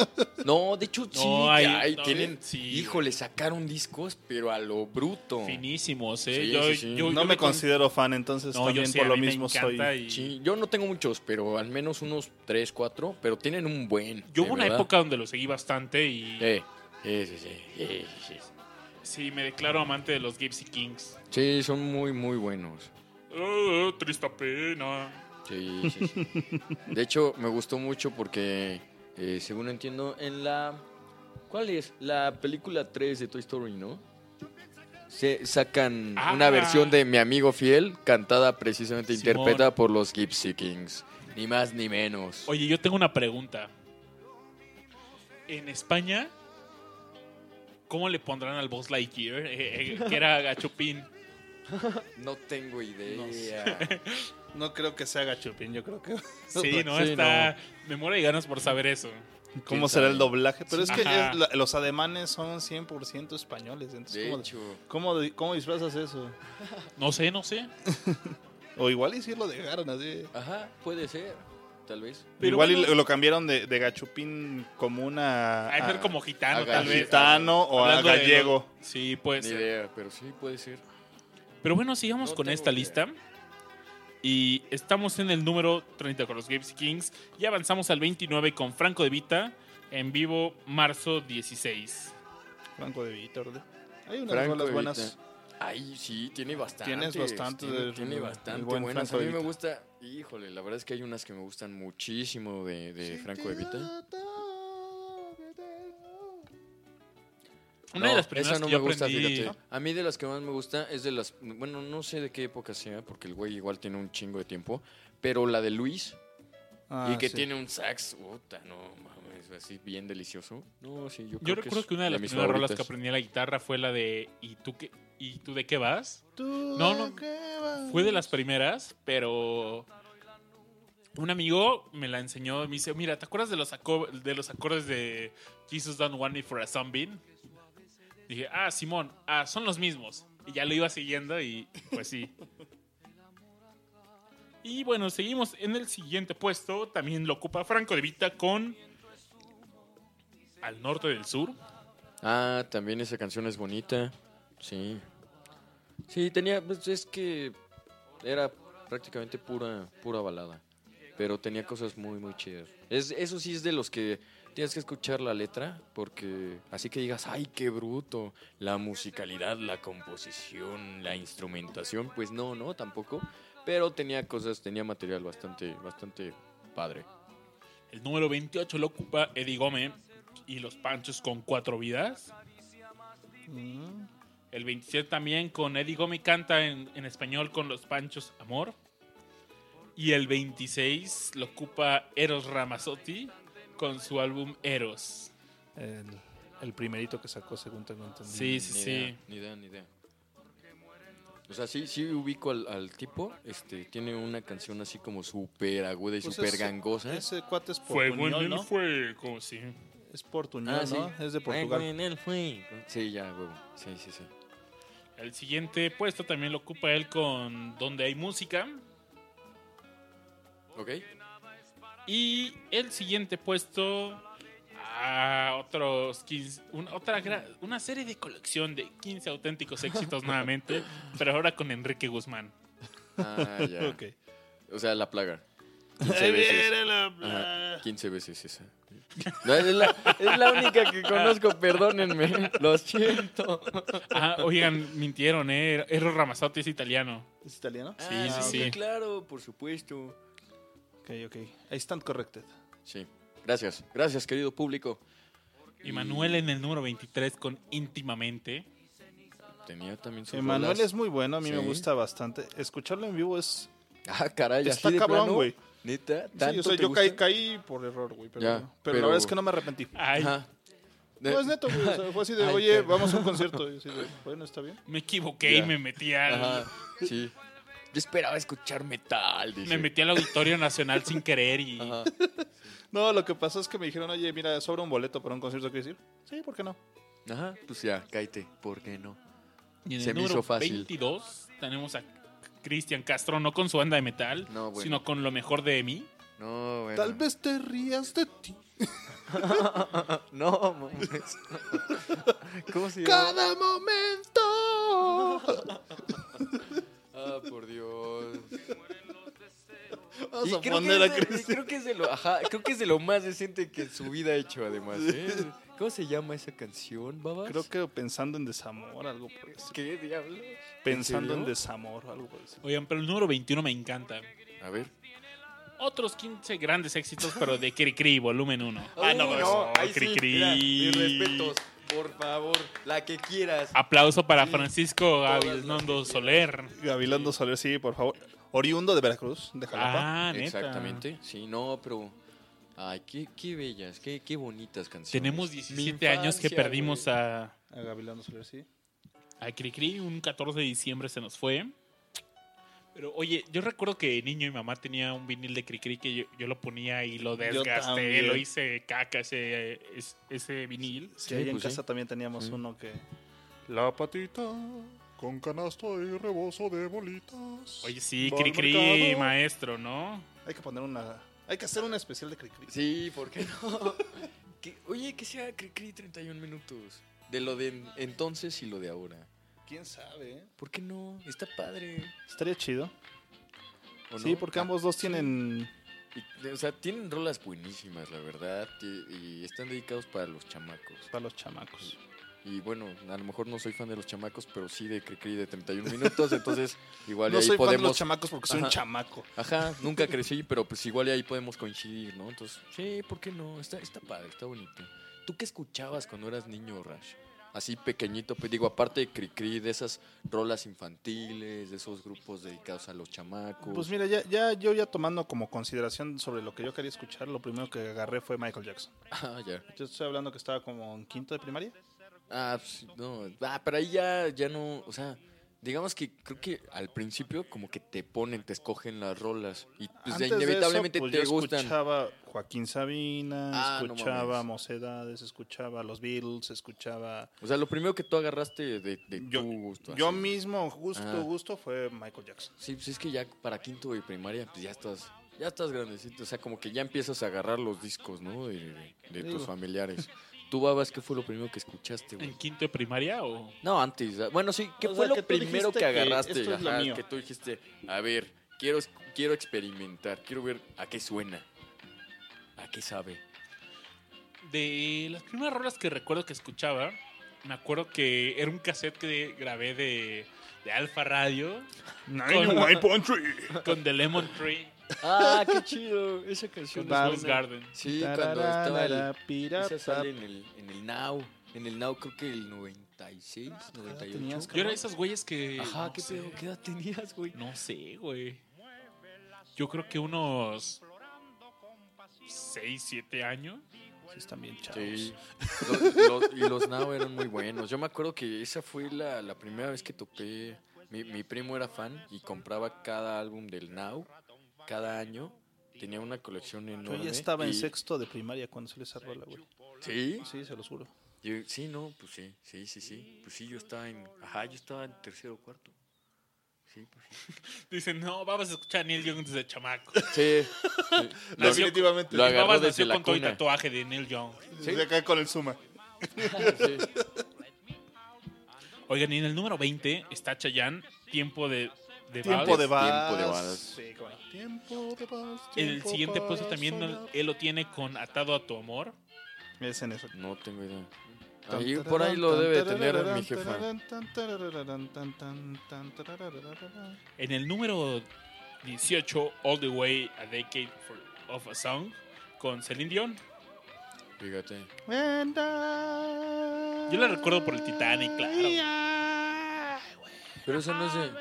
Speaker 3: No, de hecho, sí.
Speaker 2: hay-
Speaker 3: ay,
Speaker 2: no,
Speaker 3: tienen,
Speaker 2: sí.
Speaker 3: híjole, sacaron discos, pero a lo bruto.
Speaker 2: Finísimos, ¿eh?
Speaker 3: Oh. Sí,
Speaker 2: yo,
Speaker 3: sí, sí.
Speaker 2: yo-
Speaker 1: No
Speaker 2: yo
Speaker 1: me
Speaker 2: con-
Speaker 1: considero fan, entonces
Speaker 2: No, yo
Speaker 1: también
Speaker 2: sí,
Speaker 1: por
Speaker 2: a
Speaker 1: lo
Speaker 2: mí me
Speaker 1: mismo soy.
Speaker 2: encanta y-
Speaker 3: Sí, yo no tengo muchos, pero al menos unos 3, 4, pero tienen un buen.
Speaker 2: Yo
Speaker 3: de
Speaker 2: hubo una
Speaker 3: verdad.
Speaker 2: época donde lo seguí bastante y
Speaker 3: Eh, sí, sí, sí, sí, sí.
Speaker 2: sí, me declaro amante de los Gypsy Kings.
Speaker 3: Sí, son muy, muy buenos.
Speaker 2: Oh, triste pena.
Speaker 3: Sí, sí, sí. De hecho, me gustó mucho porque, eh, según entiendo, en la... ¿Cuál es? La película 3 de Toy Story, ¿no? Se sacan
Speaker 2: Ah.
Speaker 3: una versión de Mi Amigo Fiel, cantada precisamente,
Speaker 2: Simón.
Speaker 3: interpretada por los Gypsy Kings. Ni más ni menos.
Speaker 2: Oye, yo tengo una pregunta. En España, ¿cómo le pondrán al Boss Lightyear? Eh, eh, que era Gachupín.
Speaker 3: No tengo idea.
Speaker 1: No creo que sea Gachupín, yo creo que.
Speaker 2: Sí, no,
Speaker 3: Sí,
Speaker 2: está. Me muero de ganas por saber eso.
Speaker 1: ¿Cómo será el doblaje? Pero es que
Speaker 2: Ajá.
Speaker 1: es la- los ademanes son 100% españoles, entonces
Speaker 3: De
Speaker 1: ¿cómo,
Speaker 3: hecho,
Speaker 1: cómo di- cómo disfrazas eso?
Speaker 2: No sé, no sé.
Speaker 1: O igual y sí lo dejaron así.
Speaker 3: ajá, puede ser, tal vez.
Speaker 2: Pero
Speaker 1: igual y
Speaker 2: bueno-
Speaker 1: lo- lo cambiaron de, de Gachupín común a,
Speaker 2: Hay que ser
Speaker 1: Ah, a-
Speaker 2: como gitano,
Speaker 3: a
Speaker 2: tal vez.
Speaker 1: gitano o a
Speaker 2: Hablando de
Speaker 1: gallego.
Speaker 2: lo- Sí, puede
Speaker 3: Ni
Speaker 2: ser.
Speaker 3: idea, pero sí puede ser.
Speaker 2: Pero bueno, sigamos
Speaker 3: No
Speaker 2: con
Speaker 3: tengo
Speaker 2: esta
Speaker 3: idea.
Speaker 2: lista. Y estamos en el número 30 con los Games Kings. Y avanzamos al 29 con Franco de Vita en vivo marzo 16.
Speaker 1: Franco de Vita, ¿verdad? Hay unas
Speaker 3: Franco
Speaker 1: rolas
Speaker 3: de
Speaker 1: buenas.
Speaker 3: Vita. Ay, sí, tiene bastante.
Speaker 1: Tienes bastante
Speaker 3: Tiene,
Speaker 1: de-
Speaker 3: tiene
Speaker 1: del
Speaker 3: bastante
Speaker 1: buen
Speaker 3: buenas.
Speaker 1: Franco
Speaker 3: a mí
Speaker 1: de
Speaker 3: me
Speaker 1: Vita.
Speaker 3: gusta. Híjole, la verdad es que hay unas que me gustan muchísimo de, de Franco de Vita.
Speaker 2: Una de las primeras
Speaker 3: esa no
Speaker 2: que yo
Speaker 3: me gusta,
Speaker 2: aprendí.
Speaker 3: fíjate. A mí de las que más me gusta es de las. Bueno, no sé de qué época sea, porque el güey igual tiene un chingo de tiempo. Pero la de Luis,
Speaker 1: Ah,
Speaker 3: y que
Speaker 1: sí.
Speaker 3: tiene un sax. Puta, no mames, así bien delicioso. No, sí, yo creo
Speaker 2: Yo
Speaker 3: que
Speaker 2: recuerdo
Speaker 3: es
Speaker 2: que una de las
Speaker 3: mis
Speaker 2: primeras rolas que
Speaker 3: favoritas.
Speaker 2: aprendí en la guitarra fue la de ¿Y tú, qué, ¿Y tú de qué vas?
Speaker 1: Tú
Speaker 2: No, no.
Speaker 1: que vas.
Speaker 2: Fue de las primeras, pero un amigo me la enseñó. Me dice, mira, ¿te acuerdas de los, aco- de los acordes de Jesus Don't Want Me for a Sunbeam? Dije, ah, Simón, ah, son los mismos. Y ya lo iba siguiendo y pues sí. y bueno, seguimos en el siguiente puesto. También lo ocupa Franco de Vita con Al Norte del Sur.
Speaker 3: Ah, también esa canción es bonita. Sí. Sí, tenía. pues, es que era prácticamente pura, pura balada. Pero tenía cosas muy, muy chidas. Es, eso sí es de los que tienes que escuchar la letra. Porque así que digas, ay, qué bruto. La musicalidad, la composición, la instrumentación. Pues no, no, tampoco. Pero tenía cosas, tenía material bastante, bastante padre.
Speaker 2: El número 28 lo ocupa Eddie Gómez y los Panchos con cuatro vidas.
Speaker 3: Mm.
Speaker 2: El 27 también con Eddie Gómez canta en, en español con los Panchos Amor. Y el 26 lo ocupa Eros Ramazzotti con su álbum Eros.
Speaker 1: El, el primerito que sacó, según tengo entendido.
Speaker 2: Sí, sí,
Speaker 3: Ni
Speaker 2: sí.
Speaker 3: idea, ni idea, ni idea. O sea, sí, sí ubico al, al tipo. Este, tiene una canción así como súper aguda y
Speaker 1: Pues
Speaker 3: súper
Speaker 1: es-
Speaker 3: gangosa.
Speaker 1: Ese cuate es
Speaker 2: Fuego en
Speaker 1: portuñol,
Speaker 2: el
Speaker 1: ¿no?
Speaker 2: fuego, sí.
Speaker 1: Es
Speaker 3: Ah,
Speaker 1: portuñol, ¿no? Es de Portugal.
Speaker 3: Sí, ya, huevo. Sí, sí, sí.
Speaker 2: El siguiente puesto también lo ocupa él con Donde hay música.
Speaker 3: ¿Ok?
Speaker 2: Y el siguiente puesto a otros 15, un- otra gra- una serie de colección de 15 auténticos éxitos nuevamente, pero ahora con Enrique Guzmán.
Speaker 3: Ah, ya.
Speaker 1: Ok.
Speaker 3: O sea, la plaga. 15 veces. Ajá, 15 veces esa. No, es, la, es la única que conozco, perdónenme. Lo siento.
Speaker 2: Ah, oigan, mintieron, ¿eh? Eros Ramazzotti es italiano.
Speaker 1: ¿Es italiano?
Speaker 2: Sí, sí, sí.
Speaker 3: Ah, Claro, por supuesto.
Speaker 1: Ok, ok. I stand corrected.
Speaker 3: Sí. Gracias. Gracias, querido público.
Speaker 2: Y Manuel en el número 23 con Íntimamente.
Speaker 3: Tenía también su
Speaker 1: Emanuel es muy bueno, a mí me
Speaker 3: Sí.
Speaker 1: gusta bastante. Escucharlo en vivo es.
Speaker 3: Ah, caray,
Speaker 1: Está
Speaker 3: así de
Speaker 1: cabrón,
Speaker 3: plano?
Speaker 1: güey.
Speaker 3: Neta,
Speaker 1: Sí, o
Speaker 3: tanto
Speaker 1: sea,
Speaker 3: te
Speaker 1: yo
Speaker 3: gusta?
Speaker 1: caí, caí por error, güey. Pero,
Speaker 3: Ya,
Speaker 1: pero la
Speaker 3: pero-
Speaker 1: verdad es que no me arrepentí.
Speaker 2: Ay,
Speaker 3: Ajá. De-
Speaker 1: No es neto, güey. O sea, fue así de,
Speaker 3: Ay,
Speaker 1: oye,
Speaker 3: qué-
Speaker 1: vamos a un concierto. Y así de, bueno, está bien.
Speaker 2: me equivoqué y
Speaker 3: Ya.
Speaker 2: me metí al...
Speaker 3: Ajá, sí. Yo esperaba escuchar metal, dije.
Speaker 2: Me metí al Auditorio Nacional sin querer y...
Speaker 3: Ajá.
Speaker 1: No, lo que pasó es que me dijeron, oye, mira, sobra un boleto para un concierto. ¿Qué decir? Sí, ¿por qué no?
Speaker 3: Ajá, pues ya, cállate, ¿por qué no?
Speaker 2: Y en
Speaker 3: Se
Speaker 2: el
Speaker 3: me hizo
Speaker 2: número
Speaker 3: fácil.
Speaker 2: 22 tenemos a Cristian Castro, no con su banda de metal,
Speaker 3: No, bueno.
Speaker 2: sino con lo mejor de mí.
Speaker 3: No, bueno.
Speaker 1: Tal vez te rías de ti.
Speaker 3: No, mames. ¿Cómo se llama?
Speaker 1: Cada momento.
Speaker 3: Ah, por Dios.
Speaker 1: Vamos a
Speaker 3: creo que
Speaker 1: poner
Speaker 3: es
Speaker 1: a
Speaker 3: de-
Speaker 1: Cristian.
Speaker 3: Creo que es de lo, ajá, creo que es de lo más decente que en su vida ha hecho, además. ¿eh? ¿Cómo se llama esa canción, babas?
Speaker 1: Creo que pensando en desamor, algo por eso.
Speaker 3: ¿Qué diablos?
Speaker 1: Pensando en
Speaker 3: serio?
Speaker 1: desamor, algo por eso.
Speaker 2: Oigan, pero el número 21 me encanta.
Speaker 3: A ver.
Speaker 2: Otros 15 grandes éxitos, pero de Cricri, volumen 1.
Speaker 4: Ah,
Speaker 3: Uy,
Speaker 4: pues,
Speaker 3: ahí sí, mira, mis respetos, por favor, la que quieras.
Speaker 2: Aplauso para
Speaker 3: Sí,
Speaker 2: Francisco
Speaker 3: todas
Speaker 2: Gabilondo
Speaker 3: las que
Speaker 2: Soler.
Speaker 1: Gabilondo Soler, sí, por favor. Oriundo de Veracruz, de Jalapa.
Speaker 2: Ah, neta.
Speaker 3: Exactamente. Sí, no, pero. Ay, qué, qué bellas, qué, qué bonitas canciones.
Speaker 2: Tenemos
Speaker 3: Mi
Speaker 2: 17
Speaker 3: infancia,
Speaker 2: años que perdimos
Speaker 3: güey.
Speaker 2: a,
Speaker 1: A Gabilondo Soler, sí.
Speaker 2: a Cricri. Un 14 de diciembre se nos fue. Pero oye, yo recuerdo que niño mi mamá tenía un vinil de Cricri que yo, yo lo ponía y lo desgasté,
Speaker 1: también.
Speaker 2: lo hice caca ese, eh, es- ese vinil.
Speaker 1: Sí, ahí en
Speaker 3: pues sí.
Speaker 1: casa también teníamos uno que.
Speaker 11: La patita con canasto y rebozo de bolitas.
Speaker 2: Oye, sí,
Speaker 11: Va al
Speaker 2: Cricri,
Speaker 11: mercado.
Speaker 2: maestro, ¿no?
Speaker 1: Hay que poner una. Hay que hacer una especial de Cricri.
Speaker 3: Sí, ¿por qué no? Que- oye, que sea Cricri 31 minutos. De lo de en- entonces y lo de ahora.
Speaker 1: ¿Quién sabe? eh?
Speaker 3: ¿Por qué no? Está padre.
Speaker 1: Estaría chido.
Speaker 3: ¿o
Speaker 1: Sí,
Speaker 3: no?
Speaker 1: porque
Speaker 3: Ah,
Speaker 1: ambos dos
Speaker 3: sí.
Speaker 1: tienen.
Speaker 3: Y- o sea, tienen rolas buenísimas, la verdad. Y, y están dedicados para los chamacos.
Speaker 1: Para los chamacos.
Speaker 3: Y bueno, a lo mejor no soy fan de los chamacos, pero sí de Cricri de 31 minutos. entonces, igual y
Speaker 1: no
Speaker 3: ahí
Speaker 1: soy fan de
Speaker 3: podemos.
Speaker 1: los chamacos porque soy un
Speaker 3: Ajá.
Speaker 1: chamaco.
Speaker 3: Ajá, nunca crecí, pero pues igual y ahí podemos coincidir, ¿no? Entonces, sí, ¿por qué no? Está, está padre, está bonito. ¿Tú qué escuchabas cuando eras niño, Rash? Así pequeñito, pues digo, aparte de Cricri, de esas rolas infantiles, de esos grupos dedicados a los chamacos.
Speaker 1: Pues mira, ya, ya yo ya tomando como consideración sobre lo que yo quería escuchar, lo primero que agarré fue Michael Jackson.
Speaker 3: Ah, ya.
Speaker 1: Yo estoy hablando que estaba como en quinto de primaria.
Speaker 3: Ah, pues, no. Ah, pero ahí ya, ya no, o sea, digamos que creo que al principio como que te ponen, te escogen las rolas y pues ya
Speaker 1: Antes de eso,
Speaker 3: inevitablemente
Speaker 1: pues,
Speaker 3: te
Speaker 1: yo
Speaker 3: gustan.
Speaker 1: Escuchaba Joaquín Sabina,
Speaker 3: Ah, no
Speaker 1: escuchaba
Speaker 3: mames.
Speaker 1: Mocedades, escuchaba Los Beatles, escuchaba.
Speaker 3: O sea, lo primero que tú agarraste de, de
Speaker 1: Yo,
Speaker 3: tu gusto.
Speaker 1: yo
Speaker 3: así.
Speaker 1: mismo, gusto,
Speaker 3: Ah.
Speaker 1: gusto, fue Michael Jackson.
Speaker 3: Sí, pues es que ya para quinto de primaria, pues ya estás, ya estás grandecito. O sea, como que ya empiezas a agarrar los discos, ¿no? De, de- de
Speaker 1: Digo.
Speaker 3: tus familiares. Tú, Babas, ¿qué fue lo primero que escuchaste,
Speaker 2: ¿En
Speaker 3: güey?
Speaker 2: quinto de primaria o...?
Speaker 3: No, antes. ah, Bueno, sí, ¿qué
Speaker 1: O
Speaker 3: fue
Speaker 1: sea,
Speaker 3: lo
Speaker 1: que tú
Speaker 3: primero
Speaker 1: dijiste
Speaker 3: que agarraste?
Speaker 1: que esto es lo mío.
Speaker 3: que tú dijiste, a ver, quiero, es- quiero experimentar, quiero ver a qué suena, a qué sabe.
Speaker 2: De las primeras rolas que recuerdo que escuchaba, me acuerdo que era un cassette que grabé de, de Alfa Radio Con- con The Lemon Tree,
Speaker 3: ¡Ah, qué chido! Esa canción
Speaker 2: con
Speaker 3: es
Speaker 2: Rose
Speaker 3: buena.
Speaker 2: Garden.
Speaker 3: Sí, cuando estaba el...
Speaker 1: pirata. Pues
Speaker 3: Esa sale en el, en el Now. En el Now creo que el 96, 98.
Speaker 1: tenías,
Speaker 2: Yo era de esas güeyes que...
Speaker 3: Ajá,
Speaker 2: no
Speaker 3: ¿qué
Speaker 2: sé,
Speaker 3: pedo? ¿Qué edad tenías, güey?
Speaker 2: No sé, güey. Yo creo que unos... 6, 7 años.
Speaker 1: Sí, están bien chavos.
Speaker 3: Sí. Lo- lo- y los Now eran muy buenos. Yo me acuerdo que esa fue la, la primera vez que topé. Mi, mi primo era fan y compraba cada álbum del Now cada año. Tenía una colección
Speaker 1: Yo
Speaker 3: enorme.
Speaker 1: ya estaba en
Speaker 3: y-
Speaker 1: sexto de primaria cuando salió esa rola, güey.
Speaker 3: Sí,
Speaker 1: Sí, se lo juro.
Speaker 3: Yo- sí, no, pues sí, sí, sí, sí. Pues sí, yo estaba en. Ajá, yo estaba en tercero o cuarto. Sí, pues sí.
Speaker 2: Dicen, no, vamos a escuchar a Neil Young desde chamaco.
Speaker 3: Sí. Lo-
Speaker 1: Definitivamente.
Speaker 3: Lo
Speaker 2: Mi papá
Speaker 3: agarró desde
Speaker 2: nació
Speaker 3: la
Speaker 2: con todo el
Speaker 3: cuna.
Speaker 2: tatuaje de Neil Young.
Speaker 1: Desde acá con el Suma.
Speaker 3: Sí.
Speaker 2: Oigan, y en el número 20 está Chayanne, Tiempo de... de
Speaker 1: Tiempo
Speaker 2: Vals.
Speaker 1: de
Speaker 3: Vals. Tiempo de
Speaker 1: balas.
Speaker 3: Vals.
Speaker 1: Sí, cómo no.
Speaker 11: Tiempo de paz,
Speaker 2: El
Speaker 11: tiempo
Speaker 2: siguiente
Speaker 11: para
Speaker 2: puesto también no-
Speaker 11: soñar.
Speaker 2: él lo tiene con Atado a tu amor.
Speaker 1: Es en eso.
Speaker 3: No tengo idea. Ahí, por ahí lo debe de tener mi jefa.
Speaker 2: En el número 18, All the Way a Decade for- of a Song, con Celine Dion.
Speaker 3: Fíjate.
Speaker 2: Yo la recuerdo por el Titanic, claro.
Speaker 3: Pero eso no es de.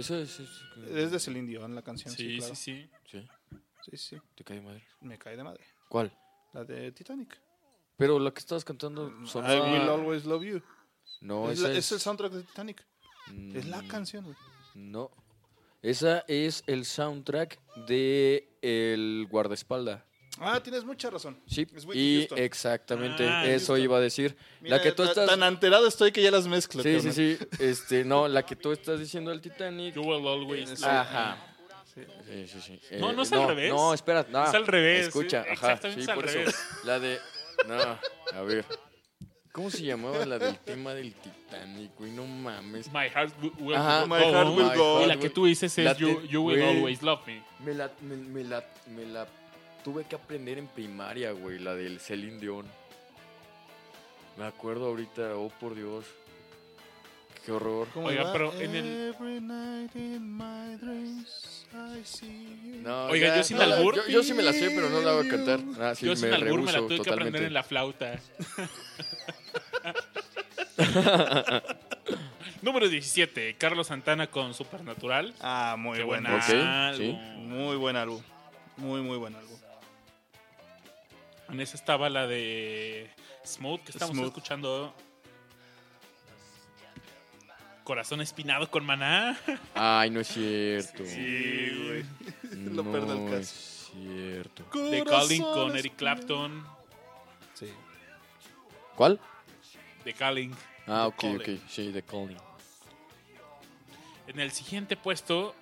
Speaker 3: Eso es. Es,
Speaker 1: Es de Celine Dion la canción. Sí,
Speaker 2: Sí,
Speaker 1: claro.
Speaker 2: sí,
Speaker 3: sí.
Speaker 1: Sí, sí.
Speaker 3: ¿Te cae de madre?
Speaker 1: Me cae de madre.
Speaker 3: ¿Cuál?
Speaker 1: La de Titanic.
Speaker 3: Pero la que estabas cantando sonaba...
Speaker 1: I Will Always Love You.
Speaker 3: No,
Speaker 1: es,
Speaker 3: Oh, esa
Speaker 1: la-
Speaker 3: es...
Speaker 1: es el soundtrack de Titanic. Es la
Speaker 3: Mm,
Speaker 1: canción. güey.
Speaker 3: No. Esa es el soundtrack de El Guardaespalda.
Speaker 1: Ah, tienes mucha razón.
Speaker 3: Sí,
Speaker 1: Es Whitney
Speaker 3: y
Speaker 1: Houston.
Speaker 3: exactamente
Speaker 1: Ah,
Speaker 3: eso
Speaker 1: Houston.
Speaker 3: iba a decir.
Speaker 1: Mira,
Speaker 3: la que tú
Speaker 1: ta-
Speaker 3: estás
Speaker 1: Tan enterado estoy que ya las mezclo.
Speaker 3: Sí, sí,
Speaker 1: carnal.
Speaker 3: sí. Este, no, la que tú estás diciendo del Titanic.
Speaker 2: You will always.
Speaker 3: Ajá.
Speaker 1: Sí.
Speaker 3: Sí, sí, sí.
Speaker 2: No,
Speaker 3: Eh,
Speaker 2: no es al revés.
Speaker 3: No, espera, no.
Speaker 2: Es al revés,
Speaker 3: Escucha,
Speaker 2: sí,
Speaker 3: ajá.
Speaker 2: exactamente
Speaker 3: sí,
Speaker 2: es al
Speaker 3: por eso.
Speaker 2: revés.
Speaker 3: La de no, a ver. ¿Cómo se llamaba la del tema del Titanic, güey? No mames.
Speaker 2: My heart wi- will
Speaker 3: Ajá.
Speaker 2: go
Speaker 1: Oh,
Speaker 3: My heart
Speaker 2: on.
Speaker 3: will go
Speaker 2: Y la
Speaker 3: on.
Speaker 2: que tú dices
Speaker 3: La
Speaker 2: es You,
Speaker 3: te-
Speaker 2: you will
Speaker 3: güey.
Speaker 2: always love me.
Speaker 3: Me la, me, me la, me la tuve que aprender en primaria, güey, la del Celine Dion. Me acuerdo ahorita, oh por Dios. Qué horror.
Speaker 1: ¿Cómo
Speaker 2: Oiga,
Speaker 1: va?
Speaker 2: pero en el-
Speaker 1: Every night in my dreams, I see you.
Speaker 3: No,
Speaker 2: Oiga,
Speaker 3: ya,
Speaker 2: yo sin
Speaker 3: no la-
Speaker 2: albur.
Speaker 3: Yo, yo sí me la sé, pero no la voy a cantar. Ah, sí,
Speaker 2: Yo sin
Speaker 3: me
Speaker 2: albur me la
Speaker 3: rehúso
Speaker 2: tuve que
Speaker 3: totalmente.
Speaker 2: aprender en la flauta. Número 17, Carlos Santana con Supernatural.
Speaker 1: Ah, muy
Speaker 2: Qué
Speaker 1: buena.
Speaker 2: buena.
Speaker 3: Ok, sí.
Speaker 2: álbum.
Speaker 1: Muy buen álbum. Muy, muy buen álbum.
Speaker 2: En esa estaba la de Smooth que estamos
Speaker 1: Smooth.
Speaker 2: escuchando. Corazón espinado con maná.
Speaker 3: Ay, no es cierto.
Speaker 2: Sí, güey.
Speaker 1: Lo
Speaker 3: no
Speaker 1: perdo el caso.
Speaker 3: es cierto.
Speaker 2: The Calling con Eric Clapton.
Speaker 1: Sí.
Speaker 3: ¿Cuál?
Speaker 2: The Calling.
Speaker 3: Ah, ok,
Speaker 1: Calling.
Speaker 3: ok. Sí, The Calling.
Speaker 2: En el siguiente puesto,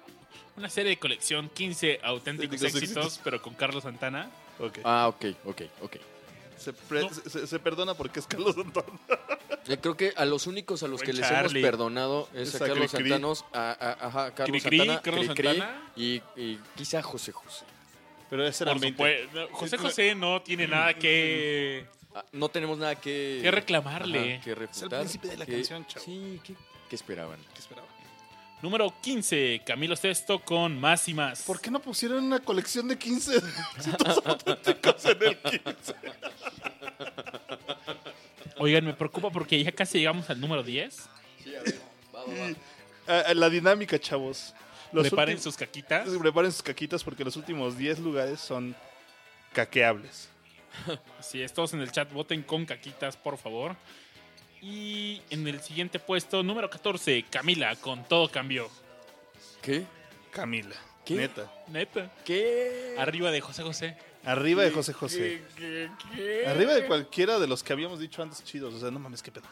Speaker 2: una serie de colección 15 auténticos
Speaker 1: Auténticos
Speaker 2: éxitos,
Speaker 1: éxitos.
Speaker 2: pero con Carlos Santana.
Speaker 1: Ok.
Speaker 3: Ah, ok, ok, ok.
Speaker 1: Se, pre-
Speaker 2: No.
Speaker 1: se- se- se perdona porque es Carlos Antonio.
Speaker 3: Yo Eh, creo que a los únicos a los
Speaker 2: Buen
Speaker 3: que les
Speaker 2: Charlie.
Speaker 3: hemos perdonado es a
Speaker 1: Es a
Speaker 3: Carlos
Speaker 1: Cricri.
Speaker 3: Santanos, a, a- ajá, a Carlos
Speaker 2: Cricri,
Speaker 3: Santana,
Speaker 2: Carlos
Speaker 3: Cricri,
Speaker 2: Santana.
Speaker 3: Y, y quizá José José.
Speaker 1: Pero ese era
Speaker 2: Por
Speaker 1: 20.
Speaker 2: supuesto. José José no tiene nada que.
Speaker 3: Ah, no tenemos nada que...
Speaker 2: Que reclamarle.
Speaker 3: ajá, que
Speaker 1: Es el
Speaker 3: refutar.
Speaker 1: príncipe de la
Speaker 3: que-
Speaker 1: canción, chavo.
Speaker 3: Sí, ¿qué, qué esperaban?
Speaker 1: ¿Qué esperaba?
Speaker 2: Número 15, Camilo Sesto con Más y Más.
Speaker 1: ¿Por qué no pusieron una colección de 15 éxitos auténticos en el 15?
Speaker 2: Oigan, me preocupa porque ya casi llegamos al número 10.
Speaker 1: Ah, ah, la dinámica, chavos. Los
Speaker 2: Preparen
Speaker 1: últimos-
Speaker 2: sus caquitas.
Speaker 1: Preparen sus caquitas porque los últimos 10 lugares son caqueables.
Speaker 2: Si todos en el chat, voten con caquitas, por favor. Y en el siguiente puesto, número 14, Camila con Todo Cambió.
Speaker 3: ¿Qué?
Speaker 1: Camila.
Speaker 3: ¿Qué?
Speaker 1: Neta.
Speaker 2: Neta.
Speaker 3: ¿Qué?
Speaker 2: Arriba de José José.
Speaker 1: Arriba de José José.
Speaker 3: ¿Qué? ¿Qué?
Speaker 1: Arriba de cualquiera de los que habíamos dicho antes chidos. O sea, no mames, qué pedo.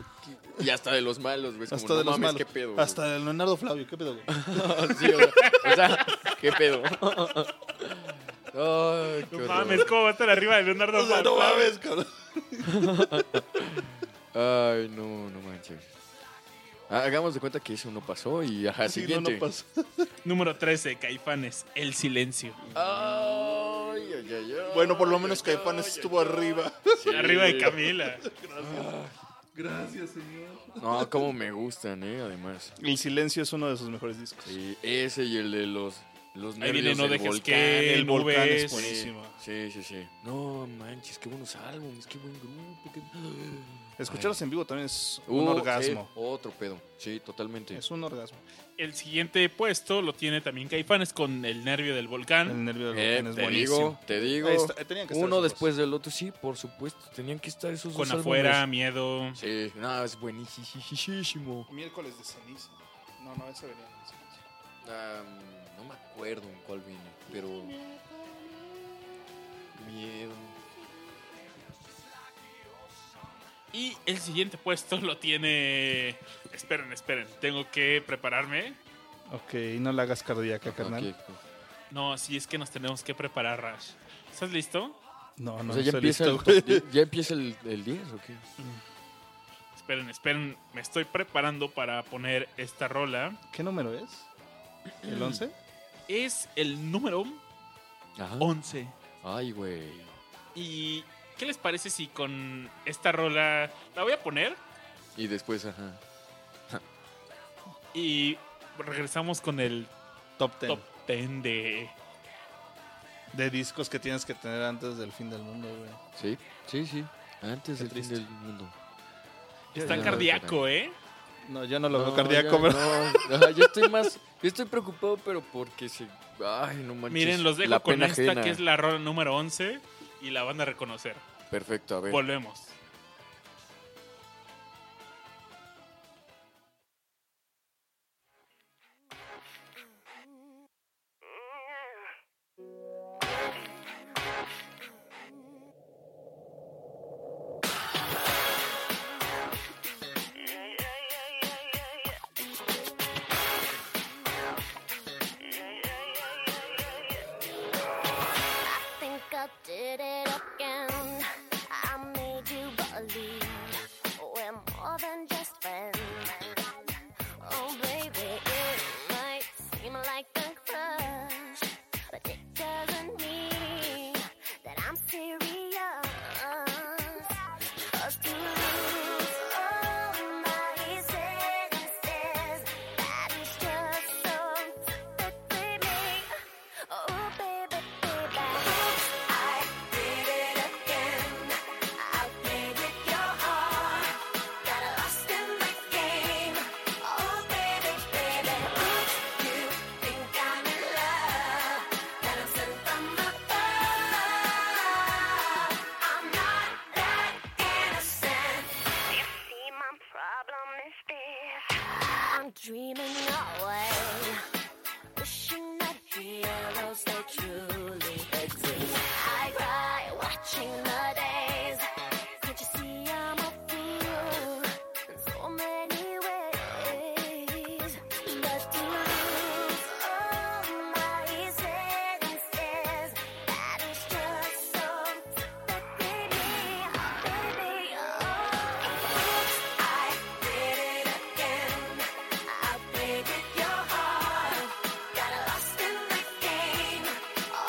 Speaker 3: Y hasta de los malos, güey. es como,
Speaker 1: Hasta
Speaker 3: no
Speaker 1: de los
Speaker 3: mames,
Speaker 1: malos.
Speaker 3: qué pedo. güey.
Speaker 1: Hasta de Leonardo Flavio, qué pedo, güey.
Speaker 3: Sí, o, sea, o sea, qué pedo. Ay, qué
Speaker 2: No
Speaker 3: horror.
Speaker 2: mames, ¿cómo va a estar arriba de Leonardo
Speaker 1: O sea, no
Speaker 2: Flavio?
Speaker 1: mames, cabrón.
Speaker 3: Ay, no, no manches. Ah, Hagamos de cuenta que eso no pasó y ajá,
Speaker 1: Sí, no,
Speaker 3: siguiente.
Speaker 1: no pasa.
Speaker 2: Número 13, Caifanes, El Silencio.
Speaker 3: Ay, ay, ay, ay.
Speaker 1: Bueno, por lo menos Caifanes estuvo arriba.
Speaker 3: Sí.
Speaker 2: Arriba de Camila.
Speaker 1: Gracias, señor.
Speaker 3: No, como me gustan, eh, además.
Speaker 1: El silencio es uno de sus mejores discos.
Speaker 3: Sí, ese y el de los, los
Speaker 2: Ahí
Speaker 3: nervios
Speaker 2: viene, no
Speaker 3: del
Speaker 2: dejes
Speaker 3: volcán.
Speaker 2: que
Speaker 1: el
Speaker 2: el
Speaker 1: volcán es
Speaker 2: nubes.
Speaker 1: buenísimo.
Speaker 3: Sí, sí, sí, sí. No manches, qué buenos álbumes, qué buen grupo. Qué...
Speaker 1: Escucharlos en vivo también es un
Speaker 3: Uh,
Speaker 1: orgasmo.
Speaker 3: sí, otro pedo. Sí, totalmente.
Speaker 1: Es un orgasmo.
Speaker 2: El siguiente puesto lo tiene también Caifanes con El Nervio del
Speaker 1: El
Speaker 2: Volcán.
Speaker 1: nervio del
Speaker 3: Eh,
Speaker 1: volcán es
Speaker 3: te
Speaker 1: buenísimo.
Speaker 3: digo, te digo.
Speaker 1: Ahí está, eh, tenían que estar
Speaker 3: uno
Speaker 1: esos dos.
Speaker 3: después del otro, sí, por supuesto. Tenían que estar esos
Speaker 2: Con
Speaker 3: dos
Speaker 2: Afuera,
Speaker 3: álbumes.
Speaker 2: Miedo.
Speaker 3: Sí, no, es buenísimo.
Speaker 1: Miércoles de ceniza. No, no, esa venía. en el silencio.
Speaker 3: no me acuerdo en cuál viene, pero. Miedo.
Speaker 2: Y el siguiente puesto lo tiene... Esperen, esperen. Tengo que prepararme.
Speaker 1: Ok, no la hagas cardíaca, carnal.
Speaker 3: Ok.
Speaker 2: No, sí, es que nos tenemos que preparar, Rash. ¿Estás listo?
Speaker 1: No,
Speaker 3: O
Speaker 1: no,
Speaker 3: sea, ya
Speaker 1: estoy
Speaker 3: empieza,
Speaker 1: listo,
Speaker 3: el,
Speaker 1: güey.
Speaker 3: ya- ya empieza el, el 10, ¿o qué?
Speaker 2: Esperen, esperen. Me estoy preparando para poner esta rola.
Speaker 1: ¿Qué número es? ¿El 11?
Speaker 2: Es el número
Speaker 3: Ajá.
Speaker 2: 11.
Speaker 3: Ay, güey.
Speaker 2: ¿Y qué les parece si con esta rola la voy a poner
Speaker 3: Y después, ajá.
Speaker 2: y regresamos con el
Speaker 1: Top 10.
Speaker 2: top 10 de...
Speaker 1: De discos que tienes que tener antes del fin del mundo, güey.
Speaker 3: Sí, sí, sí. Antes
Speaker 1: Qué
Speaker 3: del fin
Speaker 1: triste.
Speaker 3: del mundo.
Speaker 2: Está
Speaker 3: Ya, ya,
Speaker 2: cardíaco, ¿eh?
Speaker 1: No, yo no lo veo
Speaker 3: No,
Speaker 1: cardíaco,
Speaker 3: ya,
Speaker 1: pero.
Speaker 3: no. Ajá, yo estoy más. Yo estoy preocupado, pero porque se. Ay, no manches.
Speaker 2: Miren, los dejo
Speaker 3: la
Speaker 2: con
Speaker 3: pena
Speaker 2: esta
Speaker 3: ajena.
Speaker 2: que es la rola número 11 y la van a reconocer.
Speaker 3: Perfecto, a ver.
Speaker 2: Volvemos.
Speaker 12: think I did it again. I made you believe we're more than just friends. Oh, baby, it might seem like a crush, but it doesn't mean that I'm serious. 'Cause to lose all my senses, that is just something me. Oh, baby, baby. I did it again. I played with your heart. Got lost in the game. Oh, baby, baby. You think I'm in love. That I'm sent from above. I'm not that innocent. You see, my problem is this. I'm dreaming away. Wishing that heroes they truly exist. I cry watching the days. Can't you see I'm a fool in so many ways? But to lose all my senses, that is just so baby, baby. Oh, I did it again. I played with your heart. Got lost in the game.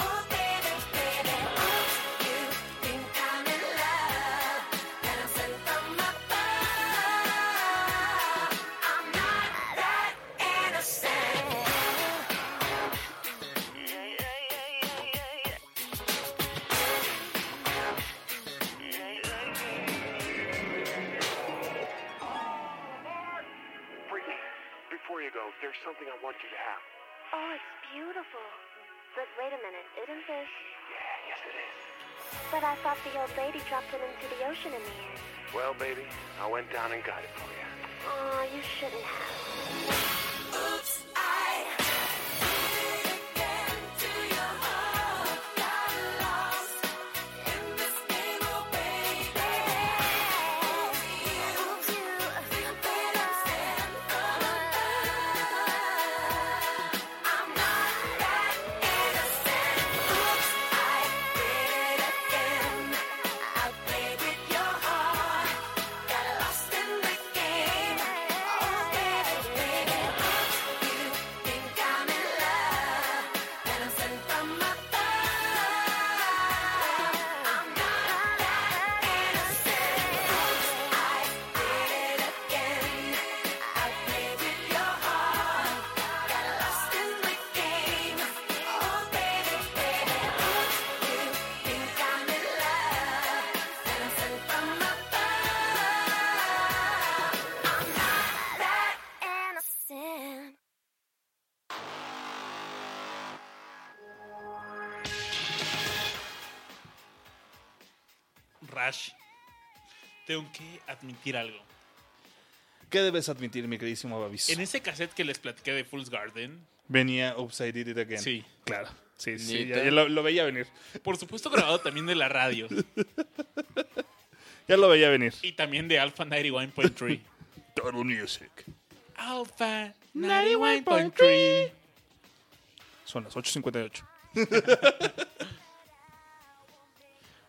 Speaker 12: Oh, baby, baby, oops, you think I'm in love. That I'm sent from above. I'm not that innocent.
Speaker 13: Brittany, before you go, there's something I want you to have.
Speaker 12: Oh, it's beautiful. But wait a minute, isn't this?
Speaker 13: Yeah, yes it is.
Speaker 12: But I thought the old lady dropped it into the ocean in the end.
Speaker 13: Well, baby, I went down and got it for you.
Speaker 12: Oh, you shouldn't have. Oops, I to your heart. Got lost in this game, oh baby. You better stand from above. I'm not that innocent. Oops, I did it again. I played with your heart. Got lost in the game. Oh, baby, baby, you think I'm in love, and I'm sent from above. I'm not that innocent. I did it again. I played with your heart. Got lost in the game. Oh, baby, baby, you think I'm in love, and I'm sent from above. I'm not that innocent.
Speaker 2: Rash, tengo que admitir algo.
Speaker 1: ¿Qué debes admitir, mi queridísimo Babis?
Speaker 2: En ese cassette que les platiqué de Fool's Garden,
Speaker 1: Venía Upside Did It Again.
Speaker 2: Sí.
Speaker 1: Claro. Sí, sí.
Speaker 2: Neta.
Speaker 1: Ya, ya lo, lo veía venir.
Speaker 2: por supuesto grabado también de la radio
Speaker 1: Ya lo veía venir.
Speaker 2: y también de Alpha 91.3.
Speaker 1: Total Music.
Speaker 2: Alpha 91.3.
Speaker 1: Son las 8.58.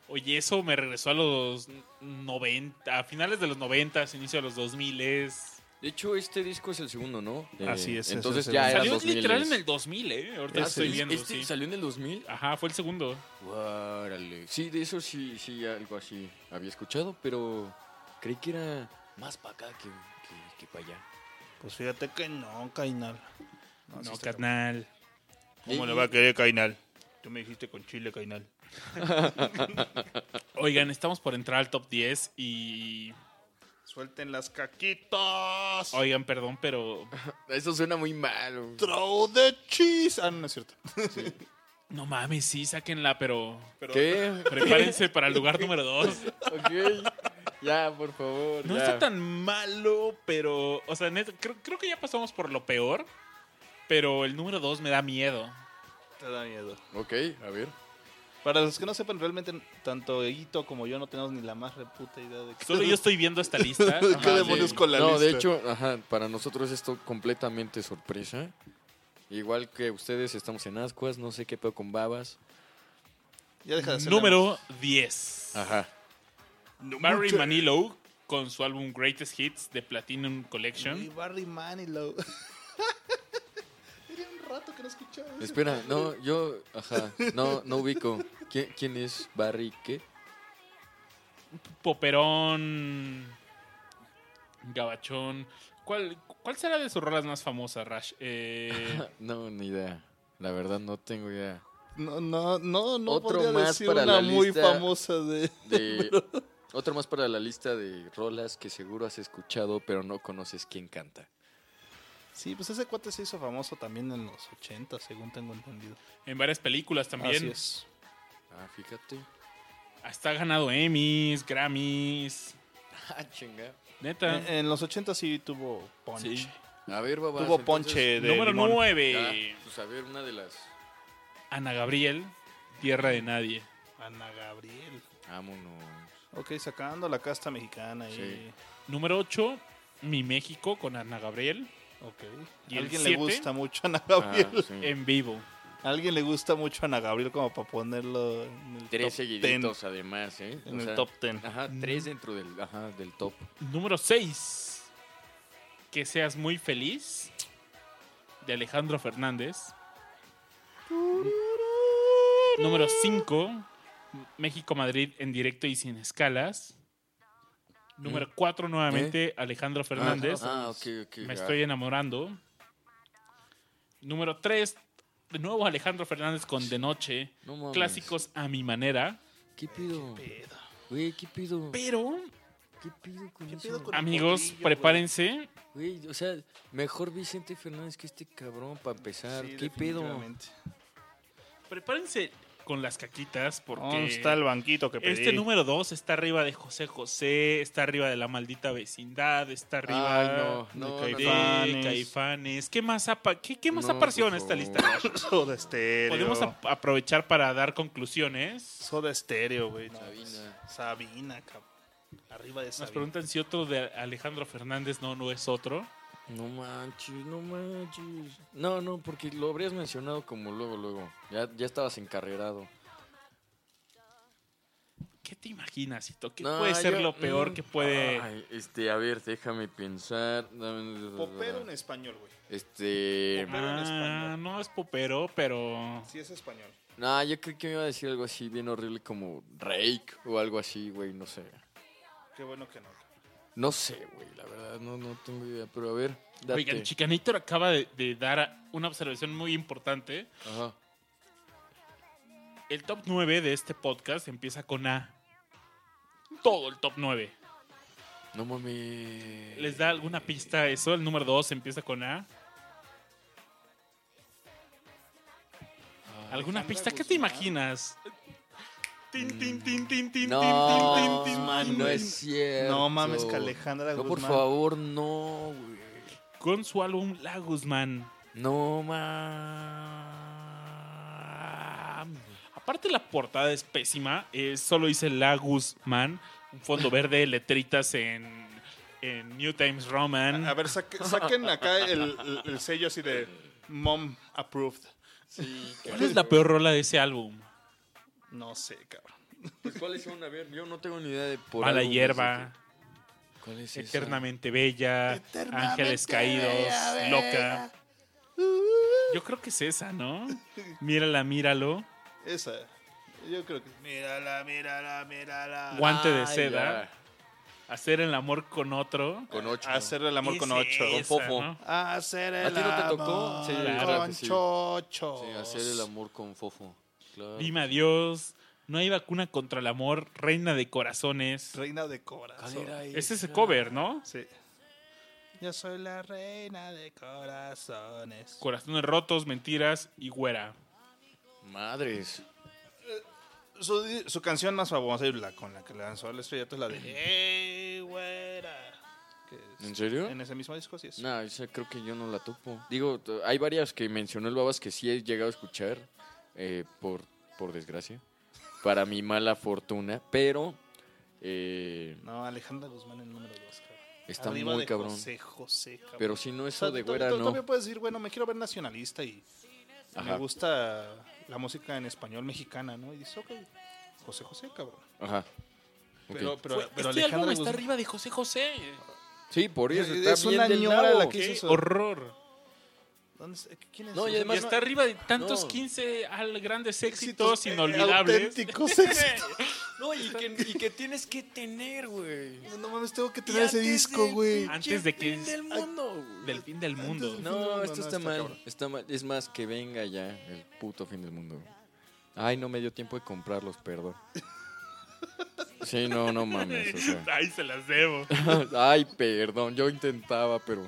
Speaker 2: Oye, eso me regresó a los 90, a finales de los 90, inicio de los 2000. Es...
Speaker 3: De hecho, este disco es el segundo, ¿no? Eh,
Speaker 2: Así es, es el
Speaker 3: Entonces
Speaker 2: segundo.
Speaker 3: ya era
Speaker 2: Salió
Speaker 3: 2000.
Speaker 2: literal en el 2000, ¿eh? Ahorita
Speaker 3: Ah,
Speaker 2: estoy
Speaker 3: sí.
Speaker 2: viendo,
Speaker 3: ¿Este
Speaker 2: sí.
Speaker 3: salió en el 2000?
Speaker 2: Ajá, fue el segundo.
Speaker 3: Órale. Sí, de eso sí, sí, algo así había escuchado, pero creí que era más para acá que, que, para allá.
Speaker 1: Pues fíjate que no, Cainal.
Speaker 2: No,
Speaker 1: sí está
Speaker 2: carnal.
Speaker 1: ¿Cómo le va a querer Cainal? Tú me dijiste con chile, Cainal.
Speaker 2: Oigan, estamos por entrar al top 10 y
Speaker 1: Suelten las caquitas.
Speaker 2: Oigan, perdón, pero.
Speaker 3: Eso suena muy malo.
Speaker 1: Throw the cheese. Ah, no, no es cierto.
Speaker 2: No mames, sí, sáquenla, pero.
Speaker 1: Pero-
Speaker 3: ¿Qué?
Speaker 2: Prepárense para el lugar número 2.
Speaker 3: Ok. Ya, por favor.
Speaker 2: No
Speaker 3: ya.
Speaker 2: está tan malo, pero. O sea, neta, creo, creo que ya pasamos por lo peor. Pero el número 2 me da miedo.
Speaker 1: Te da miedo.
Speaker 3: Ok, a ver.
Speaker 1: Para los que no sepan, realmente tanto Hito como yo no tenemos ni la más reputa idea de que.
Speaker 2: Solo yo estoy viendo esta lista.
Speaker 1: ¿Qué
Speaker 2: Ajá,
Speaker 1: demonios con la
Speaker 3: no,
Speaker 1: lista?
Speaker 3: de hecho, ajá, para nosotros esto completamente sorpresa. Igual que ustedes estamos en ascuas, no sé qué pedo con babas.
Speaker 1: Ya deja de hacer
Speaker 2: Número 10.
Speaker 1: Ah.
Speaker 3: Ajá.
Speaker 2: Barry Manilow con su álbum Greatest Hits de Platinum
Speaker 1: Y
Speaker 2: Collection.
Speaker 1: Barry Manilow. Tenía un rato que no escuchaba. ese
Speaker 3: Espera,
Speaker 1: nombre.
Speaker 3: no, yo, ajá, no, no ubico. ¿Quién, quién es Barry qué?
Speaker 2: Poperón. Gabachón. ¿Cuál, ¿Cuál será de sus rolas más famosas, Rash? Eh,
Speaker 3: No, ni idea. La verdad no tengo idea.
Speaker 1: No, no, no, no
Speaker 3: Otro
Speaker 1: podría
Speaker 3: más
Speaker 1: decir
Speaker 3: para
Speaker 1: una
Speaker 3: la
Speaker 1: muy
Speaker 3: lista
Speaker 1: famosa de.
Speaker 3: De- otro más para la lista de rolas que seguro has escuchado, pero no conoces quién canta.
Speaker 1: Sí, pues ese cuate se hizo famoso también en los 80, según tengo entendido.
Speaker 2: en varias películas
Speaker 1: Así
Speaker 2: también.
Speaker 1: es.
Speaker 3: Ah, fíjate.
Speaker 2: Hasta ha ganado Emmys, Grammys.
Speaker 3: Ah, chinga.
Speaker 2: Neta.
Speaker 1: En, en los 80 sí tuvo ponche.
Speaker 2: Sí.
Speaker 3: A ver, babas.
Speaker 1: Tuvo
Speaker 3: entonces,
Speaker 1: ponche eh, de
Speaker 2: Número
Speaker 1: limón.
Speaker 3: ya,
Speaker 2: 9.
Speaker 3: pues a ver, una de las...
Speaker 2: Ana Gabriel, Tierra de Nadie.
Speaker 1: Ana Gabriel.
Speaker 3: Vámonos.
Speaker 1: Ok, sacando la casta mexicana y.
Speaker 3: Sí.
Speaker 2: Número 8, Mi México con Ana Gabriel
Speaker 1: Ok.
Speaker 2: ¿Y
Speaker 1: ¿A
Speaker 2: el
Speaker 1: alguien le
Speaker 2: siete?
Speaker 1: gusta mucho Ana
Speaker 3: Ah,
Speaker 1: Gabriel?
Speaker 3: sí.
Speaker 2: en vivo.
Speaker 1: ¿A alguien le gusta mucho Ana Gabriel como para ponerlo en el
Speaker 3: Tres
Speaker 1: top
Speaker 3: seguiditos además, ¿eh?
Speaker 1: 10?
Speaker 3: O
Speaker 1: En el
Speaker 3: sea,
Speaker 1: top 10.
Speaker 3: Ajá, tres dentro del, ajá, del top.
Speaker 2: Número 6, Que seas muy feliz de Alejandro Fernández. Número 5, México-Madrid en directo y sin escalas. Número 4, nuevamente, Alejandro Fernández.
Speaker 3: Mm. Eh. Ah, ah, ok, ok.
Speaker 2: Me
Speaker 3: ya.
Speaker 2: estoy enamorando. Número 3, de nuevo Alejandro Fernández con De Noche.
Speaker 3: Ah, No mames.
Speaker 2: Clásicos a mi manera.
Speaker 3: ¿Qué pido? Güey, ¿qué pido?
Speaker 2: Pero,
Speaker 3: ¿Qué pido con eso?
Speaker 2: amigos, prepárense.
Speaker 3: Güey, o sea, mejor Vicente Fernández que este cabrón para empezar.
Speaker 1: Sí,
Speaker 3: ¿Qué pedo?
Speaker 1: definitivamente.
Speaker 2: Prepárense con las caquitas porque
Speaker 1: ¿Dónde está el banquito que pedí?
Speaker 2: este número 2 está arriba de José José, está arriba de la maldita vecindad, está arriba
Speaker 3: Ay, Ah, no, no,
Speaker 2: de
Speaker 1: no,
Speaker 2: Caifanes.
Speaker 1: no.
Speaker 2: ¿Qué más, apa- qué, qué más
Speaker 3: No,
Speaker 2: apareció en
Speaker 3: por
Speaker 2: esta
Speaker 3: favor.
Speaker 2: lista?
Speaker 1: Soda estéreo.
Speaker 2: Podemos ap- aprovechar para dar conclusiones.
Speaker 1: Soda estéreo, güey. no,
Speaker 3: Sabina.
Speaker 1: pues, Sabina, cabrón. Arriba de
Speaker 2: Nos
Speaker 1: Sabina.
Speaker 2: preguntan si otro de Alejandro Fernández no, no es otro.
Speaker 3: No manches, no manches. No, no, porque lo habrías mencionado como luego, luego. Ya, ya estabas encarrerado.
Speaker 2: ¿Qué te imaginas, Hito? ¿Qué
Speaker 3: No,
Speaker 2: puede ser
Speaker 3: yo-
Speaker 2: lo peor
Speaker 3: mm,
Speaker 2: que puede...?
Speaker 3: Ay, este, a ver, déjame pensar. Dame-
Speaker 1: Popero en español, güey.
Speaker 3: Este.
Speaker 1: Popero en
Speaker 2: Ah,
Speaker 1: español.
Speaker 2: no es popero, pero...
Speaker 1: Sí es español.
Speaker 3: No, yo creo que me iba a decir algo así bien horrible como Rake o algo así, güey, no sé.
Speaker 1: Qué bueno que no.
Speaker 3: No sé, güey, la verdad, no, no tengo idea. Pero a ver, date.
Speaker 2: Oigan, Chicanator acaba de, de dar una observación muy importante.
Speaker 3: Ajá.
Speaker 2: El top 9 de este podcast empieza con A. Todo el top 9.
Speaker 3: No mames.
Speaker 2: ¿Les da alguna pista a eso? El número 2 empieza con A. ¿Alguna pista? ¿Qué te imaginas? Tin, tin, tin, tin, tin,
Speaker 3: No,
Speaker 2: tin, tin, tin,
Speaker 3: man,
Speaker 2: tin,
Speaker 3: no
Speaker 2: tin.
Speaker 3: es cierto.
Speaker 1: No mames, que Alejandra
Speaker 3: No, por
Speaker 1: Guzmán.
Speaker 3: favor, no, güey.
Speaker 2: Con su álbum La Guzmán.
Speaker 3: No mames.
Speaker 2: Aparte la portada es pésima, eh, solo dice La Guzmán, un fondo verde, letritas en, en New Times Roman.
Speaker 1: A ver, saque- saquen acá el, el- el sello así de Mom Approved.
Speaker 3: Sí,
Speaker 2: ¿Cuál es la peor rola de ese álbum?
Speaker 1: No sé, cabrón.
Speaker 3: ¿Cuáles son? A ver, yo no tengo ni idea de por
Speaker 2: Mala
Speaker 3: algo,
Speaker 2: hierba,
Speaker 3: no sé qué. ¿Cuál es esa?
Speaker 2: Eternamente Bella, Ángeles Caídos, Loca. Yo creo que es esa, ¿no? Mírala, míralo.
Speaker 1: Esa. Yo creo que. Mírala, mírala, mírala.
Speaker 2: Guante de
Speaker 3: Ay,
Speaker 2: seda.
Speaker 3: ya.
Speaker 2: Hacer el amor con otro.
Speaker 3: Con ocho.
Speaker 1: Hacer el amor con
Speaker 2: Es
Speaker 1: ocho.
Speaker 2: esa,
Speaker 3: Fofo.
Speaker 2: ¿no?
Speaker 1: Hacer el
Speaker 3: ¿A ti no te
Speaker 1: amor
Speaker 3: tocó? Sí, claro que
Speaker 1: con
Speaker 3: sí.
Speaker 1: chocho.
Speaker 3: Sí, hacer el amor con fofo. Claro.
Speaker 2: Dime adiós. No hay vacuna contra el amor, reina de corazones.
Speaker 1: Reina de corazón.
Speaker 2: Ese es el cover, ¿no?
Speaker 1: Sí. Yo soy la reina de corazones.
Speaker 2: Corazones rotos, mentiras y güera.
Speaker 3: Madres.
Speaker 1: Su, su canción más famosa y la con la que lanzó el estrellato es la de Hey, güera. que es-
Speaker 3: ¿En serio?
Speaker 1: En ese mismo disco, sí es.
Speaker 3: No, esa creo que yo no la topo. Digo, t- hay varias que mencionó el Babas que sí he llegado a escuchar, eh, por, por desgracia, para mi mala fortuna, pero eh,
Speaker 1: No, Alejandra Guzmán el número 2, cabrón.
Speaker 3: Está
Speaker 1: Arriba
Speaker 3: muy
Speaker 1: de
Speaker 3: cabrón.
Speaker 1: José, José, cabrón.
Speaker 3: Pero si no, eso de
Speaker 1: to-
Speaker 3: güera,
Speaker 1: to-
Speaker 3: no.
Speaker 1: Todavía puedes decir, bueno, me quiero ver nacionalista y
Speaker 3: Ajá.
Speaker 1: me gusta la música en español mexicana, ¿no? Y dices, ok, José José, cabrón.
Speaker 3: Ajá. Ok.
Speaker 1: Pero, pero,
Speaker 2: Fue-
Speaker 1: pero
Speaker 2: este
Speaker 1: Alejandra
Speaker 2: álbum está
Speaker 1: Guzmán-
Speaker 2: arriba de José José.
Speaker 3: Sí, por eso
Speaker 1: Es-
Speaker 3: está
Speaker 1: es
Speaker 3: bien
Speaker 1: una
Speaker 3: del
Speaker 1: ñora
Speaker 3: nabo.
Speaker 1: la que hizo
Speaker 2: Qué
Speaker 1: eso.
Speaker 2: horror.
Speaker 1: ¿Dónde es? ¿Quién es?
Speaker 3: No, y
Speaker 1: ese?
Speaker 3: además
Speaker 2: y está arriba de tantos
Speaker 3: no.
Speaker 2: 15 al grandes
Speaker 1: Éxitos,
Speaker 2: éxitos
Speaker 1: eh,
Speaker 2: inolvidables.
Speaker 1: auténticos éxitos.
Speaker 3: No, y que, y que tienes que tener, güey.
Speaker 1: No mames, tengo que
Speaker 3: Y
Speaker 1: tener ese
Speaker 3: antes
Speaker 1: disco,
Speaker 3: del
Speaker 1: güey.
Speaker 2: Antes de que
Speaker 3: fin del mundo, güey.
Speaker 2: del fin del mundo.
Speaker 1: del-
Speaker 3: No,
Speaker 1: No, no,
Speaker 3: esto
Speaker 1: no,
Speaker 3: está,
Speaker 1: está
Speaker 3: mal.
Speaker 1: cabrón.
Speaker 3: Está mal. Es más, que venga ya el puto fin del mundo. Ay, no me dio tiempo de comprarlos, perdón. Sí, no, no mames. o sea.
Speaker 2: Ay, se las debo.
Speaker 3: Ay, perdón, yo intentaba, pero.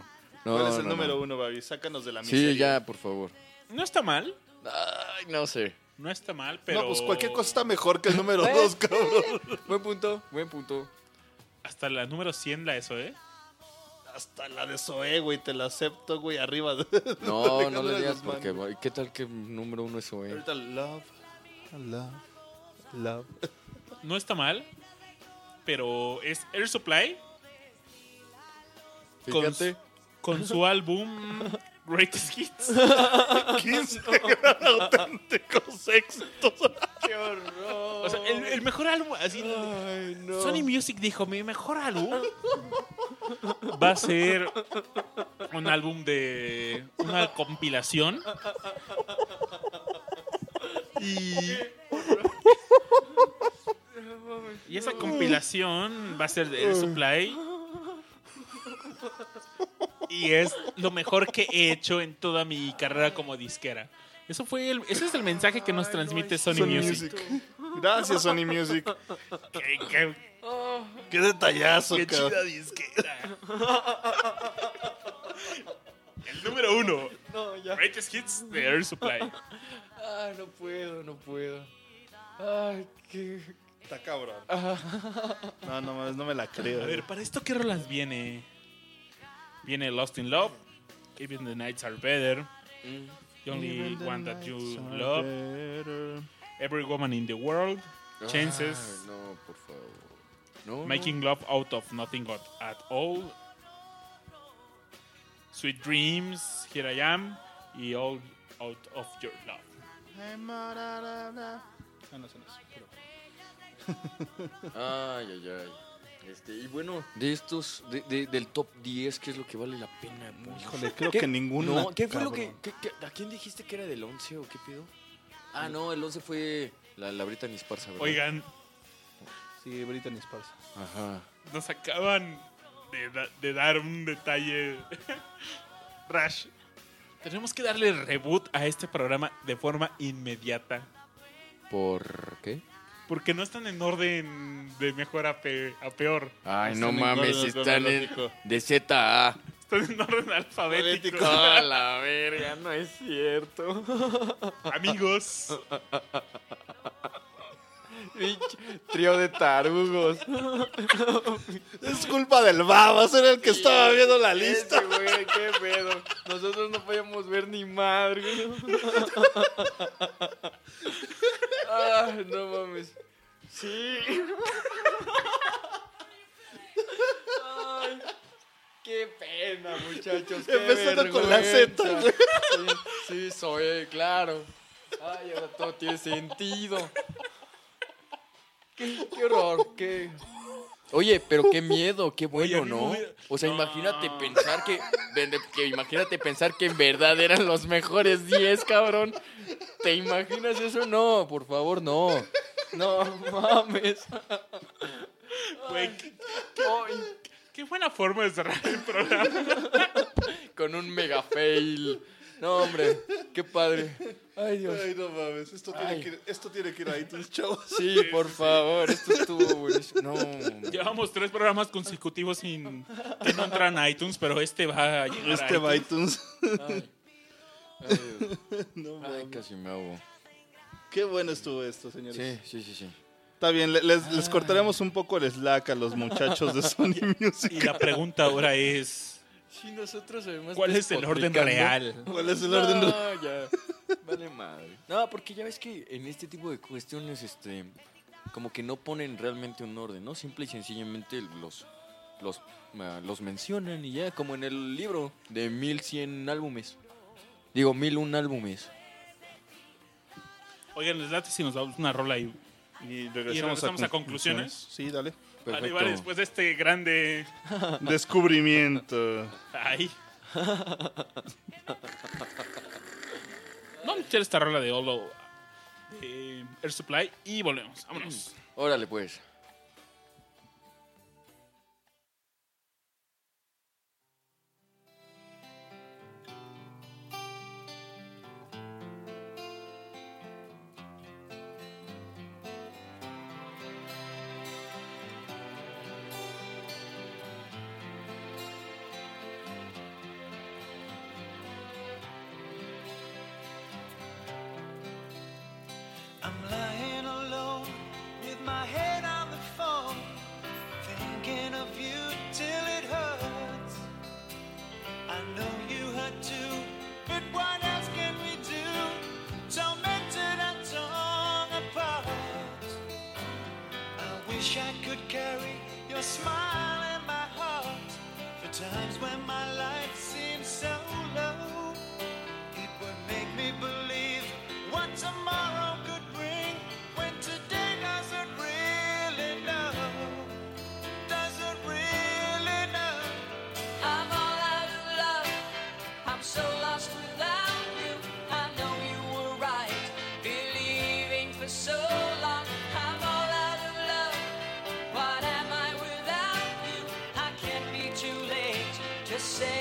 Speaker 3: No,
Speaker 1: ¿Cuál es el
Speaker 3: no,
Speaker 1: número
Speaker 3: no.
Speaker 1: uno, Babi? Sácanos de la miseria.
Speaker 3: Sí, ya, por favor.
Speaker 2: No está mal,
Speaker 3: Ay, no sé.
Speaker 2: no está mal, pero Pues,
Speaker 1: No, pues cualquier cosa está mejor que el número dos, cabrón.
Speaker 3: Buen punto, buen punto.
Speaker 2: hasta la número 100 la eso, ¿eh?
Speaker 1: Hasta la de Zoé, güey, te la acepto, güey, arriba. de-
Speaker 3: No,
Speaker 1: Alejandra
Speaker 3: no le digas
Speaker 1: Guzmán.
Speaker 3: porque. güey, ¿Qué tal que número uno es E? OE?
Speaker 1: Ahorita, love, love, love.
Speaker 2: No está mal, pero es Air Supply con
Speaker 3: Fíjate.
Speaker 2: con su álbum Greatest Hits.
Speaker 1: 15 auténticos éxitos.
Speaker 2: O sea, el, el mejor álbum, así. Sony Music dijo: Mi mejor álbum va a ser un álbum de. Una compilación. Y. Y esa compilación va a ser de Air Supply. Y es lo mejor que he hecho en toda mi carrera como disquera. Eso fue el- ese es el mensaje que nos transmite Sony, Music.
Speaker 1: Gracias, Sony Music.
Speaker 2: Qué- qué-
Speaker 1: Qué detallazo,
Speaker 2: Qué
Speaker 1: cabrón.
Speaker 2: chida disquera. El número uno.
Speaker 3: No, ya.
Speaker 2: Greatest Hits de Air Supply.
Speaker 3: Ah, no puedo, no puedo. Ay, qué. Ah.
Speaker 1: Está cabrón. No, no mames, no me la creo.
Speaker 2: A ver, ¿para esto qué rolas viene? Viene Lost in Love, Even the Nights Are Better,
Speaker 3: Mm.
Speaker 2: The Only One That You Love, Every Woman in the World,
Speaker 1: Ah,
Speaker 2: Chances,
Speaker 3: Ay, no, por favor. No,
Speaker 2: Making Love Out of Nothing At, at All, Sweet Dreams, Here I Am y All Out of Your Love.
Speaker 1: Ah, no, eso no es, pero-
Speaker 3: no. Ay, ay, ay. Este, y bueno, de estos, de, de- del top 10, ¿qué es lo que vale la pena? po?
Speaker 1: Híjole, creo
Speaker 3: ¿Qué?
Speaker 1: que ninguno.
Speaker 3: No, ¿qué fue lo que, qué- qué- ¿A quién dijiste que era del 11 o qué pido? Ah, no, el 11 fue la, la Britney Spears, ¿verdad?
Speaker 2: Oigan,
Speaker 1: Sí, Britney Spears.
Speaker 3: Ajá.
Speaker 2: nos acaban de, da- de dar un detalle. Rash. Tenemos que darle reboot a este programa de forma inmediata.
Speaker 3: ¿Por qué?
Speaker 2: Porque no están en orden de mejor a, pe- a peor.
Speaker 3: Ay,
Speaker 1: Están en orden cronológico.
Speaker 3: de Z a
Speaker 2: Están en orden alfabético.
Speaker 3: A la verga, no es cierto.
Speaker 2: Amigos,
Speaker 3: Trío de tarugos.
Speaker 1: Es culpa del Babas, era el que estaba viendo la lista.
Speaker 3: Ese, güey, qué pedo. Nosotros no podíamos ver ni madre, güey. Ah, no mames. Sí. Ay, qué pena, muchachos. qué
Speaker 1: Empezando con la
Speaker 3: vergüenza.
Speaker 1: Z, güey.
Speaker 3: Sí, sí, soy, claro. Ay, ahora todo tiene sentido. Qué, qué horror, qué. Oye, pero qué miedo, qué bueno,
Speaker 2: Oye, a mí me
Speaker 3: ¿no?
Speaker 2: hubiera-
Speaker 3: O sea,
Speaker 2: No.
Speaker 3: imagínate pensar que, de- de- que imagínate pensar que en verdad eran los mejores 10, cabrón. ¿Te imaginas eso? No, por favor, no. No mames.
Speaker 2: güey, qué,
Speaker 3: Ay,
Speaker 2: qué buena forma de cerrar el programa.
Speaker 3: con un mega fail. No, hombre, qué padre. Ay, Dios.
Speaker 1: Ay, no mames. Esto tiene,
Speaker 3: Ay.
Speaker 1: Que, ir- esto tiene que ir a iTunes, chavos.
Speaker 3: Sí, por favor, esto estuvo buenísimo. No.
Speaker 2: Llevamos tres programas consecutivos sin que no entran a iTunes, pero este va a llegar
Speaker 1: Este va a iTunes.
Speaker 3: Ay. Ay, Dios.
Speaker 1: No
Speaker 3: Ay,
Speaker 1: mames.
Speaker 3: casi me ahogo.
Speaker 1: Qué bueno estuvo esto, señores.
Speaker 3: Sí, sí, sí, sí.
Speaker 1: Está bien, le- les,
Speaker 3: Ah.
Speaker 1: les cortaremos un poco el slack a los muchachos de Sony Music.
Speaker 2: Y la pregunta ahora es:
Speaker 3: Sí, nosotros además
Speaker 2: ¿Cuál es el orden real?
Speaker 1: ¿Cuál es el orden real?
Speaker 3: No, ya. Vale madre. No, porque ya ves que en este tipo de cuestiones, este, como que no ponen realmente un orden, ¿no? Simple y sencillamente los, los, ah, los mencionan y ya, como en el libro de 1100 álbumes. Digo, 1001 álbumes.
Speaker 2: Oigan, les late si nos damos una rola y,
Speaker 1: y
Speaker 2: regresamos a conclusiones.
Speaker 1: Sí, dale.
Speaker 2: Vale, vale, después de este grande.
Speaker 1: Descubrimiento.
Speaker 2: Ay. Vamos a echar esta rola de Olo de Air Supply y volvemos.
Speaker 1: Mm.
Speaker 2: Vámonos.
Speaker 3: Órale, pues.
Speaker 4: I'm lying alone with my head on the phone, thinking of you till it hurts. I know you hurt too, but what else can we do? Tormented and torn apart. I wish I could carry your smile in my heart for times when my life seems so low. It would make me believe what tomorrow could bring when today doesn't really know. Doesn't really know.
Speaker 12: I'm all out of love. I'm so lost without you. I know you were right, believing for so long. I'm all out of love. What am I without you? I can't be too late to say
Speaker 4: oh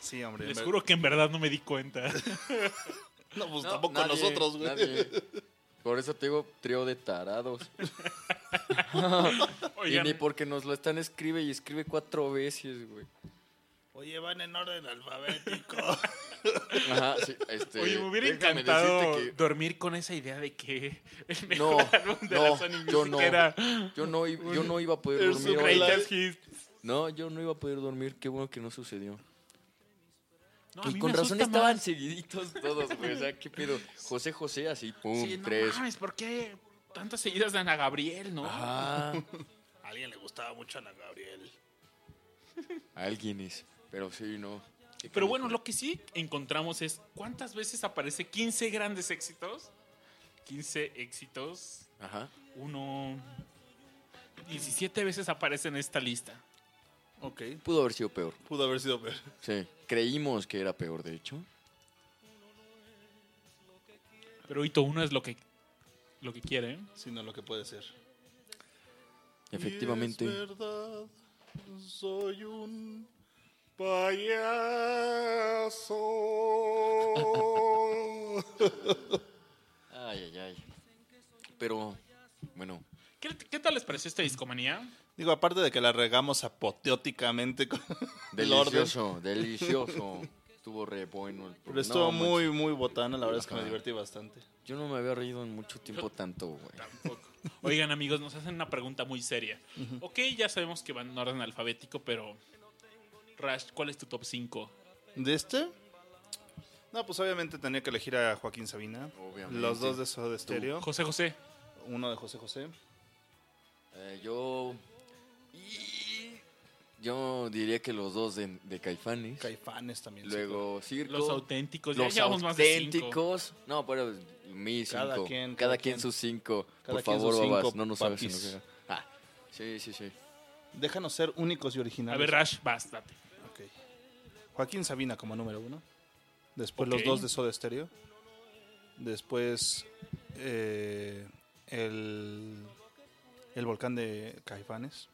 Speaker 1: Sí, hombre.
Speaker 2: Les
Speaker 1: me-
Speaker 2: juro que en verdad no me di cuenta.
Speaker 1: No, pues
Speaker 3: No,
Speaker 1: tampoco
Speaker 3: nadie,
Speaker 1: nosotros, güey.
Speaker 3: nadie. Por eso te digo trío de tarados. y
Speaker 1: Oigan.
Speaker 3: ni porque nos lo están escribe y escribe cuatro veces, güey.
Speaker 1: Oye, van en orden alfabético.
Speaker 3: Ajá, Ah, sí, este,
Speaker 2: Oye, me hubiera
Speaker 3: déjame
Speaker 2: encantado
Speaker 3: decirte
Speaker 2: dormir con esa idea de que el
Speaker 3: No,
Speaker 2: mejor álbum de la
Speaker 3: no,
Speaker 2: Sony
Speaker 3: yo
Speaker 2: Music
Speaker 3: no.
Speaker 2: era.
Speaker 3: Yo no, i- yo no iba a poder
Speaker 2: El
Speaker 3: dormir. hoy.
Speaker 2: Greatest Hits.
Speaker 3: No, yo no iba a poder dormir. Qué bueno que no sucedió.
Speaker 2: No, a
Speaker 3: y
Speaker 2: mí
Speaker 3: con
Speaker 2: me
Speaker 3: razón
Speaker 2: asusta
Speaker 3: estaban
Speaker 2: más.
Speaker 3: seguiditos todos, güey. O sea, qué pedo. José José, así, pum,
Speaker 2: Sí, no
Speaker 3: tres. Ah,
Speaker 2: mames, ¿por qué tantas seguidas de Ana Gabriel, no?
Speaker 3: Ajá.
Speaker 1: A alguien le gustaba mucho a Ana Gabriel.
Speaker 3: Alguien es. Pero sí, no. Qué
Speaker 2: Pero
Speaker 3: canijo.
Speaker 2: bueno, lo que sí encontramos es cuántas veces aparece 15 grandes éxitos. 15 éxitos.
Speaker 3: Ajá.
Speaker 2: Uno. 17 veces aparece en esta lista.
Speaker 1: Ok.
Speaker 3: Pudo haber sido peor.
Speaker 1: Pudo haber sido peor.
Speaker 3: Sí. Creímos que era peor, de hecho.
Speaker 2: Pero Hito uno es lo que, lo que quiere.
Speaker 1: Sino lo que puede ser.
Speaker 3: Efectivamente.
Speaker 1: Y es verdad, soy un
Speaker 11: Payaso.
Speaker 3: Ay, ay, ay. Pero, bueno.
Speaker 2: ¿Qué, qué tal les pareció esta discomanía?
Speaker 1: Digo, aparte de que la regamos apoteóticamente con el orden.
Speaker 3: Delicioso, delicioso. Estuvo re bueno el pro-
Speaker 1: Pero estuvo
Speaker 3: No, manches.
Speaker 1: muy, muy botana. La verdad es que me
Speaker 3: Ajá.
Speaker 1: divertí bastante.
Speaker 3: Yo no me había reído en mucho tiempo tanto, güey.
Speaker 2: Oigan, amigos, nos hacen una pregunta muy seria. Ok, ya sabemos que van en orden alfabético, pero. Rash, ¿cuál es tu top 5?
Speaker 1: ¿De este? No, pues obviamente tenía que elegir a Joaquín Sabina.
Speaker 3: Obviamente.
Speaker 1: Los dos de Soda Stereo.
Speaker 2: José José.
Speaker 1: Uno de José José.
Speaker 3: Eh, yo. Yo diría que los dos de, de Caifanes.
Speaker 1: Caifanes también.
Speaker 3: Luego Circo.
Speaker 2: Los auténticos. Ya
Speaker 3: Los
Speaker 2: llevamos más de cinco.
Speaker 3: auténticos. No, pero mi cinco.
Speaker 1: Cada
Speaker 3: Cada
Speaker 1: quien,
Speaker 3: quien,
Speaker 1: cada quien.
Speaker 3: sus cinco.
Speaker 1: Cada
Speaker 3: Por
Speaker 1: quien
Speaker 3: favor,
Speaker 1: sus cinco,
Speaker 3: babas, no nos sabes
Speaker 1: papis.
Speaker 3: en lo que- Ah, sí, sí, sí.
Speaker 1: Déjanos ser únicos y
Speaker 2: A
Speaker 1: originales.
Speaker 2: ver, Rash, bástate.
Speaker 1: Ok. Joaquín Sabina como número uno. Después
Speaker 2: Ok.
Speaker 1: los dos de Soda Stereo. Después eh, el, el volcán de Caifanes.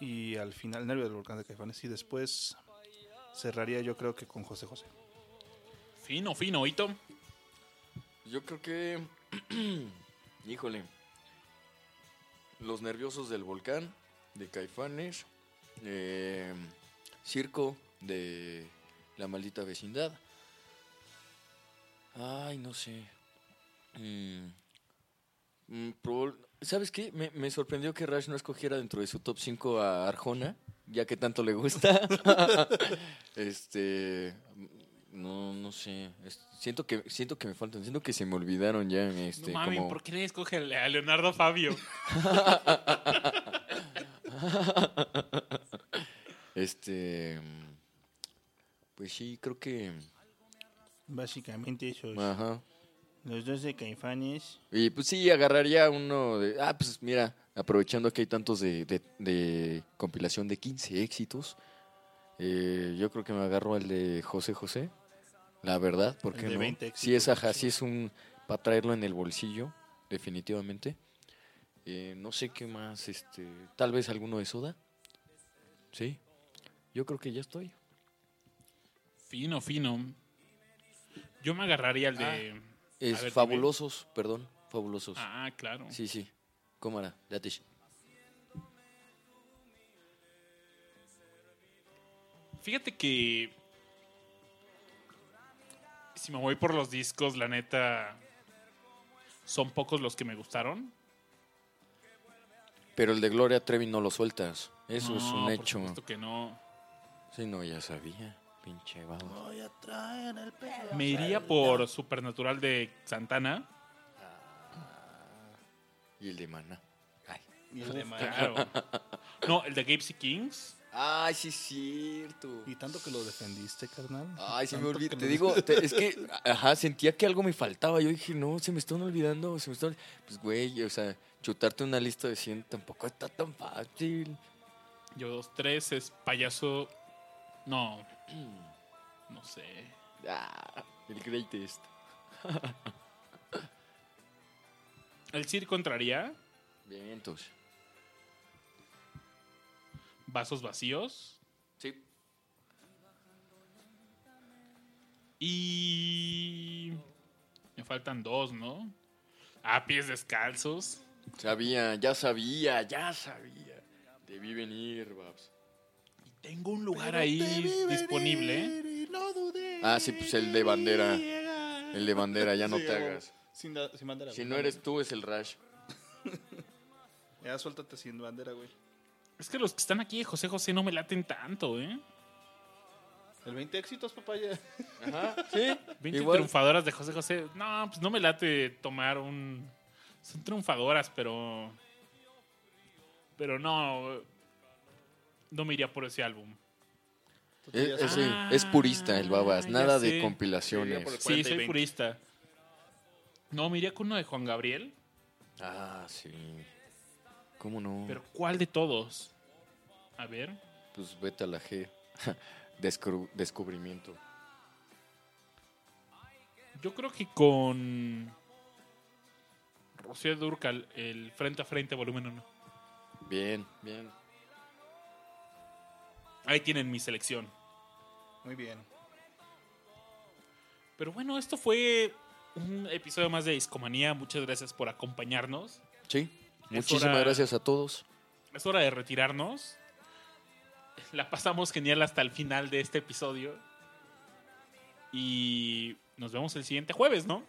Speaker 1: Y al final, Nervio del volcán de Caifanes. Y después cerraría yo creo que con José José.
Speaker 2: Fino, fino, Hito.
Speaker 3: Yo creo que. Híjole. Los nerviosos del volcán. De Caifanes. eh, circo de la maldita vecindad. Ay, no sé. Mm, mm, probab- ¿Sabes qué? Me, me sorprendió que Rash no escogiera dentro de su top 5 a Arjona, ya que tanto le gusta. este. mm, No, no sé. Es- siento, que, siento que me faltan. Siento que se me olvidaron ya.
Speaker 2: No
Speaker 3: Este,
Speaker 2: mami,
Speaker 3: como...
Speaker 2: ¿por qué le escoge a Leonardo Fabio?
Speaker 3: este. mm, Pues sí, creo que.
Speaker 1: Básicamente esos.
Speaker 3: Ajá.
Speaker 1: Los dos de Caifanes.
Speaker 3: Y pues sí, agarraría uno de. Ah, pues mira, aprovechando que hay tantos de, de- de compilación de 15 éxitos, eh, yo creo que me agarro al de José José. La verdad, porque
Speaker 1: El de
Speaker 3: no.
Speaker 1: 20 éxitos.
Speaker 3: Sí, es ajá, sí es un. Para traerlo en el bolsillo, definitivamente. Eh, no sé qué más, este. Tal vez alguno de Soda. Sí. Yo creo que ya estoy.
Speaker 2: Fino, fino. Yo me agarraría al de.
Speaker 3: Es
Speaker 2: A ver,
Speaker 3: fabulosos, perdón, fabulosos.
Speaker 2: dime. Ah, claro.
Speaker 3: Sí, sí. Cámara, date.
Speaker 2: Fíjate que. Si me voy por los discos, la neta. Son pocos los que me gustaron.
Speaker 3: Pero el de Gloria Trevi no lo sueltas. Eso es
Speaker 2: No,
Speaker 3: un
Speaker 2: por
Speaker 3: hecho.
Speaker 2: supuesto que no.
Speaker 3: Sí, no, ya sabía. Pinche babo.
Speaker 2: Me iría por Supernatural de Santana.
Speaker 3: Y el de Mana. Ay.
Speaker 1: Y el de Maná.
Speaker 2: Claro. No, el de Gypsy Kings.
Speaker 3: Ay, sí, es cierto.
Speaker 1: Y tanto que lo defendiste, carnal.
Speaker 3: Ay, se me
Speaker 1: Tanto
Speaker 3: olvidó.
Speaker 1: que
Speaker 3: Te
Speaker 1: lo-
Speaker 3: digo, te- es que, ajá, sentía que algo me faltaba. Yo dije, no, se me están olvidando. Se me están... Pues, güey, o sea, chutarte una lista de 100 tampoco está tan fácil.
Speaker 2: Yo dos, tres es payaso. No. No sé.
Speaker 3: Ah, el greatest.
Speaker 2: El circo entraría.
Speaker 3: Bien, entonces.
Speaker 2: Vasos vacíos.
Speaker 3: Sí.
Speaker 2: Y. Me faltan dos, ¿no? Ah, pies descalzos.
Speaker 3: Sabía, ya sabía, ya sabía. Te vi venir, Babs.
Speaker 2: Tengo un lugar ahí disponible.
Speaker 3: Ah, sí, pues el de bandera. El de bandera, ya no
Speaker 1: Sí,
Speaker 3: te
Speaker 1: a huevo.
Speaker 3: hagas.
Speaker 1: Sin, da- sin bandera.
Speaker 3: Si
Speaker 1: güey.
Speaker 3: no eres tú, es el Rash.
Speaker 1: Ya suéltate sin bandera, güey.
Speaker 2: Es que los que están aquí de José José no me laten tanto, ¿eh?
Speaker 1: El 20 éxitos, papaya.
Speaker 3: Ajá, sí.
Speaker 2: 20 triunfadoras de José José. No, pues no me late tomar un. Son triunfadoras, pero. Pero no. No me iría por ese álbum.
Speaker 3: Es, Eh, es-
Speaker 2: Ah,
Speaker 3: es purista el Babas,
Speaker 1: Ah,
Speaker 2: ya
Speaker 3: nada de
Speaker 2: sé.
Speaker 3: compilaciones.
Speaker 2: Sí, soy purista. No, me iría con uno de Juan Gabriel.
Speaker 3: Ah, sí. ¿Cómo no?
Speaker 2: Pero ¿cuál de todos? A ver.
Speaker 3: Pues vete a la G. Descru- descubrimiento.
Speaker 2: Yo creo que con. Rocío Durcal, el frente a frente, volumen 1.
Speaker 3: Bien, bien.
Speaker 2: Ahí tienen mi selección.
Speaker 1: Muy bien.
Speaker 2: Pero bueno, esto fue un episodio más de Discomanía. Muchas gracias por acompañarnos.
Speaker 3: Sí. Muchísimas
Speaker 2: hora-
Speaker 3: gracias a todos.
Speaker 2: Es hora de retirarnos. La pasamos genial hasta el final de este episodio. Y nos vemos el siguiente jueves, ¿no?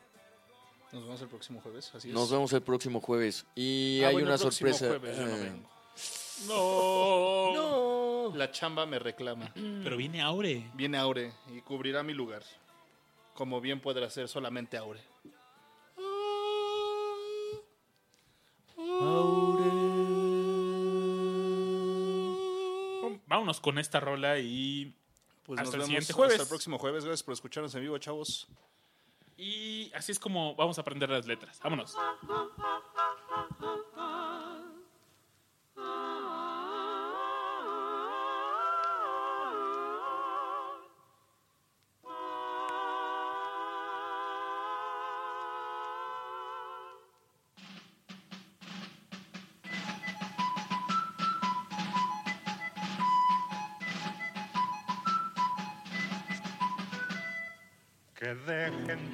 Speaker 1: Nos vemos el próximo jueves, así
Speaker 3: Nos
Speaker 1: es.
Speaker 3: vemos el próximo jueves. Y
Speaker 1: Ah,
Speaker 3: hay
Speaker 1: bueno,
Speaker 3: una
Speaker 1: el próximo
Speaker 3: sorpresa.
Speaker 1: jueves yo no
Speaker 3: Eh,
Speaker 1: vengo.
Speaker 2: No.
Speaker 1: La chamba me reclama.
Speaker 2: Pero viene Aure.
Speaker 1: Viene Aure y cubrirá mi lugar. Como bien podrá ser solamente Aure.
Speaker 2: Vámonos con esta rola y
Speaker 1: Pues
Speaker 2: hasta el
Speaker 1: nos vemos
Speaker 2: siguiente jueves.
Speaker 1: hasta el próximo jueves. Gracias por escucharnos en vivo, chavos.
Speaker 2: Y así es como vamos a aprender las letras. Vámonos.
Speaker 14: Que dejen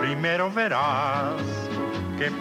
Speaker 14: Primero verás que